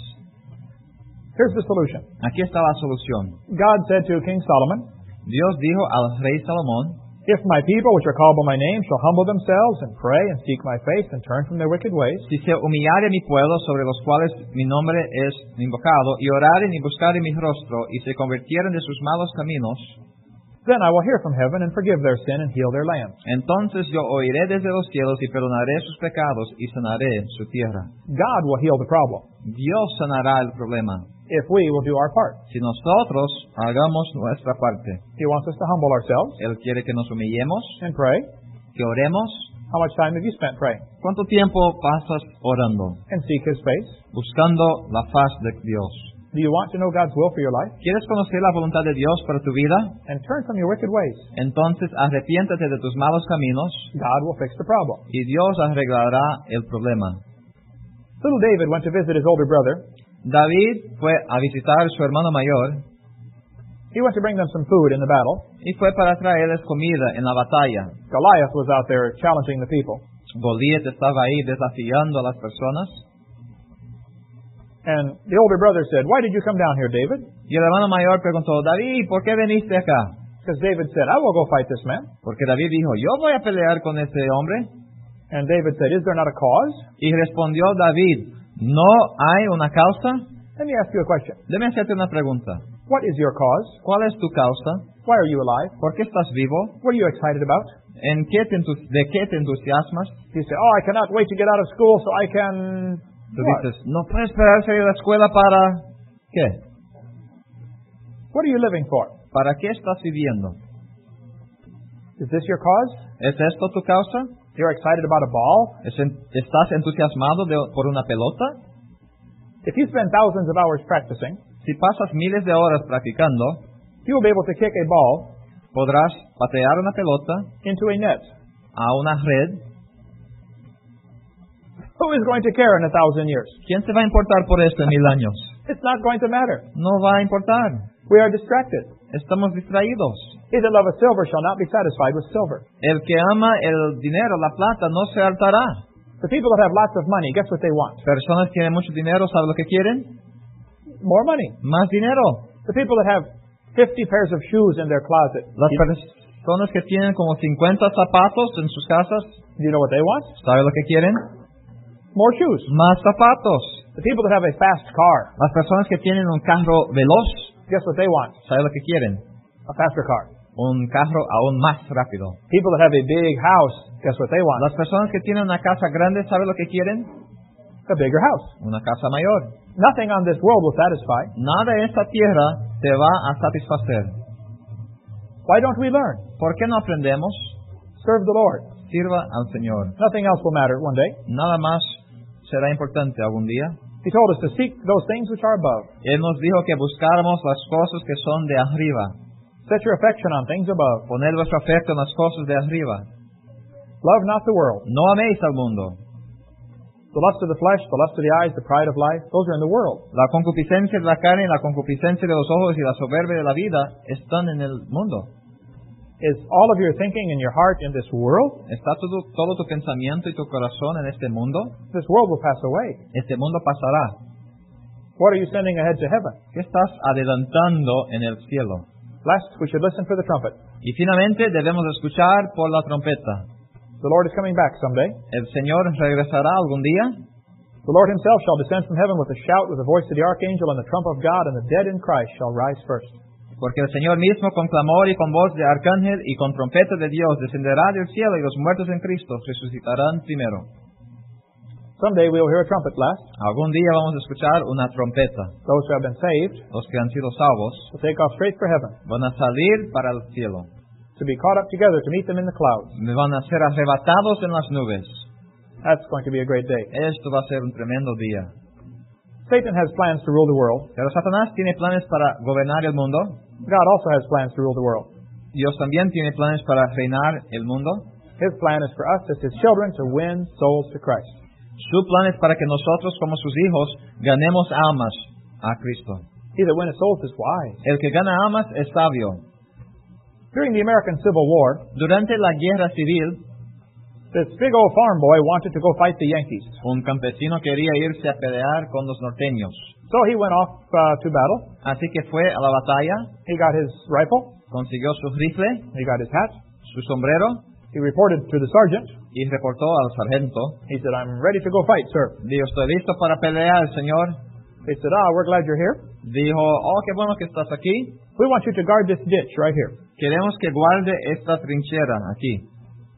S2: Here's the solution.
S1: Aquí está la solución.
S2: God said to King Solomon,
S1: Dios dijo al rey Salomón,
S2: If my people, which are called by my name, shall humble themselves and pray and seek my face and turn from their wicked ways,
S1: si se humillare mi pueblo sobre los cuales mi nombre es invocado, y oraren y buscaren mi rostro, y se convirtieren de sus malos caminos,
S2: then I will hear from heaven and forgive their sin and heal their land.
S1: entonces yo oiré desde los cielos y perdonaré sus pecados y sanaré su tierra.
S2: God will heal the problem
S1: Dios sanará el problema
S2: if we will do our part.
S1: si nosotros hagamos nuestra parte.
S2: He wants us to humble ourselves
S1: Él quiere que nos humillemos,
S2: and pray.
S1: que oremos,
S2: How much time have you spent praying?
S1: ¿Cuánto tiempo pasas orando,
S2: And seek His face.
S1: buscando la faz de Dios?
S2: Do you want to know God's will for your life?
S1: ¿Quieres conocer la voluntad de Dios para tu vida?
S2: And turn from your wicked ways.
S1: Entonces arrepiéntate de tus malos caminos
S2: God will fix the problem.
S1: y Dios arreglará el problema.
S2: Little David went to visit his older brother.
S1: David fue a visitar a su hermano mayor
S2: He went to bring them some food in the battle.
S1: y fue para traerles comida en la batalla.
S2: Goliath was out there challenging the people.
S1: Goliat estaba ahí desafiando a las personas.
S2: And the older brother said, Why did you come down here, David?
S1: Y el hermano mayor preguntó, David, ¿por qué viniste acá?
S2: Because David said, I will go fight this man.
S1: Porque David dijo, yo voy a pelear con este hombre.
S2: And David said, Is there not a cause?
S1: Y respondió David, ¿no hay una causa?
S2: Let me ask you a question.
S1: Déme hacerte una pregunta.
S2: What is your cause?
S1: ¿Cuál es tu causa?
S2: Why are you alive?
S1: ¿Por qué estás vivo?
S2: What are you excited about?
S1: ¿En qué te entu- ¿De qué te entusiasmas?
S2: You say, Oh, I cannot wait to get out of school so I can.
S1: Tú
S2: What?
S1: dices, no puedes esperar salir de la escuela para... ¿Qué?
S2: What are you living for?
S1: ¿Para qué estás viviendo?
S2: Is this your cause?
S1: ¿Es esto tu causa?
S2: You're excited about a ball?
S1: ¿Es en- ¿Estás entusiasmado de- por una pelota?
S2: If you spend thousands of hours practicing,
S1: Si pasas miles de horas practicando,
S2: you will be able to kick a ball
S1: podrás patear una pelota
S2: into a net.
S1: a una red.
S2: Who is going to care in a thousand years?
S1: ¿Quién se va a importar por esto en mil años?
S2: It's not going to matter.
S1: No va a importar.
S2: We are distracted.
S1: Estamos distraídos.
S2: He that loveth silver shall not be satisfied with silver.
S1: El que ama el dinero, la plata, no se hartará.
S2: The people that have lots of money, guess what they want?
S1: Personas que tienen mucho dinero, ¿saben lo que quieren?
S2: More money.
S1: Más dinero.
S2: The people that have 50 pairs of shoes in their closet,
S1: Las personas que tienen como 50 zapatos en sus casas,
S2: do you know what they want?
S1: ¿saben lo que quieren?
S2: More shoes.
S1: Más zapatos.
S2: The people that have a fast car,
S1: Las personas que tienen un carro veloz,
S2: guess what they want?
S1: ¿saben lo que quieren?
S2: A faster car.
S1: Un carro aún más rápido.
S2: People that have a big house, guess what they want?
S1: Las personas que tienen una casa grande, ¿saben lo que quieren?
S2: A bigger house.
S1: Una casa mayor.
S2: Nothing on this world will satisfy.
S1: Nada en esta tierra te va a satisfacer.
S2: Why don't we learn?
S1: ¿Por qué no aprendemos?
S2: Serve the Lord.
S1: Sirva al Señor.
S2: Nothing else will matter one day.
S1: Nada más será importante algún día.
S2: He told us to seek those things which are above.
S1: Él nos dijo que buscáramos las cosas que son de arriba.
S2: Set your affection on things above.
S1: Poner vuestro afecto en las cosas de arriba.
S2: Love not the world.
S1: No améis al mundo.
S2: The lust of the flesh, the lust of the eyes, the pride of life, those are in the world.
S1: La concupiscencia de la carne, la concupiscencia de los ojos y la soberbia de la vida están en el mundo.
S2: Is all of your thinking in your heart in this world?
S1: ¿Está todo, todo tu pensamiento y tu corazón en este mundo?
S2: This world will pass away.
S1: Este mundo pasará.
S2: What are you sending ahead to heaven?
S1: ¿Qué estás adelantando en el cielo?
S2: Last, we should listen for the trumpet.
S1: Y finalmente debemos escuchar por la trompeta.
S2: The Lord is coming back someday.
S1: El Señor regresará algún día.
S2: The Lord himself shall descend from heaven with a shout, with the voice of the archangel, and the trump of God, and the dead in Christ shall rise first.
S1: Porque el Señor mismo con clamor y con voz de arcángel y con trompeta de Dios descenderá del cielo y los muertos en Cristo resucitarán primero.
S2: Someday we will hear a trumpet blast.
S1: Algún día vamos a escuchar una trompeta.
S2: Those who have been saved
S1: Los que han sido salvos
S2: will take off straight for heaven,
S1: van a salir para el cielo.
S2: to be caught up together to meet them in the clouds.
S1: Me van a ser arrebatados en las nubes.
S2: That's going to be a great day.
S1: Esto va a ser un tremendo día.
S2: Satan has plans to rule the world.
S1: Pero Satanás tiene planes para gobernar el mundo.
S2: God also has plans to rule the world.
S1: Dios también tiene planes para reinar el mundo.
S2: His plan is for us as his children to win souls to Christ.
S1: Su plan es para que nosotros como sus hijos ganemos almas a Cristo.
S2: He that winneth souls is wise.
S1: El que gana almas es sabio.
S2: During the American Civil War,
S1: Durante la guerra civil,
S2: this big old farm boy wanted to go fight the Yankees.
S1: un campesino quería irse a pelear con los norteños.
S2: So he went off uh, to battle.
S1: Así que fue a la batalla,
S2: He got his rifle.
S1: consiguió su rifle,
S2: He got his hat.
S1: su sombrero
S2: He reported to the sergeant.
S1: y reportó al sargento.
S2: He said, I'm ready to go fight, sir.
S1: Dijo, estoy listo para pelear, señor.
S2: They said, Ah, we're glad you're here.
S1: Dijo, oh, qué bueno que estás aquí.
S2: We want you to guard this ditch right here.
S1: Queremos que guarde esta trinchera aquí.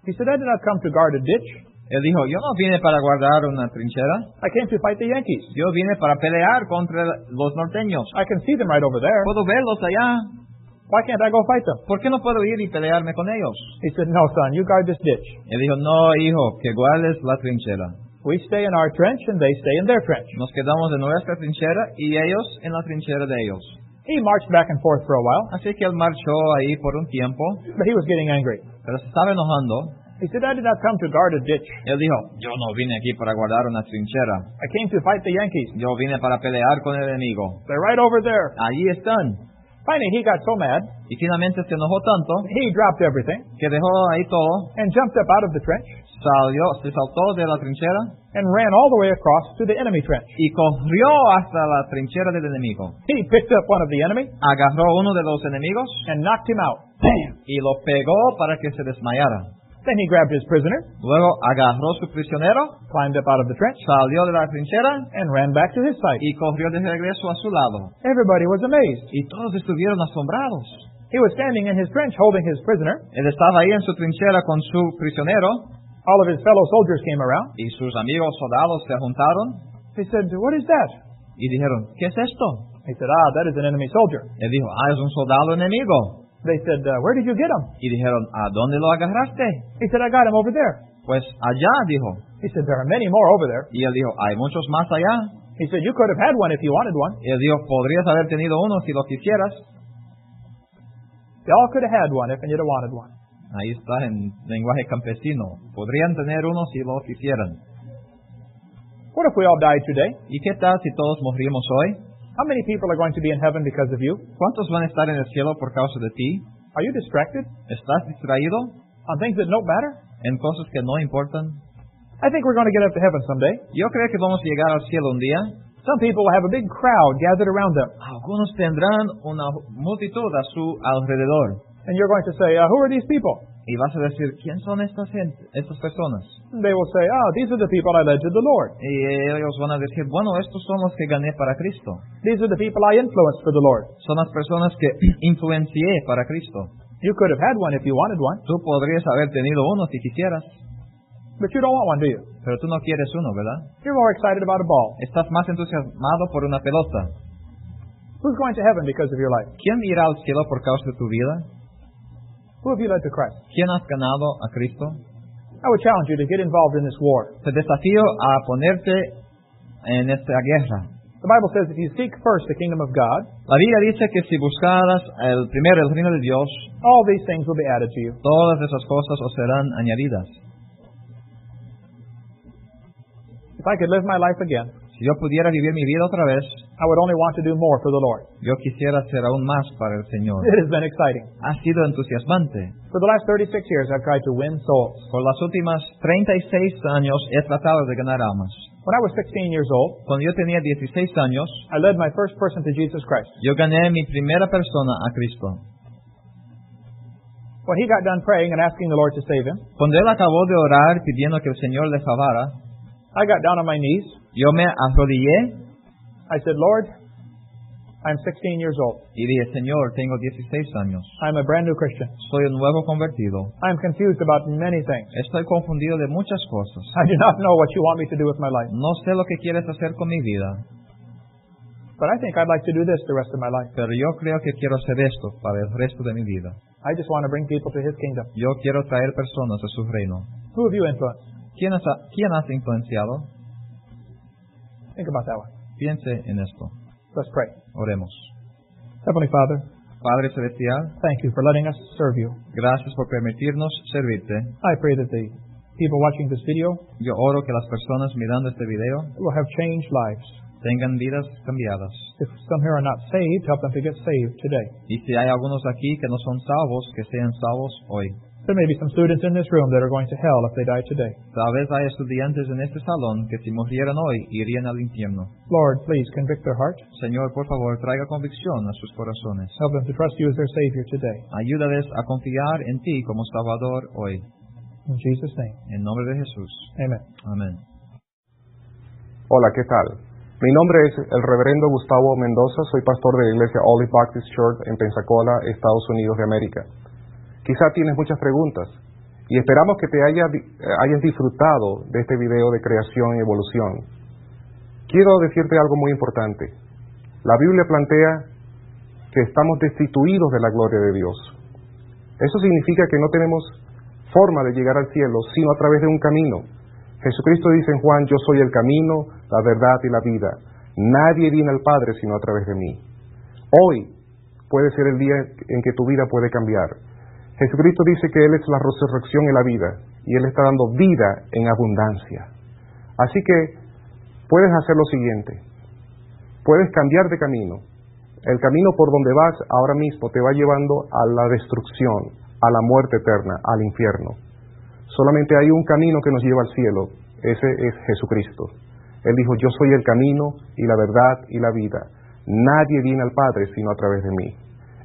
S2: He said, I did not come to guard a ditch.
S1: Él dijo, yo no vine para guardar una trinchera.
S2: I came to fight the Yankees.
S1: Yo vine para pelear contra los norteños.
S2: I can see them right over there.
S1: Puedo verlos allá.
S2: Why can't I go fight them?
S1: ¿Por qué no puedo ir y pelearme con ellos?
S2: He said, No, son, you guard this ditch.
S1: Él dijo, no, hijo, que guardes la trinchera.
S2: We stay in our trench and they stay in their trench.
S1: Nos quedamos en nuestra trinchera y ellos en la trinchera de ellos.
S2: He marched back and forth for a while,
S1: Así que él marchó ahí por un tiempo,
S2: but he was getting angry.
S1: pero se estaba enojando.
S2: He said, I did not come to guard a ditch.
S1: Él dijo, yo no vine aquí para guardar una trinchera.
S2: I came to fight the Yankees.
S1: Yo vine para pelear con el enemigo.
S2: They're right over there.
S1: Allí están.
S2: Finally, he got so mad,
S1: Y finalmente se enojó tanto
S2: he dropped everything
S1: que dejó ahí todo,
S2: and jumped up out of the trench
S1: salió, se saltó de la trinchera
S2: and ran all the way across to the enemy trench.
S1: y corrió hasta la trinchera del enemigo.
S2: He picked up one of the enemy
S1: Agarró uno de los enemigos
S2: and knocked him out.
S1: y lo pegó para que se desmayara.
S2: Then he grabbed his prisoner,
S1: Luego agarró su prisionero,
S2: climbed up out of the trench,
S1: salió de la trinchera
S2: and ran back to his site.
S1: y corrió de regreso a su lado.
S2: Everybody was amazed.
S1: Y todos estuvieron asombrados.
S2: He was standing in his trench holding his prisoner.
S1: Él estaba ahí en su trinchera con su prisionero
S2: All of his fellow soldiers came around.
S1: y sus amigos soldados se juntaron
S2: They said, What is that?
S1: y dijeron, ¿qué es esto?
S2: He said, Ah, that is an enemy soldier.
S1: Él dijo, ah, es un soldado enemigo.
S2: They said, uh, Where did you get him?
S1: Y dijeron, ¿a dónde lo agarraste?
S2: He said, I got him over there.
S1: Pues allá, dijo.
S2: He said, There are many more over there.
S1: Y él dijo, hay muchos más allá.
S2: He said, You could have had one if you wanted one.
S1: Y él dijo, podrías haber tenido uno si lo quisieras.
S2: Y'all could have had one if you'd have wanted one.
S1: Ahí está en lenguaje campesino. Podrían tener uno si lo quisieran.
S2: What if we all died today?
S1: ¿Y qué tal si todos morimos hoy?
S2: How many people are going to be in heaven because of you?
S1: ¿Cuántos van a estar en el cielo por causa de ti?
S2: Are you distracted
S1: ¿Estás distraído
S2: on things that don't matter?
S1: en cosas que no importan?
S2: I think we're going to get up to heaven someday.
S1: Yo creo que vamos a llegar al cielo un día.
S2: Some people will have a big crowd gathered around them,
S1: Algunos tendrán una multitud a su alrededor.
S2: and you're going to say, uh, Who are these people?
S1: Y vas a decir, ¿quién son estas, gente- estas personas?
S2: And they will say, Ah, these are the people I led to the Lord.
S1: Y ellos van a decir, bueno, estos son los que gané para Cristo.
S2: These are the people I influenced for the Lord.
S1: Son las personas que influencié para Cristo.
S2: You could have had one if you wanted one,
S1: Tú podrías haber tenido uno si quisieras,
S2: but you don't want one, do you?
S1: pero tú no quieres uno, ¿verdad?
S2: You're more excited about a ball.
S1: Estás más entusiasmado por una pelota.
S2: Who's going to heaven because of your life?
S1: ¿Quién irá al cielo por causa de tu vida?
S2: Who have you led to Christ?
S1: ¿Quién has ganado a Cristo?
S2: I would challenge you to get involved in this war.
S1: Te desafío a ponerte en esta guerra.
S2: The Bible says if you seek first the kingdom of God,
S1: La Biblia dice que si buscaras el primero el reino de Dios,
S2: all these things will be added to you.
S1: todas esas cosas os serán añadidas.
S2: If I could live my life again,
S1: Si yo pudiera vivir mi vida otra vez,
S2: I would only want to do more for the Lord.
S1: yo quisiera hacer aún más para el Señor.
S2: It has been exciting.
S1: Ha sido entusiasmante.
S2: For the last 36 years, I've tried to win souls.
S1: Por las últimas 36 años he tratado de ganar almas.
S2: When I was 16 years old,
S1: Cuando yo tenía 16 años,
S2: I led my first person to Jesus Christ.
S1: yo gané mi primera persona a Cristo.
S2: When he got done praying and asking the Lord to save him,
S1: Cuando él acabó de orar pidiendo que el Señor le salvara,
S2: I got down on my knees.
S1: yo me arrodillé
S2: I said, Lord, I'm 16 years old.
S1: y dije, Señor, tengo 16 años.
S2: I'm a brand new Christian.
S1: Soy un nuevo convertido.
S2: I'm confused about many things.
S1: Estoy confundido de muchas cosas.
S2: I do not know what you want me to do with my life,
S1: No sé lo que quieres hacer con mi vida,
S2: but I think I'd like to do this the rest of my life.
S1: pero yo creo que quiero hacer esto para el resto de mi vida.
S2: I just want to bring people to his kingdom.
S1: Yo quiero traer personas a su reino.
S2: Who have you influenced?
S1: ¿Quién has, quién has influenciado?
S2: Think about that one.
S1: Piense en esto.
S2: Let's pray.
S1: Oremos.
S2: Heavenly Father,
S1: Padre Celestial,
S2: thank you for letting us serve you.
S1: gracias por permitirnos servirte.
S2: I pray that the people watching this video
S1: Yo oro que las personas mirando este video
S2: will have changed lives.
S1: tengan vidas cambiadas.
S2: If some here are not saved, help them to get saved today.
S1: Y si hay algunos aquí que no son salvos, que sean salvos hoy.
S2: There may be some students in this room that are going to hell if they die today.
S1: Tal vez hay estudiantes en este salón que si murieran hoy irían al infierno.
S2: Lord, please convict their heart.
S1: Señor, por favor, traiga convicción a sus corazones.
S2: Help them to trust you as their Savior today.
S1: Ayúdales a confiar en ti como Salvador hoy.
S2: In Jesus' name,
S1: En nombre de Jesús.
S2: amen.
S1: Amén.
S3: Hola, ¿qué tal? Mi nombre es el Reverendo Gustavo Mendoza, soy pastor de la iglesia Olive Baptist Church en Pensacola, Estados Unidos de América. Quizá tienes muchas preguntas y esperamos que te haya di- eh, hayas disfrutado de este video de creación y evolución. Quiero decirte algo muy importante. La Biblia plantea que estamos destituidos de la gloria de Dios. Eso significa que no tenemos forma de llegar al cielo sino a través de un camino. Jesucristo dice en Juan, yo soy el camino, la verdad y la vida. Nadie viene al Padre sino a través de mí. Hoy puede ser el día en que tu vida puede cambiar. Jesucristo dice que Él es la resurrección y la vida, y Él está dando vida en abundancia. Así que puedes hacer lo siguiente, puedes cambiar de camino. El camino por donde vas ahora mismo te va llevando a la destrucción, a la muerte eterna, al infierno. Solamente hay un camino que nos lleva al cielo, ese es Jesucristo. Él dijo, yo soy el camino y la verdad y la vida. Nadie viene al Padre sino a través de mí.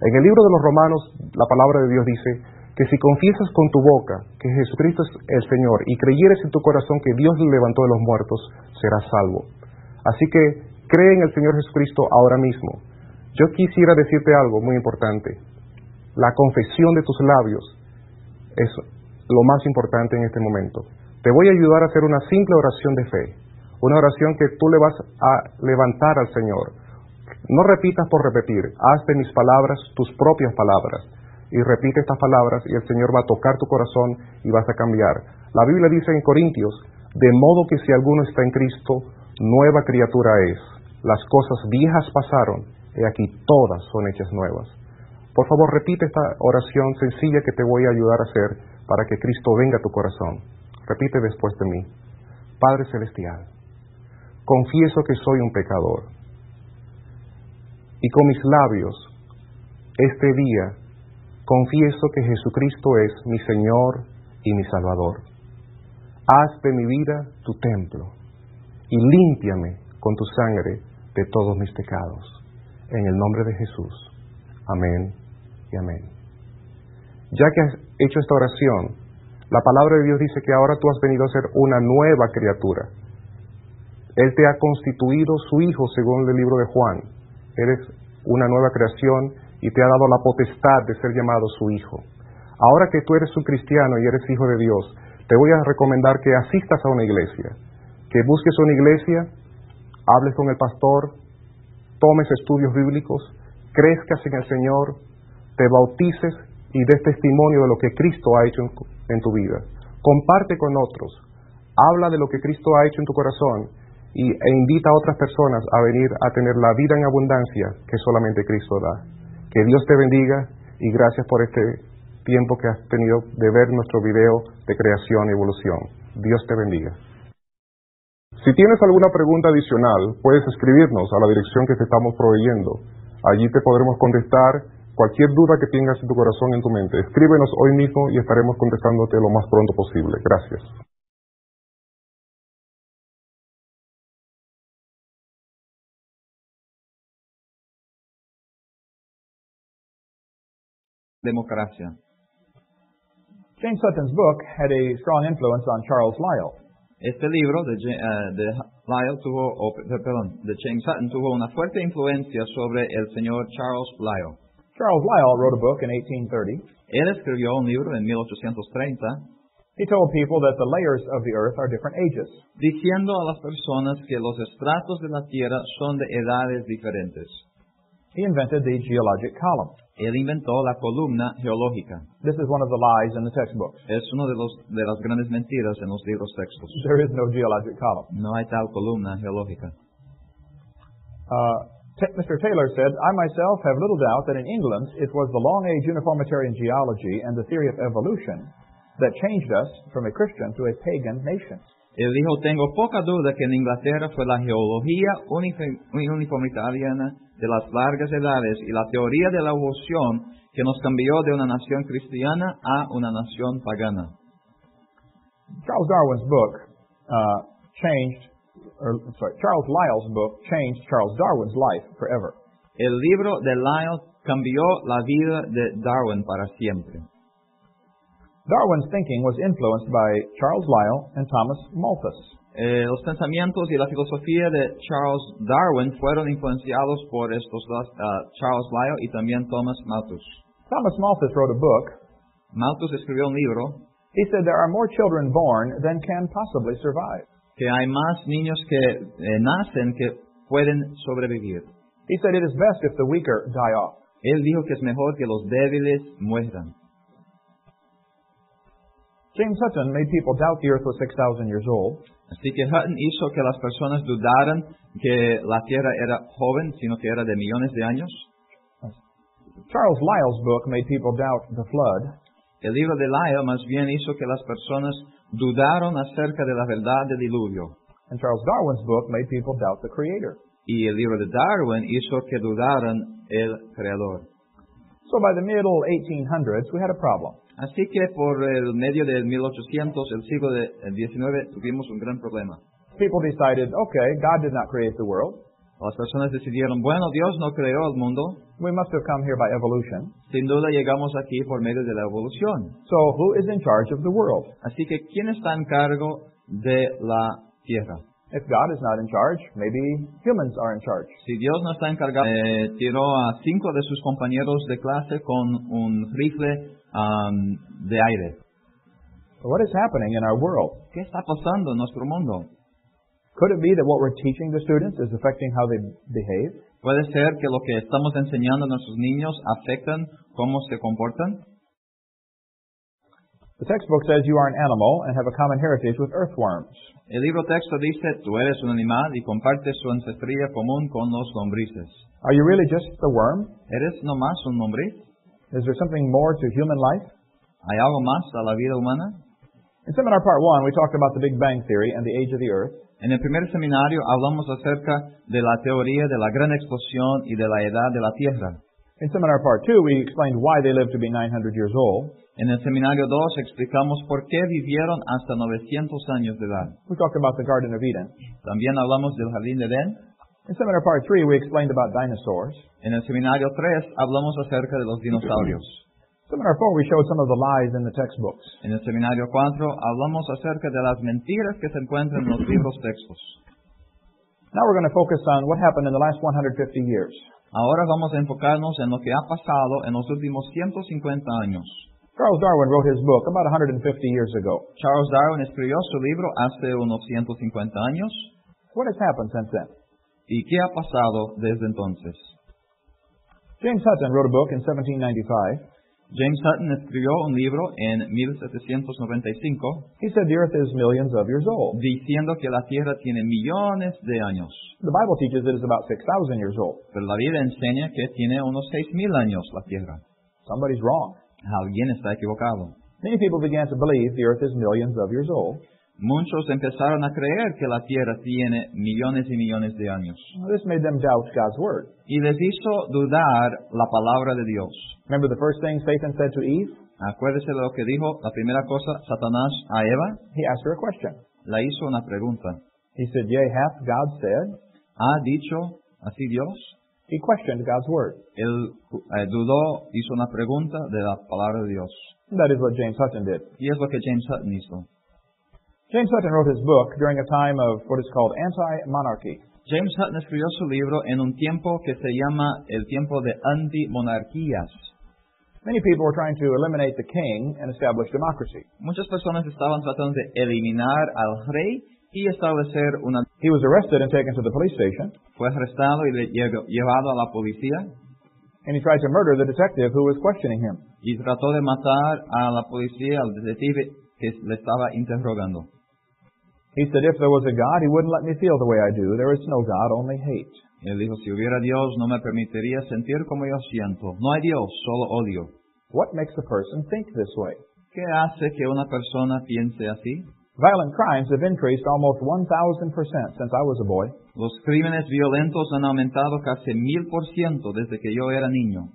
S3: En el libro de los Romanos, la palabra de Dios dice que si confiesas con tu boca que Jesucristo es el Señor y creyeres en tu corazón que Dios le levantó de los muertos, serás salvo. Así que cree en el Señor Jesucristo ahora mismo. Yo quisiera decirte algo muy importante. La confesión de tus labios es lo más importante en este momento. Te voy a ayudar a hacer una simple oración de fe, una oración que tú le vas a levantar al Señor. No repitas por repetir, haz de mis palabras tus propias palabras y repite estas palabras y el Señor va a tocar tu corazón y vas a cambiar. La Biblia dice en Corintios, de modo que si alguno está en Cristo, nueva criatura es. Las cosas viejas pasaron, y aquí todas son hechas nuevas. Por favor, repite esta oración sencilla que te voy a ayudar a hacer para que Cristo venga a tu corazón. Repite después de mí. Padre Celestial, confieso que soy un pecador y con mis labios este día confieso que Jesucristo es mi Señor y mi Salvador. Haz de mi vida tu templo y límpiame con tu sangre de todos mis pecados. En el nombre de Jesús. Amén y amén. Ya que has hecho esta oración, la palabra de Dios dice que ahora tú has venido a ser una nueva criatura. Él te ha constituido su Hijo según el libro de Juan. Eres una nueva creación y te ha dado la potestad de ser llamado su Hijo. Ahora que tú eres un cristiano y eres hijo de Dios, te voy a recomendar que asistas a una iglesia que busques una iglesia, hables con el pastor, tomes estudios bíblicos, crezcas en el Señor, te bautices y des testimonio de lo que Cristo ha hecho en tu vida. Comparte con otros, habla de lo que Cristo ha hecho en tu corazón y, e invita a otras personas a venir a tener la vida en abundancia que solamente Cristo da. Que Dios te bendiga y gracias por este tiempo que has tenido de ver nuestro video de creación y evolución. Dios te bendiga. Si tienes alguna pregunta adicional, puedes escribirnos a la dirección que te estamos proveyendo. Allí te podremos contestar cualquier duda que tengas en tu corazón, en tu mente. Escríbenos hoy mismo y estaremos contestándote lo más pronto posible. Gracias.
S1: Democracia.
S2: James Sutton's book had a strong influence on Charles Lyell.
S1: Este libro de, Ja- eh, de Lyell tuvo, o, de- perdón, de James Hutton tuvo una fuerte influencia sobre el señor Charles Lyell.
S2: Charles Lyell wrote a book in 1830.
S1: Él escribió un libro en 1830
S2: He told people that the layers of the earth are different ages.
S1: diciendo a las personas que los estratos de la Tierra son de edades diferentes.
S2: He invented the geologic column.
S1: Él inventó la columna geológica.
S2: This is one of the lies in the textbooks.
S1: Es una de, los- de las grandes mentiras en los libros textos.
S2: There is no geologic column.
S1: No hay tal columna geológica.
S2: Uh, T- Mr. Taylor said, I myself have little doubt that in England it was the long age uniformitarian geology and the theory of evolution that changed us from a Christian to a pagan nation.
S1: Él dijo, tengo poca duda que en Inglaterra fue la geología unife- uniformitariana de las largas edades y la teoría de la evolución que nos cambió de una nación cristiana a una nación pagana.
S2: Charles Darwin's book uh, changed, or I'm sorry, Charles Lyell's book changed Charles Darwin's life forever.
S1: El libro de Lyell cambió la vida de Darwin para siempre.
S2: Darwin's thinking was influenced by Charles Lyell and Thomas Malthus.
S1: Eh, los pensamientos y la filosofía de Charles Darwin fueron influenciados por estos dos, ah, Charles Lyell y también Thomas Malthus.
S2: Thomas Malthus wrote a book.
S1: Malthus escribió un libro
S2: He said there are more children born than can possibly survive.
S1: que hay más niños que eh, nacen que pueden sobrevivir.
S2: He said it is best if the weaker die off.
S1: Él dijo que es mejor que los débiles mueran.
S2: James Hutton made people doubt the earth was 6,000 years old.
S1: Así que Hutton hizo que las personas dudaran que la Tierra era joven, sino que era de millones de años.
S2: Charles Lyell's book made people doubt the flood.
S1: El libro de Lyell más bien hizo que las personas dudaron acerca de la verdad del diluvio.
S2: And Charles Darwin's book made people doubt the creator.
S1: Y el libro de Darwin hizo que dudaran el creador.
S2: So by the middle 1800s, we had a problem.
S1: Así que por el medio del 1800, el siglo de- el XIX, tuvimos un gran problema.
S2: People decided, okay, God did not create the world.
S1: Las personas decidieron, bueno, Dios no creó el mundo,
S2: We must have come here by evolution.
S1: sin duda llegamos aquí por medio de la evolución.
S2: So who is in charge of the world?
S1: Así que, ¿quién está en cargo de la tierra?
S2: If God is not in charge, maybe humans are in charge.
S1: Si Dios no está encargado, eh, tiró a cinco de sus compañeros de clase con un rifle am, de aire.
S2: So what is happening in our world?
S1: ¿Qué está pasando en nuestro mundo?
S2: Could it be that what we're teaching the students is affecting how they behave?
S1: ¿Puede ser que lo que estamos enseñando a nuestros niños afectan cómo se comportan?
S2: The textbook says you are an animal and have a common heritage with earthworms.
S1: El libro texto dice, tú eres un animal y compartes su ancestría común con los lombrices.
S2: Are you really just the worm?
S1: ¿Eres nomás un lombriz?
S2: Is there something more to human life?
S1: ¿Hay algo más a la vida humana?
S2: In seminar part one, we talked about the Big Bang Theory and the age of the earth.
S1: En el primer seminario hablamos acerca de la teoría de la gran explosión y de la edad de la Tierra.
S2: In seminar part two, we explained why they lived to be 900 years old.
S1: En el seminario 2 explicamos por qué vivieron hasta 900 años de edad.
S2: We talked about the Garden of Eden.
S1: También hablamos del jardín de Edén.
S2: In seminar part three, we explained about dinosaurs.
S1: En el seminario 3 hablamos acerca de los dinosaurios.
S2: Seminar four, we showed some of the lies in the textbooks.
S1: En el seminario 4 hablamos acerca de las mentiras que se encuentran en los libros textos.
S2: Now we're going to focus on what happened in the last 150 years.
S1: Ahora vamos a enfocarnos en lo que ha pasado en los últimos 150 años.
S2: Charles Darwin wrote his book about 150 years ago.
S1: Charles Darwin escribió su libro hace unos 150 años.
S2: What has happened since then?
S1: ¿Y qué ha pasado desde entonces?
S2: James Hutton wrote a book in 1795.
S1: James Hutton escribió un libro en 1795
S2: He said the earth is millions of years old.
S1: diciendo que la Tierra tiene millones de años,
S2: The Bible teaches it is about 6,000 years old.
S1: pero la Biblia enseña que tiene unos 6.000 años la Tierra.
S2: Somebody's wrong.
S1: Alguien está equivocado.
S2: Many people began to believe the earth is millions of years old.
S1: Muchos empezaron a creer que la Tierra tiene millones y millones de años
S2: This made them doubt God's word.
S1: y les hizo dudar la palabra de Dios.
S2: Remember the first thing Satan said to Eve?
S1: Acuérdese de lo que dijo la primera cosa Satanás a Eva,
S2: He asked her a question.
S1: la hizo una pregunta.
S2: He said, Yea, hath God said?
S1: ¿Ha dicho así Dios?
S2: He questioned God's word.
S1: Él eh, dudó, hizo una pregunta de la palabra de Dios.
S2: That is what James Hutton did.
S1: Y es lo que James Hutton hizo.
S2: James Hutton wrote his book during a time of what is called anti-monarchy.
S1: James Hutton escribió su libro en un tiempo que se llama el tiempo de antimonarquías.
S2: Many people were trying to eliminate the king and establish democracy.
S1: Muchas personas estaban tratando de eliminar al rey y establecer una...
S2: He was arrested and taken to the police station,
S1: Fue arrestado y le- lle- llevado a la policía
S2: and he tried to murder the detective who was questioning him.
S1: y trató de matar a la policía, al detective que le estaba interrogando.
S2: He said, If there was a God, he wouldn't let me feel the way I do. There is no God, only hate.
S1: Él dijo, si hubiera Dios no me permitiría sentir como yo siento. No hay Dios, solo odio.
S2: What makes a person think this way?
S1: ¿Qué hace que una persona piense así?
S2: Violent crimes have increased almost 1,000% since I was a boy.
S1: Los crímenes violentos han aumentado casi mil por ciento desde que yo era niño.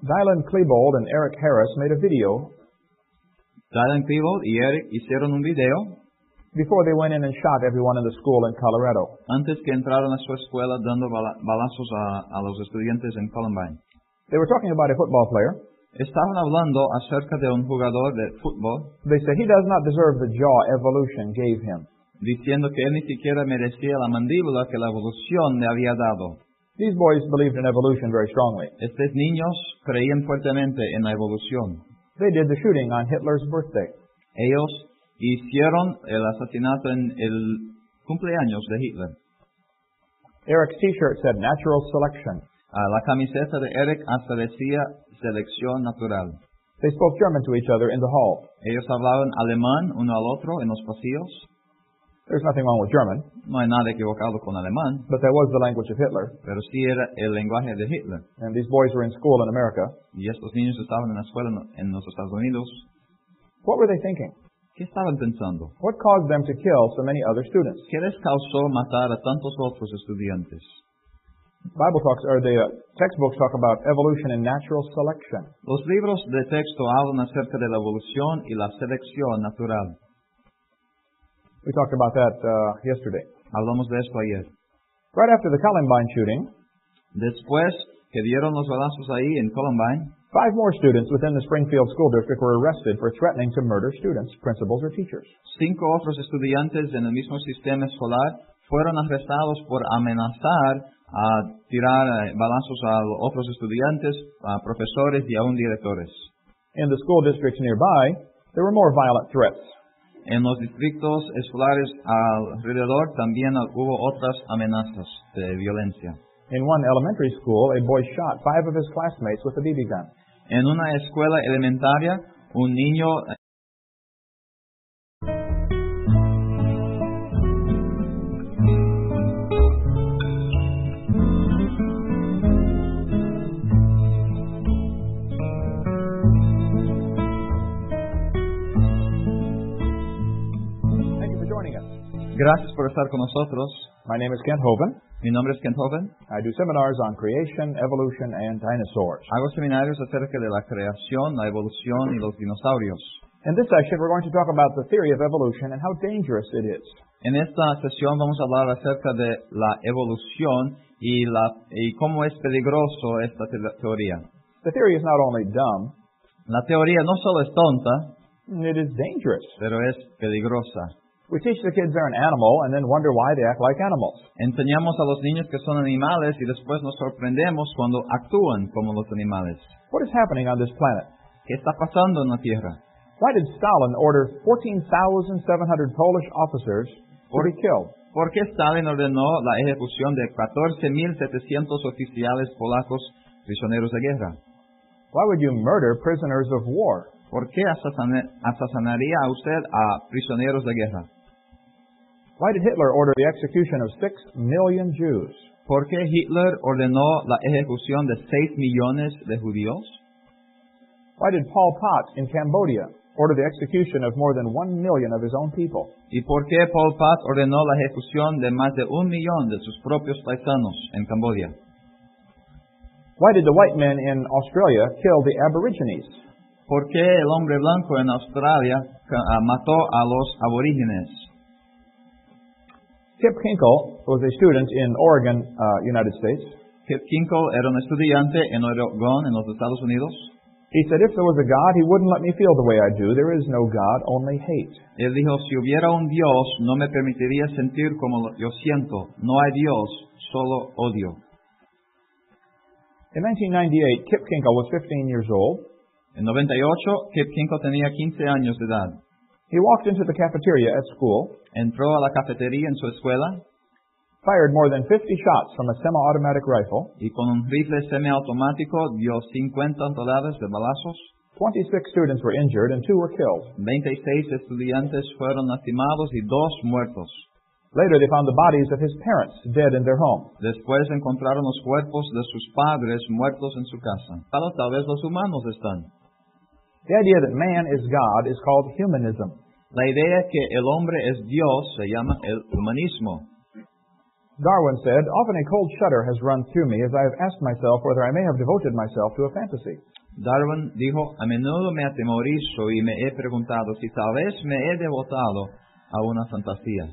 S2: Dylan Klebold and Eric Harris made a video
S1: Dylan Klebold y Eric hicieron un video
S2: before they went in and shot everyone in the school in Colorado.
S1: antes que entraron a su escuela dando bala- balazos a, a los estudiantes en Columbine.
S2: They were talking about a football player.
S1: Estaban hablando acerca de un jugador de fútbol
S2: They said he does not deserve the jaw evolution gave him.
S1: diciendo que él ni siquiera merecía la mandíbula que la evolución le había dado.
S2: These boys believed in evolution very strongly.
S1: Estos niños creían fuertemente en la evolución.
S2: They did the shooting on Hitler's birthday.
S1: Ellos hicieron el asesinato en el cumpleaños de Hitler.
S2: Eric's t-shirt said natural selection.
S1: Ah, la camiseta de Eric hasta decía selección natural.
S2: They spoke German to each other in the hall.
S1: Ellos hablaban alemán uno al otro en los pasillos.
S2: There's nothing wrong with German,
S1: No hay nada equivocado con alemán,
S2: but that was the language of Hitler,
S1: pero sí era el lenguaje de Hitler.
S2: and these boys were in school in America.
S1: Y estos niños estaban en la escuela en- en los Estados Unidos.
S2: What were they thinking?
S1: ¿Qué estaban pensando?
S2: What caused them to kill so many other students?
S1: ¿Qué les causó matar a tantos otros estudiantes?
S2: Bible talks or the uh, textbooks talk about evolution and natural selection.
S1: Los libros de texto hablan acerca de la evolución y la selección natural.
S2: We talked about that uh, yesterday.
S1: Hablamos de esto ayer.
S2: Right after the Columbine shooting,
S1: Después que dieron los balazos ahí en Columbine,
S2: five more students within the Springfield School District were arrested for threatening to murder students, principals, or teachers.
S1: cinco otros estudiantes en el mismo sistema escolar fueron arrestados por amenazar a tirar eh, balazos a otros estudiantes, a profesores y aún directores.
S2: In the school districts nearby, there were more violent threats.
S1: En los distritos escolares alrededor también hubo otras amenazas de violencia.
S2: In one elementary school, a boy shot five of his classmates with a BB gun.
S1: En una escuela elementaria, un niño
S2: Thank you for joining us.
S1: Gracias por estar con nosotros.
S2: My name is Kent Hovind.
S1: Mi nombre es Kent Hovind.
S2: I do seminars on creation, evolution, and dinosaurs.
S1: Hago seminarios acerca de la creación, la evolución y los dinosaurios.
S2: In this section, we're going to talk about the theory of evolution and how dangerous it is.
S1: En esta sesión vamos a hablar acerca de la evolución y, la, y cómo es peligroso esta te- teoría.
S2: The theory is not only dumb,
S1: La teoría no solo es tonta,
S2: it is dangerous.
S1: pero es peligrosa.
S2: We teach the kids they're an animal and then wonder why they act like animals.
S1: Enseñamos a los niños que son animales y después nos sorprendemos cuando actúan como los animales.
S2: What is happening on this planet?
S1: ¿Qué está pasando en la Tierra?
S2: Why did Stalin order 14,700 Polish officers to be killed?
S1: ¿Por qué Stalin ordenó la ejecución de 14.700 oficiales polacos prisioneros de guerra?
S2: Why would you murder prisoners of war?
S1: ¿Por qué asasane- asesinaría a usted a prisioneros de guerra?
S2: Why did Hitler order the execution of 6 million Jews?
S1: ¿Por qué Hitler ordenó la ejecución de 6 millones de judíos?
S2: Why did Paul Pot in Cambodia order the execution of more than 1 million of his own people?
S1: ¿Y por qué Pol Pot ordenó la ejecución de más de un millón de sus propios paisanos en Camboya?
S2: Why did the white men in Australia kill the Aborigines?
S1: ¿Por qué el hombre blanco en Australia ca- ah, mató a los aborígenes?
S2: Kip Hinkle was a student in Oregon, uh, United States.
S1: Kip Kinkle era un estudiante en Oregón, en los Estados Unidos.
S2: He said, If there was a God, he wouldn't let me feel the way I do. There is no God, only hate.
S1: Él dijo, si hubiera un Dios, no me permitiría sentir como lo- yo siento. No hay Dios, solo odio.
S2: In 1998, Kip Kinkle was 15 years old.
S1: En 98, Kip Kinkle tenía 15 años de edad.
S2: He walked into the cafeteria at school,
S1: Entró a la cafetería en su escuela
S2: fired more than 50 shots from a semi-automatic rifle.
S1: y con un rifle semiautomático dio 50 toneladas de balazos.
S2: 26 students were injured and two were killed.
S1: 26 estudiantes fueron lastimados y dos muertos.
S2: Later, they found the bodies of his parents dead in their home.
S1: Después encontraron los cuerpos de sus padres muertos en su casa. Claro, tal vez los humanos están.
S2: The idea that man is God is called humanism.
S1: La idea que el hombre es Dios se llama el humanismo.
S2: Darwin said, Often a cold shudder has run through me as I have asked myself whether I may have devoted myself to a fantasy.
S1: Darwin dijo, a menudo me atemorizo y me he preguntado si tal vez me he devotado a una fantasía.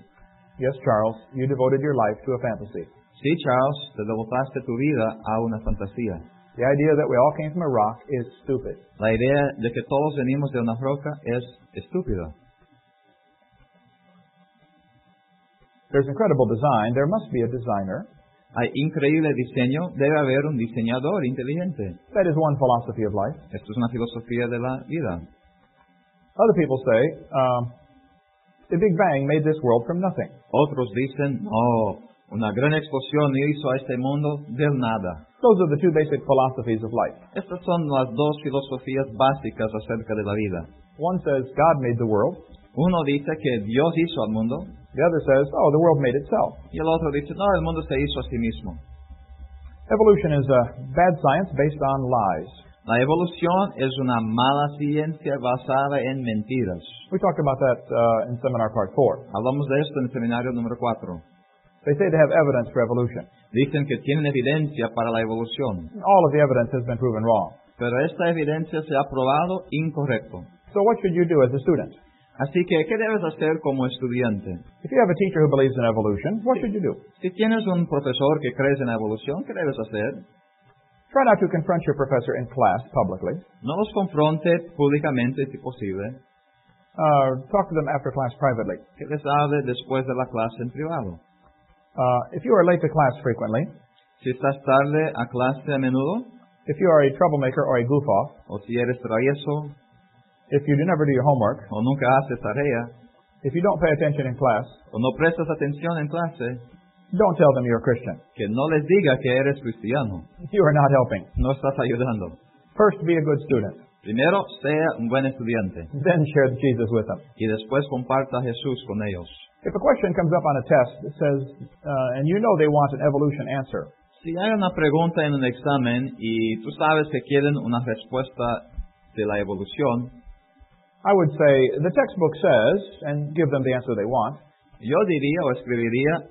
S2: Yes, Charles, you devoted your life to a fantasy.
S1: Sí, Charles, te devotaste tu vida a una fantasía.
S2: The idea that we all came from a rock is stupid.
S1: La idea de que todos venimos de una roca es estúpida.
S2: There's incredible design. There must be a designer.
S1: Hay increíble diseño, debe haber un diseñador inteligente.
S2: That is one philosophy of life.
S1: Esto es una filosofía de la vida.
S2: Other people say um, the Big Bang made this world from nothing.
S1: Otros dicen, oh, una gran explosión hizo a este mundo del nada.
S2: Those are the two basic philosophies of life.
S1: Estas son las dos filosofías básicas acerca de la vida.
S2: One says God made the world.
S1: Uno dice que Dios hizo al mundo
S2: The other says, oh, the world made itself.
S1: y el otro dice, no, el mundo se hizo a sí mismo.
S2: Evolution is a bad science based on lies.
S1: La evolución es una mala ciencia basada en mentiras.
S2: We talked about that uh, in seminar part four.
S1: Hablamos de esto en el seminario número 4.
S2: They say they have evidence for evolution.
S1: Dicen que tienen evidencia para la evolución,
S2: All of the evidence has been proven wrong.
S1: pero esta evidencia se ha probado incorrecto.
S2: So what should you do as a student?
S1: Así que, ¿qué debes hacer como estudiante?
S2: If you have a teacher who believes in evolution, what should you do?
S1: Si tienes un profesor que crees en la evolución, ¿qué debes hacer?
S2: Try not to confront your professor in class publicly.
S1: No los confronte públicamente si posible,
S2: Uh, talk to them after class privately.
S1: que les hable después de la clase en privado.
S2: Uh, if you are late to class frequently,
S1: Si estás tarde a clase a menudo,
S2: if you are a troublemaker or a goof off,
S1: o si eres travieso,
S2: if you do never do your homework,
S1: o nunca haces tarea,
S2: if you don't pay attention in class,
S1: o no prestas atención en clase,
S2: don't tell them you're a Christian.
S1: que no les diga que eres cristiano,
S2: You are not helping.
S1: no estás ayudando.
S2: First, be a good student.
S1: Primero, sea un buen estudiante
S2: Then share Jesus with them.
S1: y después comparta a Jesús con ellos.
S2: If a question comes up on a test that says, uh, and you know they want an evolution answer,
S1: Si hay una pregunta en un examen y tú sabes que quieren una respuesta de la evolución,
S2: I would say the textbook says, and give them the answer they want.
S1: yo diría o escribiría